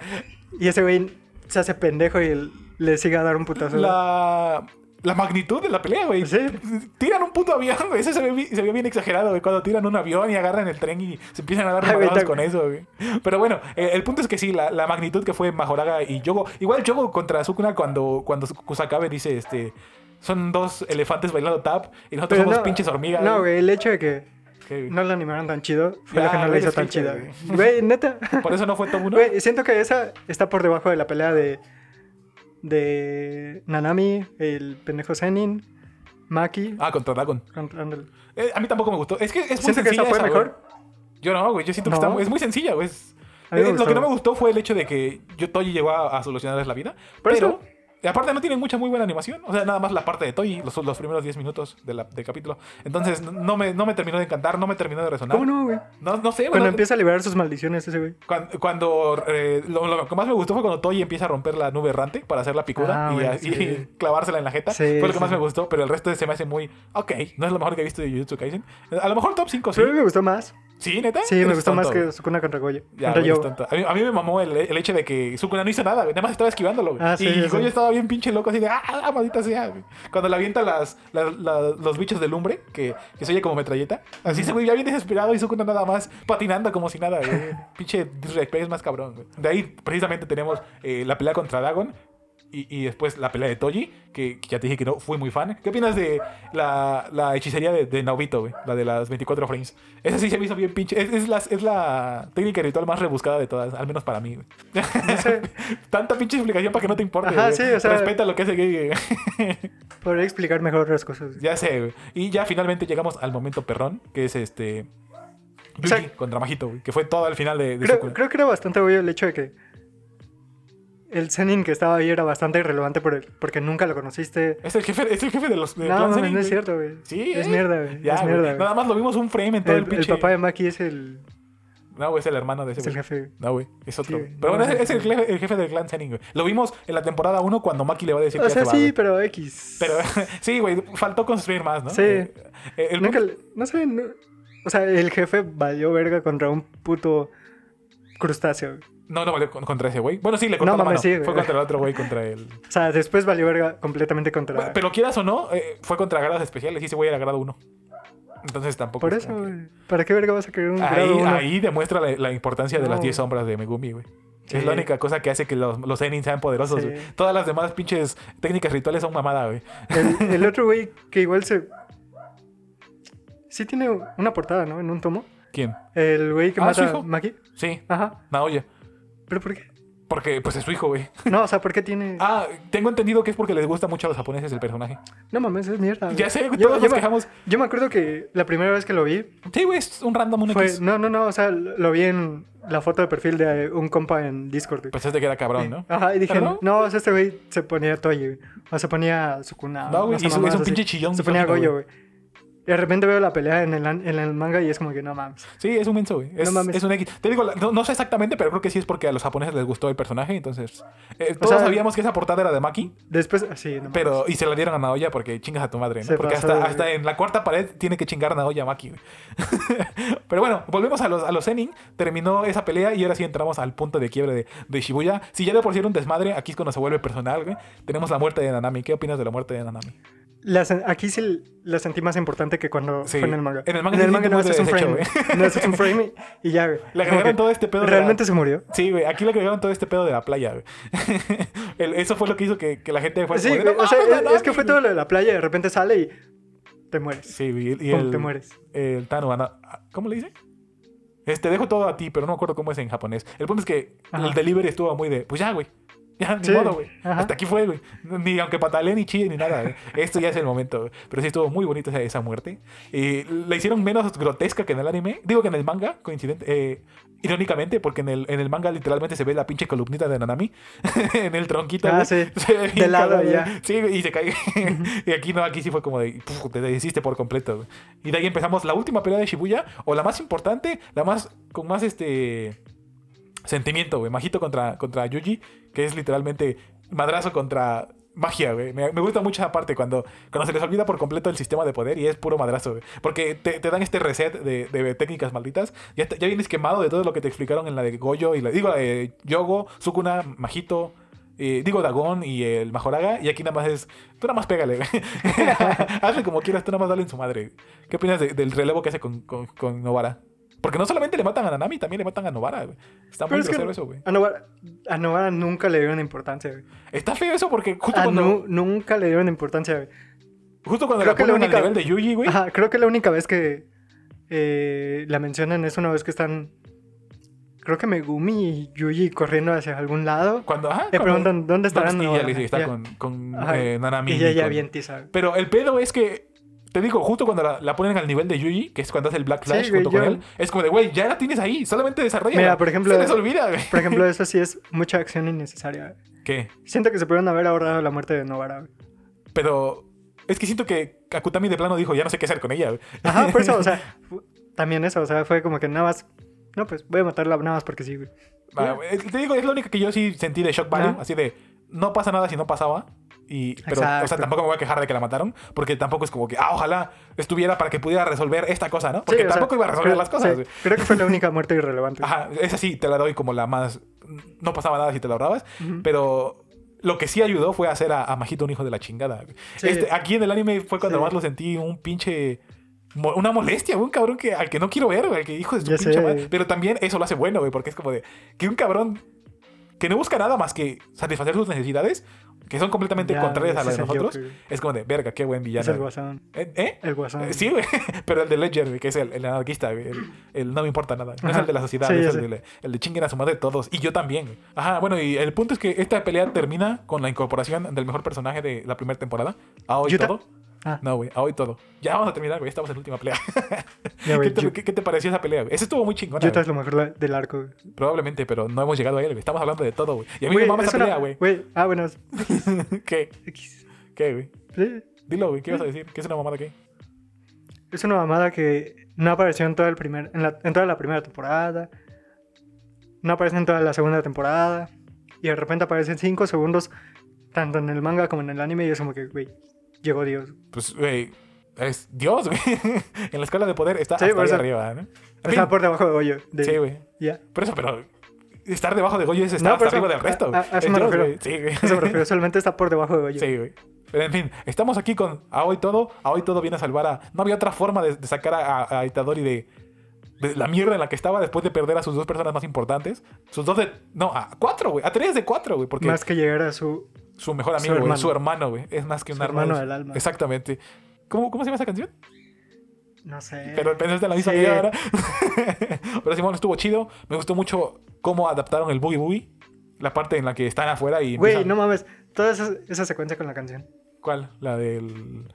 B: Y ese güey se hace pendejo y l- le sigue a dar un putazo.
A: La. La magnitud de la pelea, güey.
B: Sí.
A: Tiran un puto avión, güey. Eso se ve, bi- se ve bien exagerado, güey. Cuando tiran un avión y agarran el tren y se empiezan a dar
B: Ay, güey,
A: madrazos
B: ta-
A: con eso, güey. Pero bueno, eh, el punto es que sí, la, la magnitud que fue Majoraga y Yogo. Igual Yogo contra Sukuna cuando, cuando Kusakabe dice, este... Son dos elefantes bailando tap y nosotros
B: Pero
A: somos
B: no,
A: pinches hormigas.
B: No, güey, el hecho de que
A: Que-
B: no la animaron tan chido fue
A: Ya,
B: lo que no la
A: güey,
B: hizo
A: es
B: tan
A: pinche,
B: chida. güey. Güey, neta.
A: Por eso no fue top 1.
B: Güey, siento que esa está por debajo de la pelea de. de Nanami, el pendejo Zenin, Maki.
A: Ah, contra Dragon.
B: con- ándale.
A: Eh, a mí tampoco me gustó. Es que es muy
B: Siento que
A: sencilla
B: esa fue
A: esa, güey.
B: mejor.
A: Yo no, güey. Yo siento que
B: No.
A: está, es muy sencilla, güey. Es-
B: A mí me
A: eh, lo
B: gustó.
A: que no me gustó fue el hecho de que yo Toyi llegó a, a solucionarles la vida.
B: Por
A: pero.
B: eso-
A: y aparte no tienen mucha muy buena animación. O sea, nada más la parte de Toyi, los, los primeros 10 minutos de la- del capítulo. Entonces no- no me, no me terminó de encantar, no me terminó de resonar.
B: ¿Cómo no, güey?
A: No, no sé, güey.
B: Cuando
A: no-
B: empieza a liberar sus maldiciones ese güey.
A: Cuan- Cuando, eh, lo, lo que más me gustó fue cuando Toy empieza a romper la nube errante para hacer la picuda
B: Ah,
A: y,
B: bueno,
A: a- y
B: sí.
A: clavársela en la jeta.
B: Sí,
A: fue lo que
B: sí,
A: más
B: sí.
A: me gustó, pero el resto se me hace muy. Ok, no es lo mejor que he visto de Jujutsu Kaisen. A lo mejor top 5 sí.
B: Pero a mí me gustó más.
A: ¿Sí, neta?
B: Sí, me
A: Eres
B: gustó más
A: tonto,
B: que Sukuna contra Goyo.
A: Ya,
B: contra
A: güey, eres
B: Yo.
A: tonto. a, mí, a mí me mamó el, el hecho de que Sukuna no hizo nada, güey. Nada más estaba esquivándolo, güey.
B: Ah, sí,
A: y
B: sí,
A: Goyo
B: sí.
A: estaba bien pinche loco, así de, ah, ah, maldita sea, güey. Cuando le avienta las, las- las- los bichos de lumbre, que, que se oye como metralleta. Así se güey ya bien desesperado y Sukuna nada más patinando como si nada, güey. pinche disrespect es más cabrón, güey. De ahí, precisamente, tenemos eh, la pelea contra Dagon. Y, y después la pelea de Toji, que, que ya te dije que no fui muy fan. ¿Qué opinas de la, la hechicería de, de Naobito, güey? La de las 24 frames. Esa sí se me hizo bien pinche. Es, es la, es la técnica y ritual más rebuscada de todas, al menos para mí, güey.
B: No sé,
A: Tanta pinche explicación para que no te importe.
B: Ajá,
A: güey.
B: sí, o sea-
A: Respeta lo que hace gay, güey.
B: podría explicar mejor las cosas.
A: Ya sé, güey. Y ya finalmente llegamos al momento perrón, que es este. Yuji
B: O sea-
A: contra Majito, güey. Que fue todo al final de, de
B: Creo,
A: Sukuna.
B: creo que era bastante obvio el hecho de que el Zenin que estaba ahí era bastante irrelevante por él, porque nunca lo conociste.
A: Es el jefe, es el jefe de los. de
B: No,
A: Clan
B: no,
A: Zenin,
B: no es
A: güey.
B: cierto, güey.
A: Sí,
B: es
A: eh.
B: mierda, güey.
A: Ya,
B: Es
A: güey.
B: mierda, güey.
A: Nada más lo vimos un frame en todo el,
B: El, el
A: pinche.
B: papá de Maki es el,
A: No, güey, es el hermano de ese.
B: es el
A: güey.
B: jefe.
A: No, güey, es otro.
B: Sí,
A: güey. pero
B: no,
A: bueno, es,
B: no,
A: es el, jefe, el jefe del clan Zenin, güey. Lo vimos en la temporada 1 cuando Maki le va a decir
B: O
A: que ya
B: sea,
A: se va,
B: sí,
A: güey.
B: pero X.
A: Pero sí, güey, faltó construir más, ¿no?
B: Sí.
A: Eh, eh, el
B: Nunca le- no sé, no- o sea, el jefe valió verga contra un puto crustáceo. güey.
A: No, no valió con- contra ese güey. Bueno, sí, le cortó
B: No
A: la
B: mames,
A: mano.
B: sí, güey.
A: fue contra el otro güey, contra el...
B: O sea, después valió verga completamente contra...
A: Bueno, Pero quieras o no, eh, fue contra grados especiales y ese güey era grado 1. Entonces tampoco...
B: Por
A: es
B: eso,
A: como que-
B: güey. ¿Para qué verga vas a querer un
A: Pues Ahí,
B: grado uno?
A: ahí demuestra la, la importancia de
B: No,
A: las 10
B: güey.
A: sombras de Megumi, güey.
B: Sí.
A: Es la única cosa que hace que los, los Zenin sean poderosos,
B: Sí.
A: güey. Todas las demás pinches técnicas rituales son mamada, güey.
B: El, el otro güey que igual se... Sí tiene una portada, ¿no? En un tomo.
A: ¿Quién?
B: El güey que
A: Ah, su
B: mata
A: hijo.
B: a Maki.
A: Sí,
B: Ajá.
A: Naoya.
B: ¿Pero por qué?
A: Porque, pues es su hijo, güey.
B: No, o sea, ¿por qué tiene...?
A: Ah, tengo entendido que es porque les gusta mucho a los japoneses el personaje.
B: No mames, es mierda. güey.
A: Ya sé,
B: Yo-
A: todos nos
B: yo me-
A: quejamos.
B: Yo me acuerdo que la primera vez que lo vi,
A: Sí, güey, es un random, un
B: Fue-
A: X.
B: no, no, no, o sea, lo lo vi en la foto de perfil de eh, un compa en Discord. güey.
A: Pensaste Pues que era cabrón, ¿no?
B: Ajá, y dije,
A: ¿Pero
B: no, o sea, este güey se ponía Toy, güey. O se ponía Sukuna.
A: No, güey,
B: sé,
A: y su-
B: mamadas
A: es un
B: así.
A: pinche chillón
B: Se ponía
A: misógino,
B: Goyo, güey. Y de repente veo la pelea en el, an- en el manga y es como que no mames.
A: Sí, es un menso, güey. Es,
B: No mames.
A: es un X. Te digo, la- no, no sé exactamente, pero creo que sí es porque a los japoneses les gustó el personaje, entonces... eh, todos
B: sea-
A: sabíamos que esa portada era de Maki,
B: Después, así, no mames.
A: pero... Y se la dieron a Naoya porque chingas a tu madre, ¿no?
B: Se
A: porque
B: pasó
A: hasta,
B: de-
A: hasta en la cuarta pared tiene que chingar Naoya a Maki, güey. pero bueno, volvemos a los, a los Zenin. Terminó esa pelea y ahora sí entramos al punto de quiebre de, de Shibuya. Si ya de por sí era un desmadre, aquí es cuando se vuelve personal, güey. Tenemos la muerte de Nanami. ¿Qué opinas de la muerte de Nanami?
B: La sen- aquí sí la sentí más importante que cuando
A: Sí.
B: fue en el manga.
A: En el manga sí siento
B: no
A: muy
B: es un frame.
A: deshecho,
B: No es un frame y ya, güey.
A: Le
B: Como
A: agregaron
B: que,
A: todo este pedo de la-
B: ¿Realmente se murió?
A: Sí, güey, aquí le agregaron todo este pedo de la playa, güey. El- eso fue lo que hizo que, que la gente fuera
B: Sí,
A: como de,
B: güey,
A: Pues, "No
B: o sea,
A: mames,
B: es,
A: Nanami,
B: es que fue
A: güey".
B: todo lo de la playa y de repente sale y te mueres.
A: Sí, güey, y
B: Pum,
A: el,
B: te mueres.
A: el Tano, Ana- ¿cómo le dice? Este, dejo todo a ti, pero no me acuerdo cómo es en japonés. El punto es que
B: Ajá.
A: el delivery estuvo muy de, pues ya, güey. Ya, ni
B: Sí,
A: modo, güey.
B: ajá.
A: Hasta aquí fue, güey. Ni aunque patalee, ni chille, ni nada. güey. Esto ya es el momento, güey. Pero sí estuvo muy bonita esa, esa muerte. Y la hicieron menos grotesca que en el anime. Digo que en el manga, coincidente. eh, irónicamente, porque en el, en el manga literalmente se ve la pinche columnita de Nanami en el tronquito.
B: Ah,
A: güey.
B: sí.
A: Se ve bien
B: lado,
A: cabrón,
B: ya.
A: güey. Sí, güey, y se cae. y aquí no, aquí sí fue como de. puf, te deshiciste por completo. güey. Y de ahí empezamos la última pelea de Shibuya, o la más importante, la más. con más este. sentimiento, güey. Majito contra, contra Yuji, que es literalmente madrazo contra. Magia, güey. Me, me gusta mucho esa parte cuando, cuando se les olvida por completo el sistema de poder y es puro madrazo, güey. Porque te, te dan este reset de, de técnicas malditas. Ya, te- ya vienes quemado de todo lo que te explicaron en la de Goyo y la, digo, la de Yogo, Sukuna, Majito, eh, digo, Dagón y el Majoraga. Y aquí nada más es. Tú nada más pégale, güey. Hazle como quieras, tú nada más dale en su madre. ¿Qué opinas de- del relevo que hace con, con, con Novara? Porque no solamente le matan a Nanami, también le matan a Novara, güey. Está muy
B: Pero es que
A: grosero eso, güey.
B: A Novara, a Novara nunca le dieron importancia, güey.
A: Está feo eso porque justo
B: A
A: cuando,
B: Ah, Nu- nunca le dieron importancia, güey.
A: justo cuando
B: creo
A: la
B: que la
A: ponen
B: única-
A: al nivel de Yuji, güey.
B: Ajá, creo que la única vez que eh, la mencionan es una vez que están. Creo que Megumi y Yuji corriendo hacia algún lado.
A: Cuando, ajá,
B: Le
A: cuando-
B: preguntan dónde estarán.
A: Ah, Y ya
B: Novara?"
A: le dice, está
B: Ya.
A: con, con
B: Ajá,
A: eh, Nanami.
B: Y ya,
A: y
B: ya
A: con-
B: bien tiza.
A: Pero el pedo es que, te digo, justo cuando la, la ponen al nivel de Yuji, que es cuando hace el Black
B: Sí,
A: Flash
B: güey,
A: junto con
B: yo-
A: él, es como de, güey, ya la tienes ahí, solamente desarrolla.
B: Mira, por ejemplo-
A: Se les olvida, güey.
B: Por ejemplo, eso sí es mucha acción innecesaria. güey.
A: ¿Qué?
B: Siento que se pudieron haber ahorrado la muerte de Novara. güey.
A: Pero es que siento que Akutami de plano dijo, ya no sé qué hacer con ella. güey".
B: Ajá, por eso, o sea, fu- también eso, o sea, fue como que nada más. No, pues voy a matarla nada más porque sí, güey.
A: Ah, es- te digo, es lo único que yo sí sentí de shock value,
B: Ajá.
A: así de, no pasa nada si no pasaba. Y, pero, o sea,
B: Exacto.
A: tampoco me voy a quejar de que la mataron, porque tampoco es como que, ah, ojalá estuviera para que pudiera resolver esta cosa, ¿no? Porque
B: Sí, o sea,
A: tampoco iba a resolver
B: creo-
A: las cosas. Ah,
B: sí, creo que fue la única muerte irrelevante.
A: Ajá, esa sí te la doy como la más. No pasaba nada si te la ahorrabas,
B: Ujú.
A: pero lo que sí ayudó fue hacer a, a Majito un hijo de la chingada.
B: Sí.
A: Este, aquí en el anime fue cuando
B: Sí.
A: más lo sentí un pinche. mo- Una molestia, güey, un cabrón que, al que no quiero ver, güey, al que hijo de su
B: Ya
A: pinche
B: sé.
A: madre. Pero también eso lo hace bueno, güey, porque es como de que un cabrón que no busca nada más que satisfacer sus necesidades, que son completamente
B: Ya,
A: contrarias a
B: ese
A: las
B: es
A: de
B: el
A: nosotros,
B: Joker.
A: es como de verga, qué buen
B: Es el
A: villano.
B: guasón.
A: ¿Eh? ¿Eh?
B: El guasón.
A: Eh, Sí, güey, pero el de Ledger, güey, que es el, el anarquista, güey, el, el no me importa nada. No es
B: Ajá.
A: el de la sociedad,
B: Sí, ya
A: es
B: sé.
A: el de, el de chinguen a su madre todos. Y yo también. güey. Ajá, bueno, y el punto es que esta pelea termina con la incorporación del mejor personaje de la primera temporada. A hoy
B: Yuta.
A: todo.
B: Ah,
A: No, güey, a hoy todo. Ya vamos a terminar, güey, estamos en la última pelea.
B: ya,
A: ¿Qué,
B: güey,
A: te,
B: Yu-
A: qué- qué te pareció esa pelea, güey? Esa estuvo muy chingona,
B: Yuta
A: güey,
B: es lo mejor la- del arco. güey.
A: probablemente, pero no hemos llegado a él, güey. Estamos hablando de todo, güey. Y a mí
B: Güey,
A: me mama
B: es
A: esa
B: una-
A: pelea, güey.
B: Güey, ah, bueno. es-
A: ¿Qué?
B: X.
A: ¿Qué, güey?
B: Sí,
A: Dilo, güey, ¿qué vas a decir? ¿Qué es una mamada qué?
B: Es una mamada que no apareció en toda, el primer, en, la, en toda la primera temporada. No aparece en toda la segunda temporada. Y de repente aparecen 5 segundos, tanto en el manga como en el anime. Y es como que, güey, llegó Dios.
A: Pues, güey, es Dios, güey. en la escala de poder está
B: Sí,
A: hasta
B: por
A: ahí
B: eso.
A: arriba, ¿no? En
B: Está
A: fin,
B: por debajo de Goyo. de-
A: Sí, güey.
B: Ya.
A: Por eso, pero estar debajo de Goyo es estar
B: No,
A: hasta
B: por
A: arriba
B: eso-
A: del resto.
B: a-
A: güey.
B: a- a
A: Es
B: eso me
A: Dios,
B: refiero.
A: güey. Sí, güey.
B: Eso me refiero, solamente está por debajo de Goyo.
A: Sí, güey. Pero en fin, estamos aquí con A Hoy Todo. A Hoy Todo viene a salvar a. No había otra forma de, de sacar a, a- a Itadori de, de la mierda en la que estaba después de perder a sus dos personas más importantes. Sus dos de. No, a cuatro, güey. A tres de cuatro, güey. Porque
B: Más que llegar a su.
A: su mejor
B: su
A: amigo, güey.
B: hermano.
A: Su hermano, güey. Es más que un
B: Su
A: arma.
B: hermano
A: es-
B: del alma.
A: Exactamente. ¿Cómo, ¿Cómo se llama esa canción?
B: No sé.
A: Pero pensaste en la misma
B: Sí.
A: idea, ¿verdad? Pero Simón estuvo chido. Me gustó mucho cómo adaptaron el Boogie Boogie. La parte en la que están afuera y.
B: Güey,
A: empiezan-
B: no mames. Toda esa, esa secuencia con la canción.
A: ¿Cuál? La del.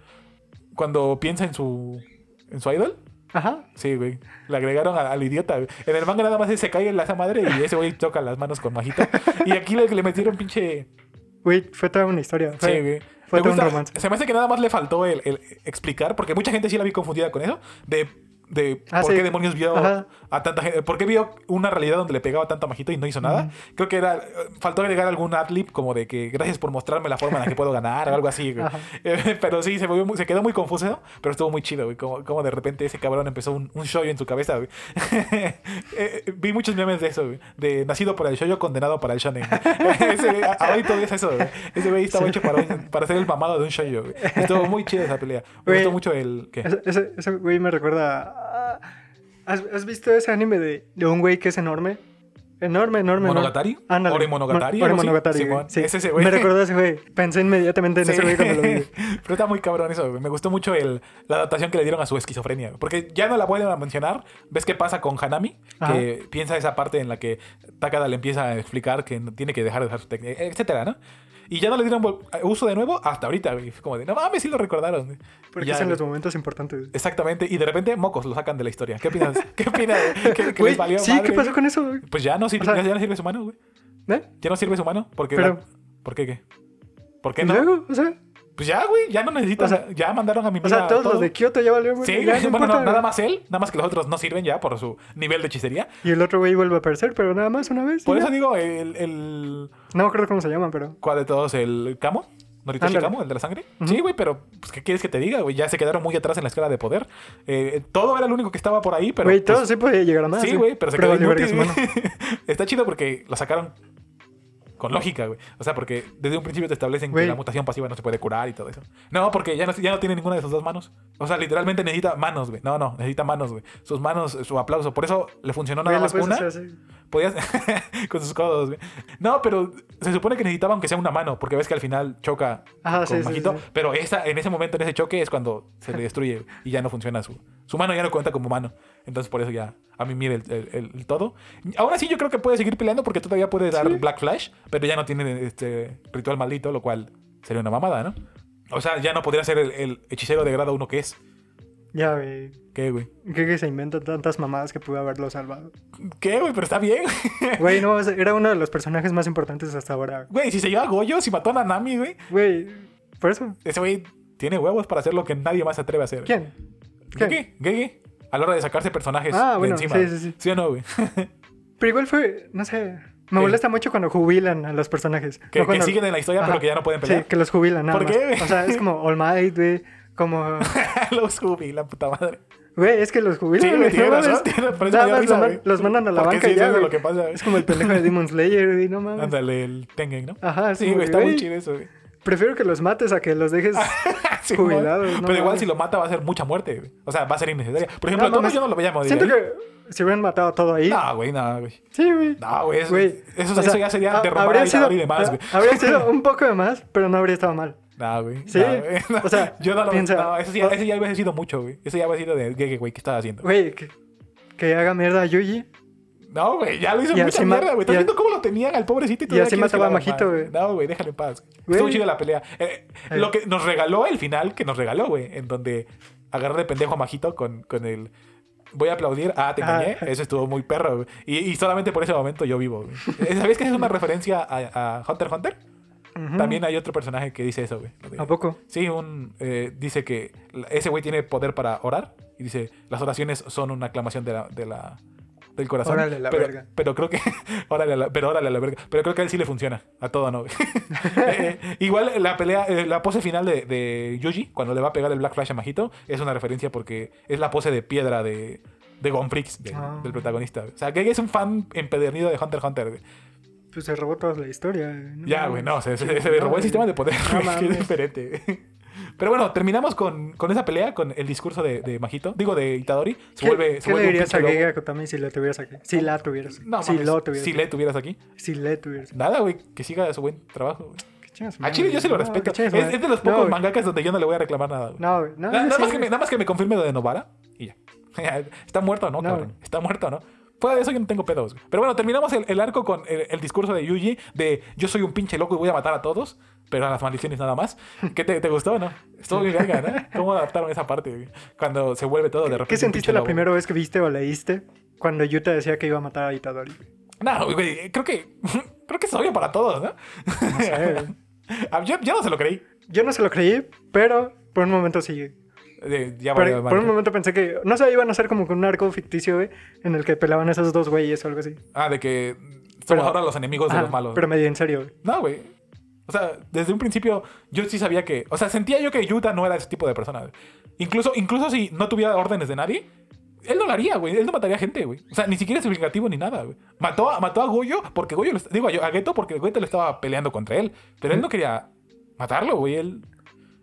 A: Cuando piensa en su. en su idol.
B: Ajá.
A: Sí, güey. Le agregaron a- al idiota. güey. En el manga nada más se cae en la esa madre y ese güey toca las manos con majito. Y aquí le, le metieron pinche.
B: Güey, fue toda una historia. Fue,
A: Sí, güey.
B: fue
A: Me
B: todo un
A: gusta-
B: romance.
A: Se me hace que nada más le faltó el, el explicar, porque mucha gente sí la vi confundida con eso, de, de
B: Ah,
A: por
B: sí.
A: qué demonios vio
B: Ajá.
A: a tanta gente, por qué vio una realidad donde le pegaba tanta majita y no hizo nada. Creo que era, eh, faltó agregar algún adlib como de que gracias por mostrarme la forma en la que puedo ganar o algo así. güey.
B: Ajá.
A: Eh, pero sí, se, volvió muy- se quedó muy confuso, pero estuvo muy chido, güey. Como, como de repente ese cabrón empezó un, un shoyo en su cabeza, güey. Eh, eh, vi muchos memes de eso, güey. De nacido para el shoyo, condenado para el shonen. ese, güey, a- a hoy todo es eso, güey. Ese güey estaba hecho para, un- para ser el mamado de un shoyo, güey. Estuvo muy chido esa pelea. Me
B: Güey.
A: gustó mucho el... ¿qué?
B: Ese, ese- ese güey me recuerda. a- ¿Has, has visto ese anime de, de un güey que es enorme? Enorme, enorme. enorme.
A: ¿Monogatari?
B: Ándale.
A: ¿Ore Monogatari?
B: Mon- Ore
A: algo así?
B: Monogatari,
A: Simón.
B: güey. Sí.
A: Es ese güey.
B: Me recordó a ese güey. Pensé inmediatamente en
A: Sí.
B: ese güey cuando lo vi. güey.
A: Pero está muy cabrón eso, güey. Me gustó mucho el, la adaptación que le dieron a su esquizofrenia. güey. Porque ya no la vuelven a mencionar. ¿Ves qué pasa con Hanami?
B: Ajá.
A: Que piensa esa parte en la que Takada le empieza a explicar que no- tiene que dejar de usar su técnica, etcétera, ¿no? Y ya no le dieron vol- uso de nuevo hasta ahorita, güey. Fue Como de, no mames, sí lo recordaron. güey.
B: Porque
A: Ya,
B: es en
A: güey.
B: los momentos importantes. güey.
A: Exactamente. Y de repente, mocos lo sacan de la historia. ¿Qué opinas? ¿Qué opinas? ¿Qué,
B: Güey, sí, ¿qué pasó con eso? güey?
A: Pues ya no sirve,
B: O sea-
A: ya no sirve su mano, güey.
B: ¿Eh?
A: Ya no sirve su mano. Porque
B: Pero-
A: la- ¿Por qué qué? ¿Por qué
B: ¿Y
A: no?
B: luego? O sea,
A: Pues ya, güey, ya no necesitas.
B: O sea-
A: ya mandaron a mi
B: o sea
A: mina
B: todos los
A: todo.
B: de Kyoto ya valieron. güey.
A: Sí,
B: Ya,
A: bueno,
B: no
A: no,
B: importa,
A: nada
B: güey.
A: más él, nada más que los otros no sirven ya por su nivel de hechicería.
B: Y el otro güey vuelve a aparecer, pero nada más una vez. y
A: Por
B: ya.
A: eso digo, el, el.
B: No me acuerdo cómo se llaman, pero.
A: ¿Cuál de todos? ¿El Camo? ¿Noritoshi
B: Ándale.
A: Camo? ¿El de la sangre?
B: Ujú.
A: Sí, güey, pero pues, ¿qué quieres que te diga, güey? Ya se quedaron muy atrás en la escala de poder. Eh, todo era el único que estaba por ahí, pero.
B: Güey,
A: pues,
B: todo sí podía llegar a más.
A: Sí, güey, pero se quedó
B: valió verga
A: inútil.
B: su mano.
A: güey. Está chido porque lo sacaron con lógica, güey. O sea, porque desde un principio te establecen
B: Güey.
A: que la mutación pasiva no se puede curar y todo eso. No, porque ya no, ya no tiene ninguna de sus dos manos. O sea, literalmente necesita manos, güey. No, no, necesita manos, güey. Sus manos, su aplauso. Por eso le funcionó
B: Güey,
A: nada
B: lo
A: más
B: puedes
A: una.
B: hacer así.
A: Podías... con sus codos, güey. No, pero se supone que necesitaba aunque sea una mano, porque ves que al final choca
B: Ajá,
A: con
B: sí, sí,
A: Majito.
B: sí.
A: Pero esa, en ese momento, en ese choque, es cuando se le destruye y ya no funciona su... Su mano ya no cuenta como mano. Entonces, por eso ya a mí mire el, el- el- el todo. Ahora sí, yo creo que puede seguir peleando porque todavía puede dar Black Flash, pero ya no tiene este ritual maldito, lo cual sería una mamada, ¿no? O sea, ya no podría ser el, el hechicero de grado 1 que es.
B: Ya, güey.
A: ¿Qué, güey?
B: ¿Qué que se inventan tantas mamadas que pude haberlo salvado?
A: ¿Qué, güey? Pero está bien.
B: Güey, no, era uno de los personajes más importantes hasta ahora.
A: Güey, si se lleva a Goyo, si mató a Nanami, güey.
B: Güey, por eso.
A: Ese güey tiene huevos para hacer lo que nadie más se atreve a hacer.
B: ¿Quién? ¿Quién?
A: Gege, Gege. A la hora de sacarse personajes
B: Ah,
A: de
B: bueno,
A: encima.
B: sí, sí, sí.
A: o no, güey?
B: Pero igual fue, no sé. Me molesta mucho cuando jubilan a los personajes.
A: Que,
B: No
A: que
B: cuando-
A: siguen en la historia,
B: Ajá.
A: pero que ya no pueden pelear.
B: Sí, que los jubilan. nada
A: ¿Por
B: más.
A: qué?
B: O sea, es como All Might, güey. Como.
A: los jubilan, puta madre.
B: Güey, es que los
A: Sí,
B: jubilan.
A: güey,
B: güey,
A: tiene
B: no
A: razón,
B: mames.
A: tiene- por eso
B: Nada
A: me dio
B: más
A: risa,
B: lo man-
A: güey.
B: los mandan a la
A: Porque
B: banca
A: sí,
B: y ya.
A: eso es lo
B: güey.
A: que pasa, güey.
B: Es como el pendejo de Demon Slayer, güey. No mames.
A: Ándale, el Tengen, ¿no?
B: Ajá,
A: sí,
B: sí,
A: güey, está
B: güey.
A: muy chido eso, güey. Ah,
B: Prefiero que los mates a que los dejes.
A: Sí,
B: Jubilados,
A: güey.
B: no
A: Pero igual
B: mames.
A: si lo mata va a ser mucha muerte, güey. O sea, va a ser innecesaria. Por ejemplo,
B: No,
A: a Thomas
B: mames.
A: yo no lo voy a morir.
B: Siento
A: ahí.
B: que si hubieran matado todo ahí.
A: No, güey, no, güey.
B: Sí, güey.
A: No, güey, eso,
B: Güey,
A: eso,
B: o
A: eso
B: sea,
A: ya sería
B: ha-
A: derrumbar
B: habría
A: a Itadori
B: sido-
A: y demás,
B: ha-
A: güey.
B: Habría sido un poco de más, pero no habría estado mal.
A: No, güey.
B: Sí,
A: no, güey, no.
B: o sea,
A: yo no lo
B: piensa-
A: no, eso, sí,
B: o-
A: eso ya hubiese sido mucho, güey. Eso ya hubiese sido de Gege, güey, ¿qué estás haciendo?
B: Güey, que, que haga mierda a Yuji.
A: No, güey, ya lo hizo
B: Y
A: mucha
B: así ma-
A: mierda, güey. ¿Estás
B: y a-
A: viendo cómo lo tenían al pobrecito?
B: y
A: todavía
B: así
A: quieres que
B: mataba
A: lo
B: a
A: hagan
B: Majito,
A: mal?
B: güey.
A: No, güey, déjalo en paz.
B: Güey.
A: Estuvo chida la pelea. Eh, eh,
B: Ahí.
A: lo que nos regaló el final, que nos regaló, güey, en donde agarrar de pendejo a Majito con, con el... Voy a aplaudir. Ah, te
B: Ah.
A: engañé. Eso estuvo muy perro, güey. Y, y solamente por ese momento yo vivo, güey. Eh, ¿Sabías que esa es una referencia a, a Hunter x Hunter?
B: Ujú.
A: También eh, hay otro personaje que dice eso, güey. Lo de-
B: ¿A poco?
A: Sí, un, eh, dice que la- ese güey tiene poder para orar. Y dice, las oraciones son una aclamación de la, de la- del corazón.
B: Órale a la
A: pero,
B: verga.
A: Pero creo que... órale a la- pero órale a la verga. Pero creo que a él sí le funciona. A todo no. Eh, igual la pelea, eh, la pose final de, de Yuji, cuando le va a pegar el Black Flash a Majito, es una referencia porque es la pose de piedra de... De Gonfrix, del,
B: Ah.
A: del protagonista. güey. O sea, que es un fan empedernido de Hunter x Hunter. güey.
B: Pues se robó toda la historia. eh, no
A: Ya,
B: mames.
A: güey, no, se, se, se derrubó el sistema de poder.
B: No
A: güey, que es
B: mames.
A: diferente. Pero bueno, terminamos con, con esa pelea, con el discurso de, de Majito, digo de Itadori. Se
B: ¿Qué,
A: vuelve, se
B: qué le
A: vuelve un
B: dirías a
A: pinche lobo.
B: Gege Akutami si la tuvieras aquí? Si la tuvieras.
A: No,
B: si
A: mames,
B: lo tuvieras.
A: si le tuvieras aquí.
B: Si le tuvieras.
A: Nada, güey, que siga su buen trabajo. güey.
B: Qué chingas,
A: A Chile yo se lo
B: no,
A: respeto.
B: qué chingas,
A: es,
B: madre.
A: es de los pocos
B: no, güey.
A: mangakas donde yo no le voy a reclamar nada, güey.
B: No, güey, no,
A: nada,
B: yo
A: nada
B: sí,
A: más que me,
B: güey.
A: nada más que me confirme lo de Novara y ya. ¿Está muerto o no,
B: No,
A: cabrón?
B: güey.
A: ¿Está muerto o no? Fuera de eso yo no tengo pedos. güey. Pero bueno, terminamos el, el arco con el, el discurso de Yuji de yo soy un pinche loco y voy a matar a todos, pero a las maldiciones nada más. ¿Qué te, te gustó o no? Estuvo bien verga, ¿no? ¿Cómo adaptaron esa parte güey? cuando se vuelve todo de repente?
B: ¿Qué
A: un
B: sentiste
A: pinche
B: la
A: lobo?
B: primera vez que viste o leíste cuando Yuta decía que iba a matar a Itadori? güey?
A: No, güey, creo que, creo que es obvio para todos, ¿no?
B: No sé, güey.
A: Ah, yo, yo no se lo creí.
B: Yo no se lo creí, pero por un momento sí.
A: Eh, ya
B: Por,
A: valió
B: por
A: madre.
B: un momento pensé que, no sé, iban a ser como que un arco ficticio, güey, en el que pelaban a esos dos güeyes o algo así.
A: Ah, de que somos
B: Pero-
A: ahora los enemigos de
B: Ajá,
A: los malos.
B: Pero medio en serio, güey.
A: No, güey. O sea, desde un principio yo sí sabía que... O sea, sentía yo que Yuta no era ese tipo de persona. güey. Incluso, incluso si no tuviera órdenes de nadie, él no lo haría, güey. Él no mataría gente, güey. O sea, ni siquiera es vengativo ni nada, güey. Mató, a- mató a Goyo porque Goyo... lo est- digo, a Geto porque Goyo le estaba peleando contra él. Pero él no quería matarlo, güey. Él,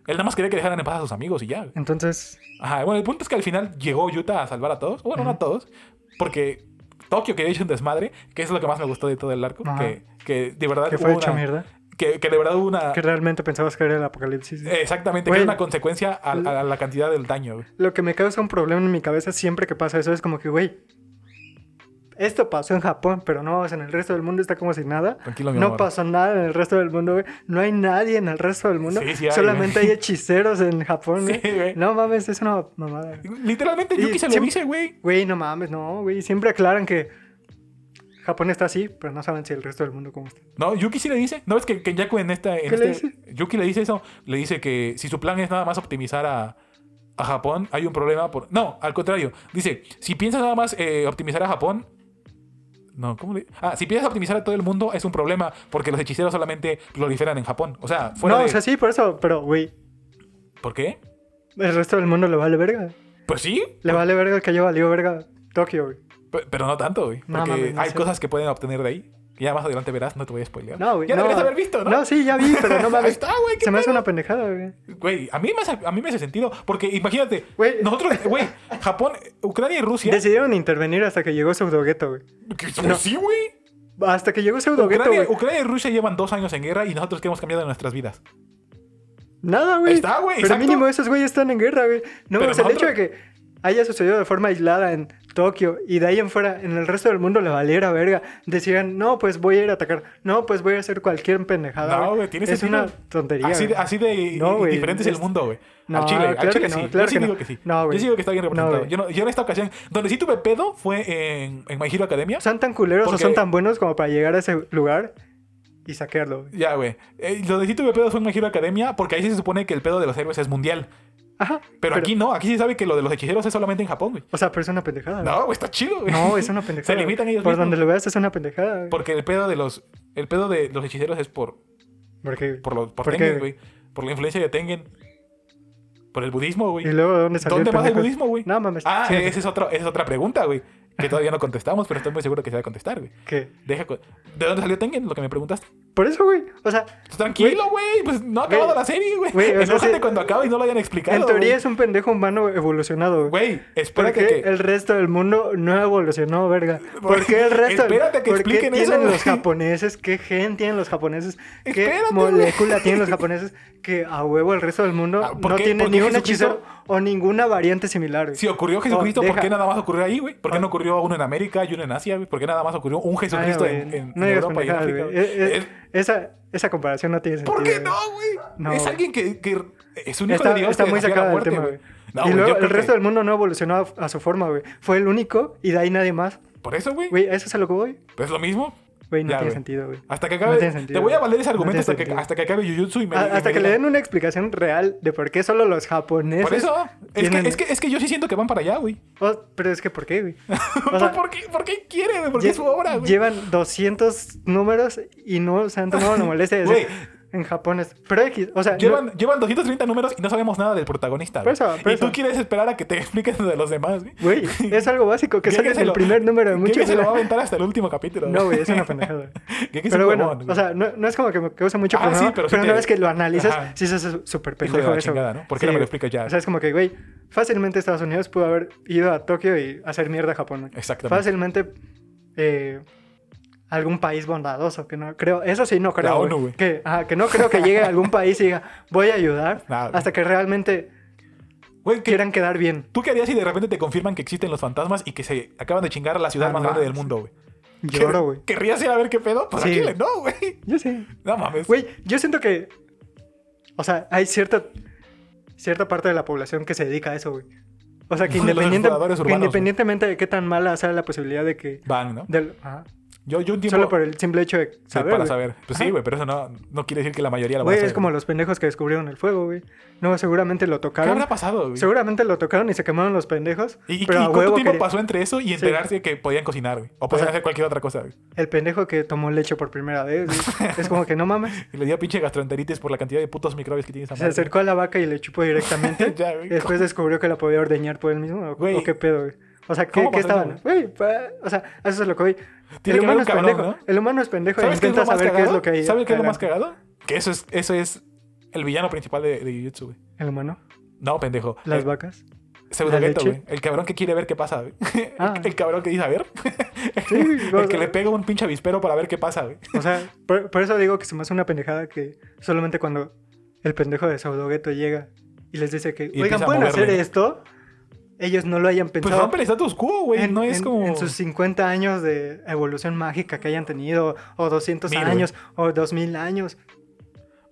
A: él nada más quería que dejaran en paz a sus amigos y ya, güey.
B: Entonces,
A: Ajá, bueno, el punto es que al final llegó Yuta a salvar a todos. Bueno, no a todos, porque Tokio quería hecho un desmadre, que es lo que más me gustó de todo el arco.
B: Ajá.
A: Que, que de verdad
B: que fue
A: hubo
B: hecho
A: una-
B: mierda.
A: que, que de verdad hubo una.
B: Que realmente pensabas que era el apocalipsis. güey.
A: eh, Exactamente, que
B: Güey.
A: era una consecuencia a, a- a la cantidad del daño. güey.
B: Lo que me causa un problema en mi cabeza siempre que pasa eso es como que, güey, esto pasó en Japón, pero no, o sea, en el resto del mundo está como si nada.
A: Tranquilo, mi
B: No
A: amor.
B: pasó nada en el resto del mundo, güey. No hay nadie en el resto del mundo.
A: Sí, sí hay,
B: Solamente
A: güey.
B: hay hechiceros en Japón,
A: Sí,
B: güey.
A: güey.
B: No mames, es una mamada. güey.
A: Literalmente,
B: Y
A: Yuki se lo
B: siempre-
A: dice, güey.
B: Güey, no mames, no, güey. Siempre aclaran que Japón está así, pero no saben si el resto del mundo cómo está.
A: No, Yuki sí le dice. No, es que, que Yaku en esta. en
B: ¿Qué le
A: este- Yuki le dice eso. Le dice que si su plan es nada más optimizar a, a Japón, hay un problema por. No, al contrario. Dice, si piensas nada más eh, optimizar a Japón. No, ¿cómo le.? Ah, si piensas optimizar a todo el mundo, es un problema porque los hechiceros solamente proliferan en Japón. O sea, fuera
B: no,
A: de.
B: o sea, sí, por eso, pero, güey,
A: ¿Por qué?
B: el resto del mundo le vale verga.
A: Pues sí,
B: Le vale verga el que yo valió verga Tokio, güey.
A: Pe- Pero no tanto, güey. Porque
B: No, mames, no
A: hay
B: sé.
A: cosas que pueden obtener de ahí. Y ya más adelante verás, no te voy a spoilear.
B: No, güey.
A: Ya
B: no,
A: deberías haber visto, ¿no?
B: No, sí, ya vi, pero no
A: Ahí
B: mames.
A: está, güey. qué
B: Se me hace
A: pedo.
B: una pendejada, güey.
A: Güey, a mí, me hace, a mí me hace sentido. Porque imagínate,
B: Güey.
A: nosotros, güey, Japón, Ucrania y Rusia.
B: Decidieron intervenir hasta que llegó Pseudogueto, güey.
A: ¿Qué-
B: No.
A: Sí, güey.
B: Hasta que llegó Pseudogueto,
A: Ucrania,
B: güey.
A: Ucrania y Rusia llevan dos años en guerra y nosotros que hemos cambiado nuestras vidas.
B: Nada, güey.
A: Está, güey,
B: Pero
A: exacto.
B: mínimo esos güeyes están en guerra, güey. No,
A: Pero
B: o sea, el hecho
A: nosotros-
B: de que haya sucedido de forma aislada en Tokio y de ahí en fuera en el resto del mundo le valiera verga. Decían, no, pues voy a ir a atacar. No, pues voy a hacer cualquier pendejada.
A: No, güey, tiene
B: Es
A: sentido.
B: una tontería.
A: Así, de-
B: güey.
A: así de
B: No, güey,
A: diferente es el
B: es-
A: mundo, güey.
B: No,
A: al Chile, al
B: claro
A: Chile
B: que no,
A: sí.
B: claro
A: yo sí
B: que
A: digo
B: no.
A: que sí.
B: No,
A: yo
B: güey.
A: sí digo que está bien
B: No,
A: representado.
B: güey.
A: yo, no- yo en esta ocasión, donde sí tuve pedo fue en, en My Hero Academia.
B: Son tan culeros
A: Porque-
B: o son tan buenos como para llegar a ese lugar y saquearlo, güey.
A: Ya, güey. Eh, lo de sí tuve pedo fue en My Hero Academia, porque ahí sí se supone que el pedo de los héroes es mundial.
B: Ajá.
A: Pero, aquí no, aquí se sabe que lo de los hechiceros es solamente en Japón, güey.
B: O sea, pero es una pendejada.
A: No, güey, está chido, güey.
B: No, es una pendejada.
A: Se limitan ellos
B: Por
A: mismos.
B: donde lo veas es una pendejada. güey.
A: Porque el pedo de los. El pedo de los hechiceros es por.
B: Porque...
A: Por, los por,
B: ¿Por qué?
A: Tengen, güey. Por la influencia de Tengen. Por el budismo, güey.
B: ¿Y luego de dónde salió
A: ¿Dónde
B: el
A: vas el
B: pendejo?
A: budismo, güey?
B: No mames.
A: Ah,
B: Sí,
A: esa, es otra, esa es otra pregunta, güey. Que todavía no contestamos, pero estoy muy seguro que se va a contestar, güey.
B: ¿Qué?
A: Deja cu- ¿De dónde salió Tengen? Lo que me preguntaste.
B: Por eso, güey. O sea,
A: Tú Tranquilo, güey. Pues no ha acabado
B: Güey.
A: la serie, güey.
B: Güey, o sea,
A: Enójate
B: sí.
A: cuando acabe y no lo hayan explicado.
B: en teoría
A: güey.
B: es un pendejo humano evolucionado, güey.
A: Güey,
B: ¿Por
A: espérate
B: qué
A: que.
B: el resto del mundo no evolucionó, verga? ¿Por qué el resto del-
A: Espérate que
B: ¿Por qué
A: expliquen eso,
B: tienen
A: güey.
B: los japoneses? ¿Qué gen tienen los japoneses? ¿Qué
A: Espérate, güey.
B: molécula tienen los japoneses? Que a huevo el resto del mundo
A: Ah, ¿por
B: no
A: qué-
B: tiene
A: por
B: ni
A: qué
B: un
A: Jesucristo-
B: hechicero o ninguna variante similar, güey.
A: Si ocurrió Jesucristo,
B: Oh,
A: ¿por
B: deja. Ah.
A: qué nada más ocurrió ahí, güey? ¿Por qué no ocurrió uno en América y uno en Asia, güey? ¿Por qué nada más ocurrió un Jesucristo
B: Ay,
A: en,
B: Ah, güey,
A: en-
B: no
A: en Europa
B: digas
A: y en
B: pendejadas,
A: África?
B: güey.
A: güey?
B: Eh, eh,
A: Es-
B: esa, esa comparación no tiene sentido.
A: ¿Por qué
B: güey.
A: no, güey?
B: No,
A: es
B: güey.
A: alguien que, que es un hijo
B: Está,
A: de Dios.
B: está
A: que
B: muy
A: desafía la
B: sacada del
A: muerte,
B: tema, güey.
A: No,
B: y
A: güey, yo
B: luego el
A: creo
B: resto
A: que-
B: del mundo no evolucionó a, a su forma, güey. Fue el único y de ahí nadie más.
A: Por eso, güey.
B: Güey, ¿a eso es a lo que voy?
A: Pues lo mismo.
B: Güey, no
A: Ya,
B: tiene
A: güey.
B: sentido, güey.
A: Hasta que
B: No
A: acabe.
B: tiene sentido,
A: te voy a
B: güey.
A: valer ese
B: No
A: argumento
B: tiene
A: hasta, que,
B: sentido.
A: hasta que acabe Jujutsu y me.
B: A-
A: y
B: Hasta
A: me
B: que le
A: digan-
B: den una explicación real de por qué solo los japoneses.
A: Por eso. Es que,
B: tienen-
A: es, que, es que yo sí siento que van para allá, güey.
B: Oh, pero es que, ¿por qué, güey? O sea,
A: ¿Por, por qué, ¿Por qué quiere, güey? Porque
B: lle-
A: es su obra, güey.
B: Llevan 200 números y no se han tomado la molestia de
A: Güey.
B: decir, en Japón es. Pero X, o sea,
A: Llevan, llevan 230 números y no sabemos nada del protagonista. güey.
B: Por eso, por
A: y tú
B: eso.
A: quieres esperar a que te expliquen de los demás, güey.
B: no- güey, es algo básico que
A: Creo
B: sale
A: que se
B: el
A: lo-
B: primer número de
A: Creo que
B: muchos.
A: se lo va a aventar hasta el último capítulo.
B: No, güey, es una pendejada.
A: Creo que es un
B: Pero bueno,
A: huevón, güey.
B: o sea, no, no es como que me causa mucho
A: Ah,
B: problema,
A: sí, pero
B: pero,
A: sí te-
B: una vez que lo analizas,
A: Ajá.
B: sí se hace súper
A: de la
B: pendejo eso.
A: chingada,
B: güey.
A: ¿no? ¿Por qué no me lo
B: güey.
A: explicas ya?
B: O sea, es como que, güey, fácilmente Estados Unidos pudo haber ido a Tokio y hacer mierda a Japón. güey.
A: Exactamente.
B: Fácilmente eh, algún país bondadoso, que no creo, eso sí no creo.
A: La
B: güey.
A: ONU, güey.
B: Que, ajá, que no creo que llegue a algún país y diga, voy a ayudar
A: Nah, güey.
B: hasta que realmente
A: Güey, que-
B: quieran quedar bien.
A: ¿Tú qué harías si de repente te confirman que existen los fantasmas y que se acaban de chingar a la ciudad
B: Ah,
A: más
B: no
A: grande del
B: mames.
A: mundo, güey?
B: Lloro,
A: ¿Quer-
B: güey.
A: ¿Querrías ir a ver qué pedo? Pues
B: Sí.
A: aquí le no, güey.
B: Yo sí.
A: No mames.
B: Güey, yo siento que. O sea, hay cierta. Cierta parte de la población que se dedica a eso, güey. O sea, que,
A: Los
B: independiente-
A: exploradores
B: que
A: urbanos,
B: independientemente de qué tan mala sea la posibilidad de que.
A: Van, ¿no?
B: del- ajá,
A: Yo, yo un tiempo...
B: solo por el simple hecho de
A: Sí,
B: saber.
A: para
B: güey.
A: saber. Pues sí,
B: Ajá.
A: güey, pero eso no, no quiere decir que la mayoría lo va a
B: Güey,
A: hacer.
B: es como los pendejos que descubrieron el fuego, güey. No, seguramente lo
A: ¿Qué
B: tocaron.
A: habrá pasado, güey?
B: Seguramente lo tocaron y se quemaron los pendejos.
A: ¿Y, y-
B: pero
A: y
B: a
A: cuánto
B: huevo
A: tiempo
B: quería-
A: pasó entre eso y enterarse que podían cocinar, güey? O podían
B: sea,
A: hacer cualquier otra cosa, güey.
B: El pendejo que tomó leche por primera vez. güey. es como que no mames.
A: Y le dio pinche gastroenteritis por la cantidad de putos microbios que tiene esa
B: Se
A: madre.
B: acercó a la vaca y le chupó directamente.
A: Ya, güey.
B: Después descubrió que la podía ordeñar por él mismo. ¿O,
A: Güey.
B: o qué pedo, güey? O sea, ¿qué,
A: ¿Cómo
B: qué
A: pasó eso,
B: estaban? Güey, pa- o sea, a eso es lo que voy.
A: Tiene que haber
B: El humano,
A: un
B: es
A: cabrón,
B: pendejo.
A: ¿no?
B: el humano es pendejo. e
A: ¿Sabes qué es
B: Intenta
A: lo más
B: saber
A: cagado?
B: qué es lo que hay.
A: ¿Sabes qué es lo más
B: cagado?
A: cagado? Que eso es, eso es el villano principal de, de Jujutsu, güey.
B: El humano,
A: No, pendejo.
B: las
A: Eh,
B: vacas.
A: Pseudogueto,
B: leche.
A: güey. El cabrón que quiere ver qué pasa, güey.
B: Ah.
A: El cabrón que dice, a ver.
B: Sí, o
A: el que
B: sea-
A: le pega un pinche avispero para ver qué pasa, güey. Pues
B: O sea, por, por eso digo que se me hace una pendejada que solamente cuando el pendejo de Saudogueto llega y les dice que,
A: Y empieza
B: oigan,
A: a
B: ¿pueden
A: moverle".
B: hacer esto? Ellos no lo hayan
A: Pues
B: pensado.
A: rompe el status quo, güey.
B: en,
A: No es
B: en-
A: como.
B: en sus 50 años de evolución mágica que hayan tenido, o 200
A: Mil,
B: años, o 2000 años.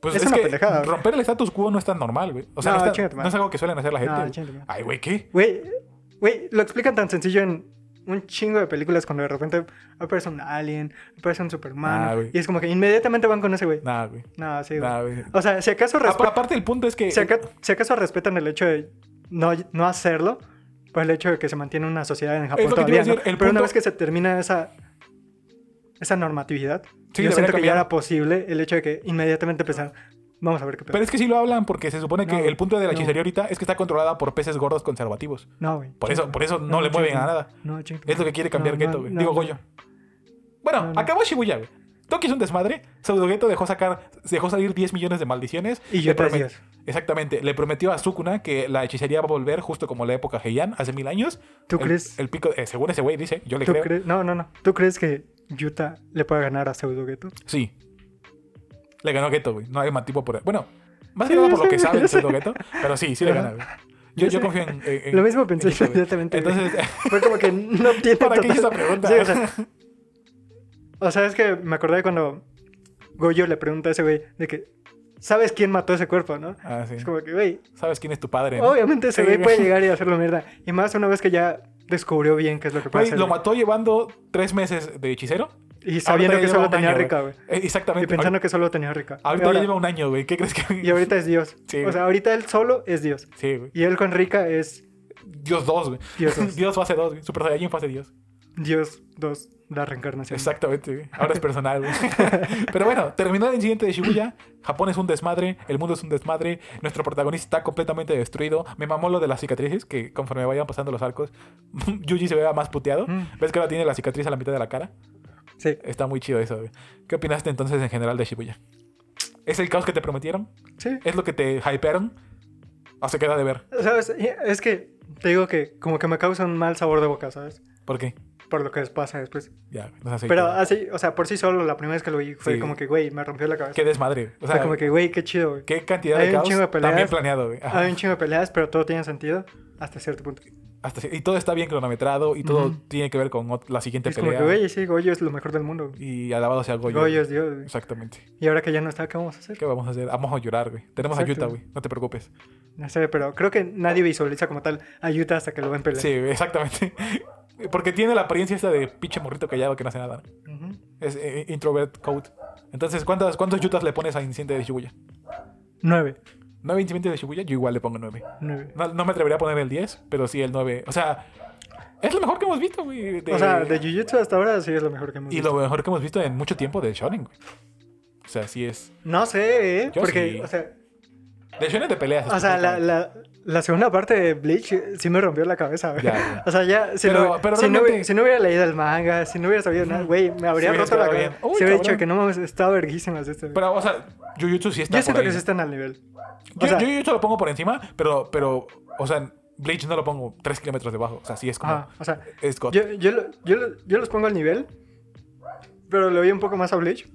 A: Pues
B: es
A: es
B: una
A: que
B: pendejada, güey.
A: romper el status quo no es tan normal, güey. O sea,
B: No,
A: no, es tan-
B: chinga tu madre.
A: no es algo que suelen hacer la gente.
B: No,
A: güey.
B: chinga tu madre.
A: Ay, güey, ¿qué?
B: Güey, güey, lo explican tan sencillo en un chingo de películas cuando de repente aparece un alien, aparece un Superman,
A: Ah, güey.
B: y es como que inmediatamente van con ese güey.
A: Nada, güey.
B: No, sí, güey.
A: Nada, güey.
B: O sea, si acaso respetan...
A: Apa- Aparte, el punto es que.
B: si, aca- si acaso respetan el hecho de no, no hacerlo, por el hecho de que se mantiene una sociedad en Japón
A: lo que te iba
B: todavía.
A: a
B: ¿no?
A: decir, el
B: Pero
A: punto-
B: una vez que se termina esa, esa normatividad,
A: Sí,
B: yo
A: debería
B: siento que ya
A: cambiar.
B: era posible el hecho de que inmediatamente pensaran, vamos a ver qué pedo.
A: Pero es que sí lo hablan porque se supone que
B: No,
A: el punto de la
B: no.
A: hechicería ahorita es que está controlada por peces gordos conservativos.
B: No, güey.
A: Por eso, por eso no, le
B: chinga,
A: mueven a nada.
B: No, chinga.
A: Es lo que quiere cambiar
B: No,
A: Geto,
B: no,
A: güey.
B: no,
A: Digo
B: no.
A: Goyo. Bueno,
B: No, no.
A: acabó Shibuya, güey. Toki es un desmadre. Pseudo Geto dejó sacar, dejó salir 10 millones de maldiciones.
B: Y
A: Le
B: yo te
A: promet-
B: decía,
A: Exactamente. Le prometió a Sukuna que la hechicería va a volver justo como la época Heian, hace mil años.
B: ¿Tú
A: El-
B: crees?
A: El pico, eh, según ese güey dice, yo le
B: ¿tú
A: creo.
B: crees? No, no, no. ¿Tú crees que Yuta le pueda ganar a Pseudo Geto?
A: Sí. Le ganó Geto, güey. No hay más tipo por. Bueno, más que
B: Sí,
A: nada
B: yo
A: por lo
B: sé,
A: que sabe
B: yo
A: el
B: sé.
A: pseudo Geto, pero sí, sí le
B: Ajá.
A: gana, güey. Yo,
B: Yo
A: yo
B: sé.
A: confío en, en- en-
B: Lo mismo pensé
A: en Geto, güey.
B: inmediatamente. güey.
A: Entonces,
B: Fue como que no tiene
A: ¿Para qué hice
B: total-
A: esa pregunta?
B: Sí, o, sea, o sea, es que me acordé cuando Goyo le pregunta a ese güey de que, ¿sabes quién mató ese cuerpo, no?
A: ah, sí.
B: Es como que, güey,
A: ¿Sabes quién es tu padre? no?
B: obviamente ese
A: Sí,
B: güey
A: güey.
B: puede llegar y hacerlo mierda. Y más una vez que ya descubrió bien qué es lo que puede
A: Güey,
B: hacer.
A: lo
B: güey.
A: mató llevando tres meses de hechicero
B: Y sabiendo
A: ya
B: que
A: lleva
B: solo
A: un
B: tenía
A: año,
B: Rika, güey.
A: Eh,
B: Y
A: Exactamente.
B: pensando que solo tenía Rika.
A: ahorita ahorita
B: y, ahora-
A: ya lleva un año, güey. ¿Qué crees que.?
B: y ahorita es Dios.
A: Sí, güey.
B: o sea, ahorita él solo es Dios.
A: Sí, güey.
B: Y él con Rika es
A: Dios 2, güey.
B: Dios dos.
A: Dios fase 2, güey. Super Saiyajin fase Dios.
B: Dios 2, la reencarnación.
A: Exactamente, güey. Ahora es personal, güey. Pero bueno, terminó el incidente de Shibuya. Japón es un desmadre, el mundo es un desmadre. Nuestro protagonista está completamente destruido. Me mamó lo de las cicatrices, que conforme vayan pasando los arcos, Yuji se vea más puteado.
B: Mm.
A: ¿Ves que ahora tiene la cicatriz a la mitad de la cara?
B: Sí,
A: Está muy chido eso, güey. ¿Qué opinaste entonces en general de Shibuya? ¿Es el caos que te prometieron?
B: sí.
A: ¿Es lo que te hypearon? ¿O se queda de ver?
B: ¿Sabes? Y Es que te digo que como que me causa un mal sabor de boca, ¿sabes?
A: ¿Por qué?
B: Por lo que pasa después.
A: Ya, no sé.
B: Pero así, o sea, por sí solo, la primera vez que lo vi fue
A: Sí.
B: como que, güey, me rompió la cabeza.
A: Qué desmadre. güey. O
B: O sea,
A: sea,
B: como que, güey, qué chido, güey.
A: qué cantidad
B: hay
A: de
B: un
A: caos
B: chingo de peleas,
A: también planeado, güey. Ajá.
B: Hay un chingo de peleas, pero todo tiene sentido hasta cierto punto.
A: Hasta ci- y todo está bien cronometrado y todo
B: Ujú.
A: tiene que ver con ot- la siguiente
B: Es como
A: pelea.
B: que, güey, sí, Goyo es lo mejor del mundo. güey.
A: y alabado sea Goyo.
B: Goyo es Dios. güey.
A: Exactamente.
B: Y ahora que ya no está, ¿qué vamos a hacer?
A: ¿Qué vamos a hacer? Vamos a llorar, güey. Tenemos a Yuta,
B: Exacto.
A: güey. No te preocupes.
B: No sé, pero creo que nadie visualiza como tal a Utah hasta que lo ven pelear.
A: Sí, güey, exactamente. Porque tiene la apariencia esta de pinche morrito callado que no hace nada. ¿no?
B: Ujú.
A: Es eh, introvert code. Entonces, ¿cuántas, ¿cuántos Yutas le pones a Incidente de Shibuya?
B: Nueve.
A: ¿Nueve Incidentes de Shibuya? Yo igual le pongo nueve.
B: Nueve.
A: No, no me atrevería a poner el 10, pero sí el 9. O sea, es lo mejor que hemos visto, güey. de-
B: O sea, de Jujutsu hasta ahora sí es lo mejor que hemos
A: Y
B: visto.
A: lo mejor que hemos visto en mucho tiempo de Shonen, güey. O sea, sí es.
B: No sé, ¿eh?
A: Yo
B: Porque,
A: sí.
B: o sea,
A: De Shonen de peleas.
B: o sea la,
A: específicamente.
B: la, la segunda parte de Bleach eh, sí me rompió la cabeza, güey.
A: Ya, ya.
B: O sea, ya, si,
A: Pero-
B: no,
A: pero
B: si, no,
A: realmente-
B: hubi- si no hubiera leído el manga, si no hubiera sabido nada, güey, me habría
A: Sí,
B: roto la
A: estaba
B: cabeza.
A: bien. Uy,
B: se hubiera
A: cabrón.
B: dicho que no mames, está verguísima esto. güey.
A: Pero, o sea, Jujutsu sí está
B: Yo
A: por
B: siento
A: ahí.
B: que sí están al nivel. O
A: Yo-
B: sea-
A: yo Jujutsu lo pongo por encima, pero, pero, o sea, Bleach no lo pongo 3 kilómetros debajo. O sea, sí es como.
B: Ajá, o sea,
A: Es God.
B: yo, yo, lo- yo, lo- yo los pongo al nivel, pero le doy un poco más a Bleach.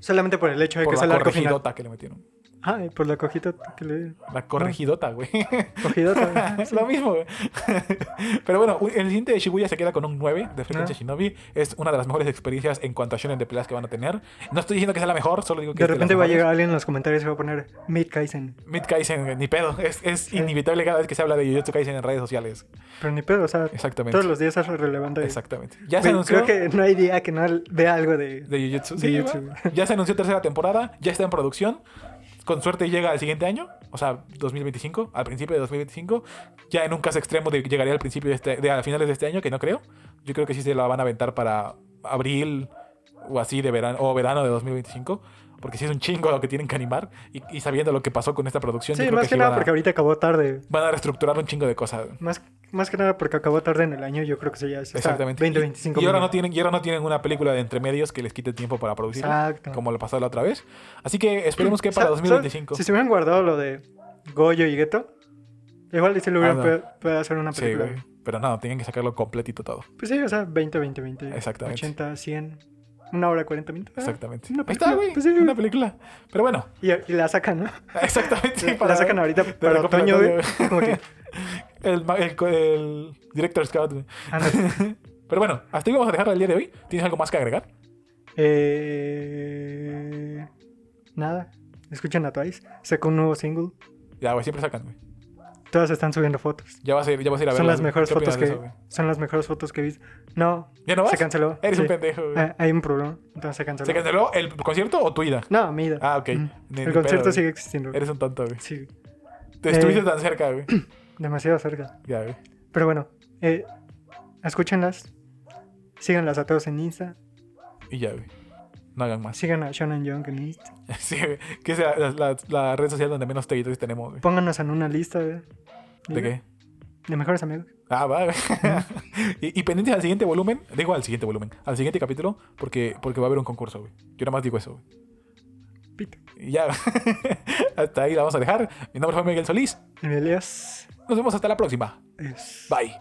B: Solamente por el hecho de
A: por
B: que es
A: la
B: el arco final.
A: corregidota que le metieron.
B: Ah, y por la cojita que le...
A: La corregidota, güey.
B: Cogidota.
A: es lo mismo, güey. Pero bueno, un- el siguiente de Shibuya se queda con un 9 de Frecuencia
B: Ah.
A: Shinobi. Es una de las mejores experiencias en cuanto a shonen de peleas que van a tener. No estoy diciendo que sea la mejor, solo digo que
B: De
A: es las
B: repente va a
A: mejores.
B: llegar alguien en los comentarios y va a poner Mid Kaisen.
A: Mid Kaisen, eh, ni pedo. Es, es inevitable cada vez que se habla de Jujutsu Kaisen en redes sociales.
B: Pero ni pedo, o sea,
A: Exactamente.
B: todos los días es relevante.
A: Exactamente. Ya se
B: Güey,
A: anunció.
B: Creo que no hay día que no vea algo de...
A: De Jujutsu.
B: De
A: Sí,
B: Jujutsu.
A: va. Ya se anunció tercera temporada, ya está en producción. Con suerte llega al siguiente año, o sea, 2025, al principio de 2025. Ya en un caso extremo de llegaría al principio de este, de a finales de este año, que no creo. Yo creo que sí se la van a aventar para abril o así de verano o verano de 2025, porque sí es un chingo lo que tienen que animar y, y sabiendo lo que pasó con esta producción, yo
B: Sí,
A: creo
B: más
A: que,
B: que,
A: sí
B: nada
A: van,
B: porque
A: a,
B: ahorita acabó tarde.
A: van a reestructurar un chingo de cosas.
B: Más, más que nada porque acabó tarde en el año, yo creo que sí ya es. o sea,
A: Exactamente.
B: 20,
A: Y-
B: 25
A: y, ahora no
B: minutos.
A: tienen, y ahora no tienen una película de entre medios que les quite tiempo para producir.
B: Exacto.
A: Como lo pasó la otra vez. Así que esperemos que para
B: Sa-
A: 2025.
B: ¿sabes? Si se hubieran guardado lo de Goyo y Geto, igual y se lo hubieran
A: Ah, no.
B: podido podido hacer una
A: Sí,
B: película.
A: güey. Pero no, tienen que sacarlo completito todo.
B: pues sí, o sea, 20, 20, 20.
A: Exactamente.
B: 80, 100, una hora 40 minutos. Ah,
A: Exactamente.
B: Una
A: Ahí está,
B: película,
A: güey.
B: pues sí,
A: una
B: güey.
A: película. Pero bueno,
B: Y, y la sacan, ¿no?
A: exactamente.
B: la sacan ahorita para otoño,
A: recopilatorio,
B: güey. Como que,
A: El, ma- el, co- el director Scott, güey.
B: ah, no.
A: Pero bueno, hasta ahí vamos a dejarlo el día de hoy. ¿Tienes algo más que agregar?
B: Eh, nada. Escuchen a Twice. Sacó un nuevo single.
A: Ya, güey, siempre sacan, güey.
B: Todas están subiendo fotos.
A: Ya vas a ir, ya vas a, ir a
B: Son
A: verlas,
B: las
A: güey.
B: mejores
A: ¿Qué
B: fotos
A: opinas
B: que
A: de eso, güey?
B: son las mejores fotos que he visto. No,
A: ¿Ya no vas?
B: se canceló.
A: Eres
B: Sí.
A: un pendejo, güey.
B: Ah, hay un problema, entonces se canceló.
A: ¿Se canceló el concierto o tu ida?
B: No, mi ida.
A: Ah, ok.
B: Mm.
A: Ni- ni
B: El concierto
A: pedo,
B: sigue
A: güey.
B: existiendo.
A: Eres un tonto, güey.
B: Sí,
A: Te
B: Eh.
A: estuviste tan cerca, güey.
B: demasiado cerca.
A: Ya, güey.
B: Pero bueno, eh, escúchenlas. Síganlas a todos en Insta.
A: Y ya, güey. No hagan más.
B: Sigan a Shonen Young en Insta.
A: Sí, güey. Que es la, la- la red social donde menos seguidores tenemos, güey.
B: Pónganos en una lista de,
A: ¿De qué?
B: de mejores amigos.
A: Ah, va, güey. y, y pendientes al siguiente volumen. Digo al siguiente volumen. Al siguiente capítulo. Porque, porque va a haber un concurso, güey. Yo nada más digo eso, güey.
B: Pito.
A: Y ya. hasta ahí la vamos a dejar. Mi nombre fue Miguel Solís.
B: Elias.
A: Nos vemos hasta la próxima.
B: Es...
A: Bye.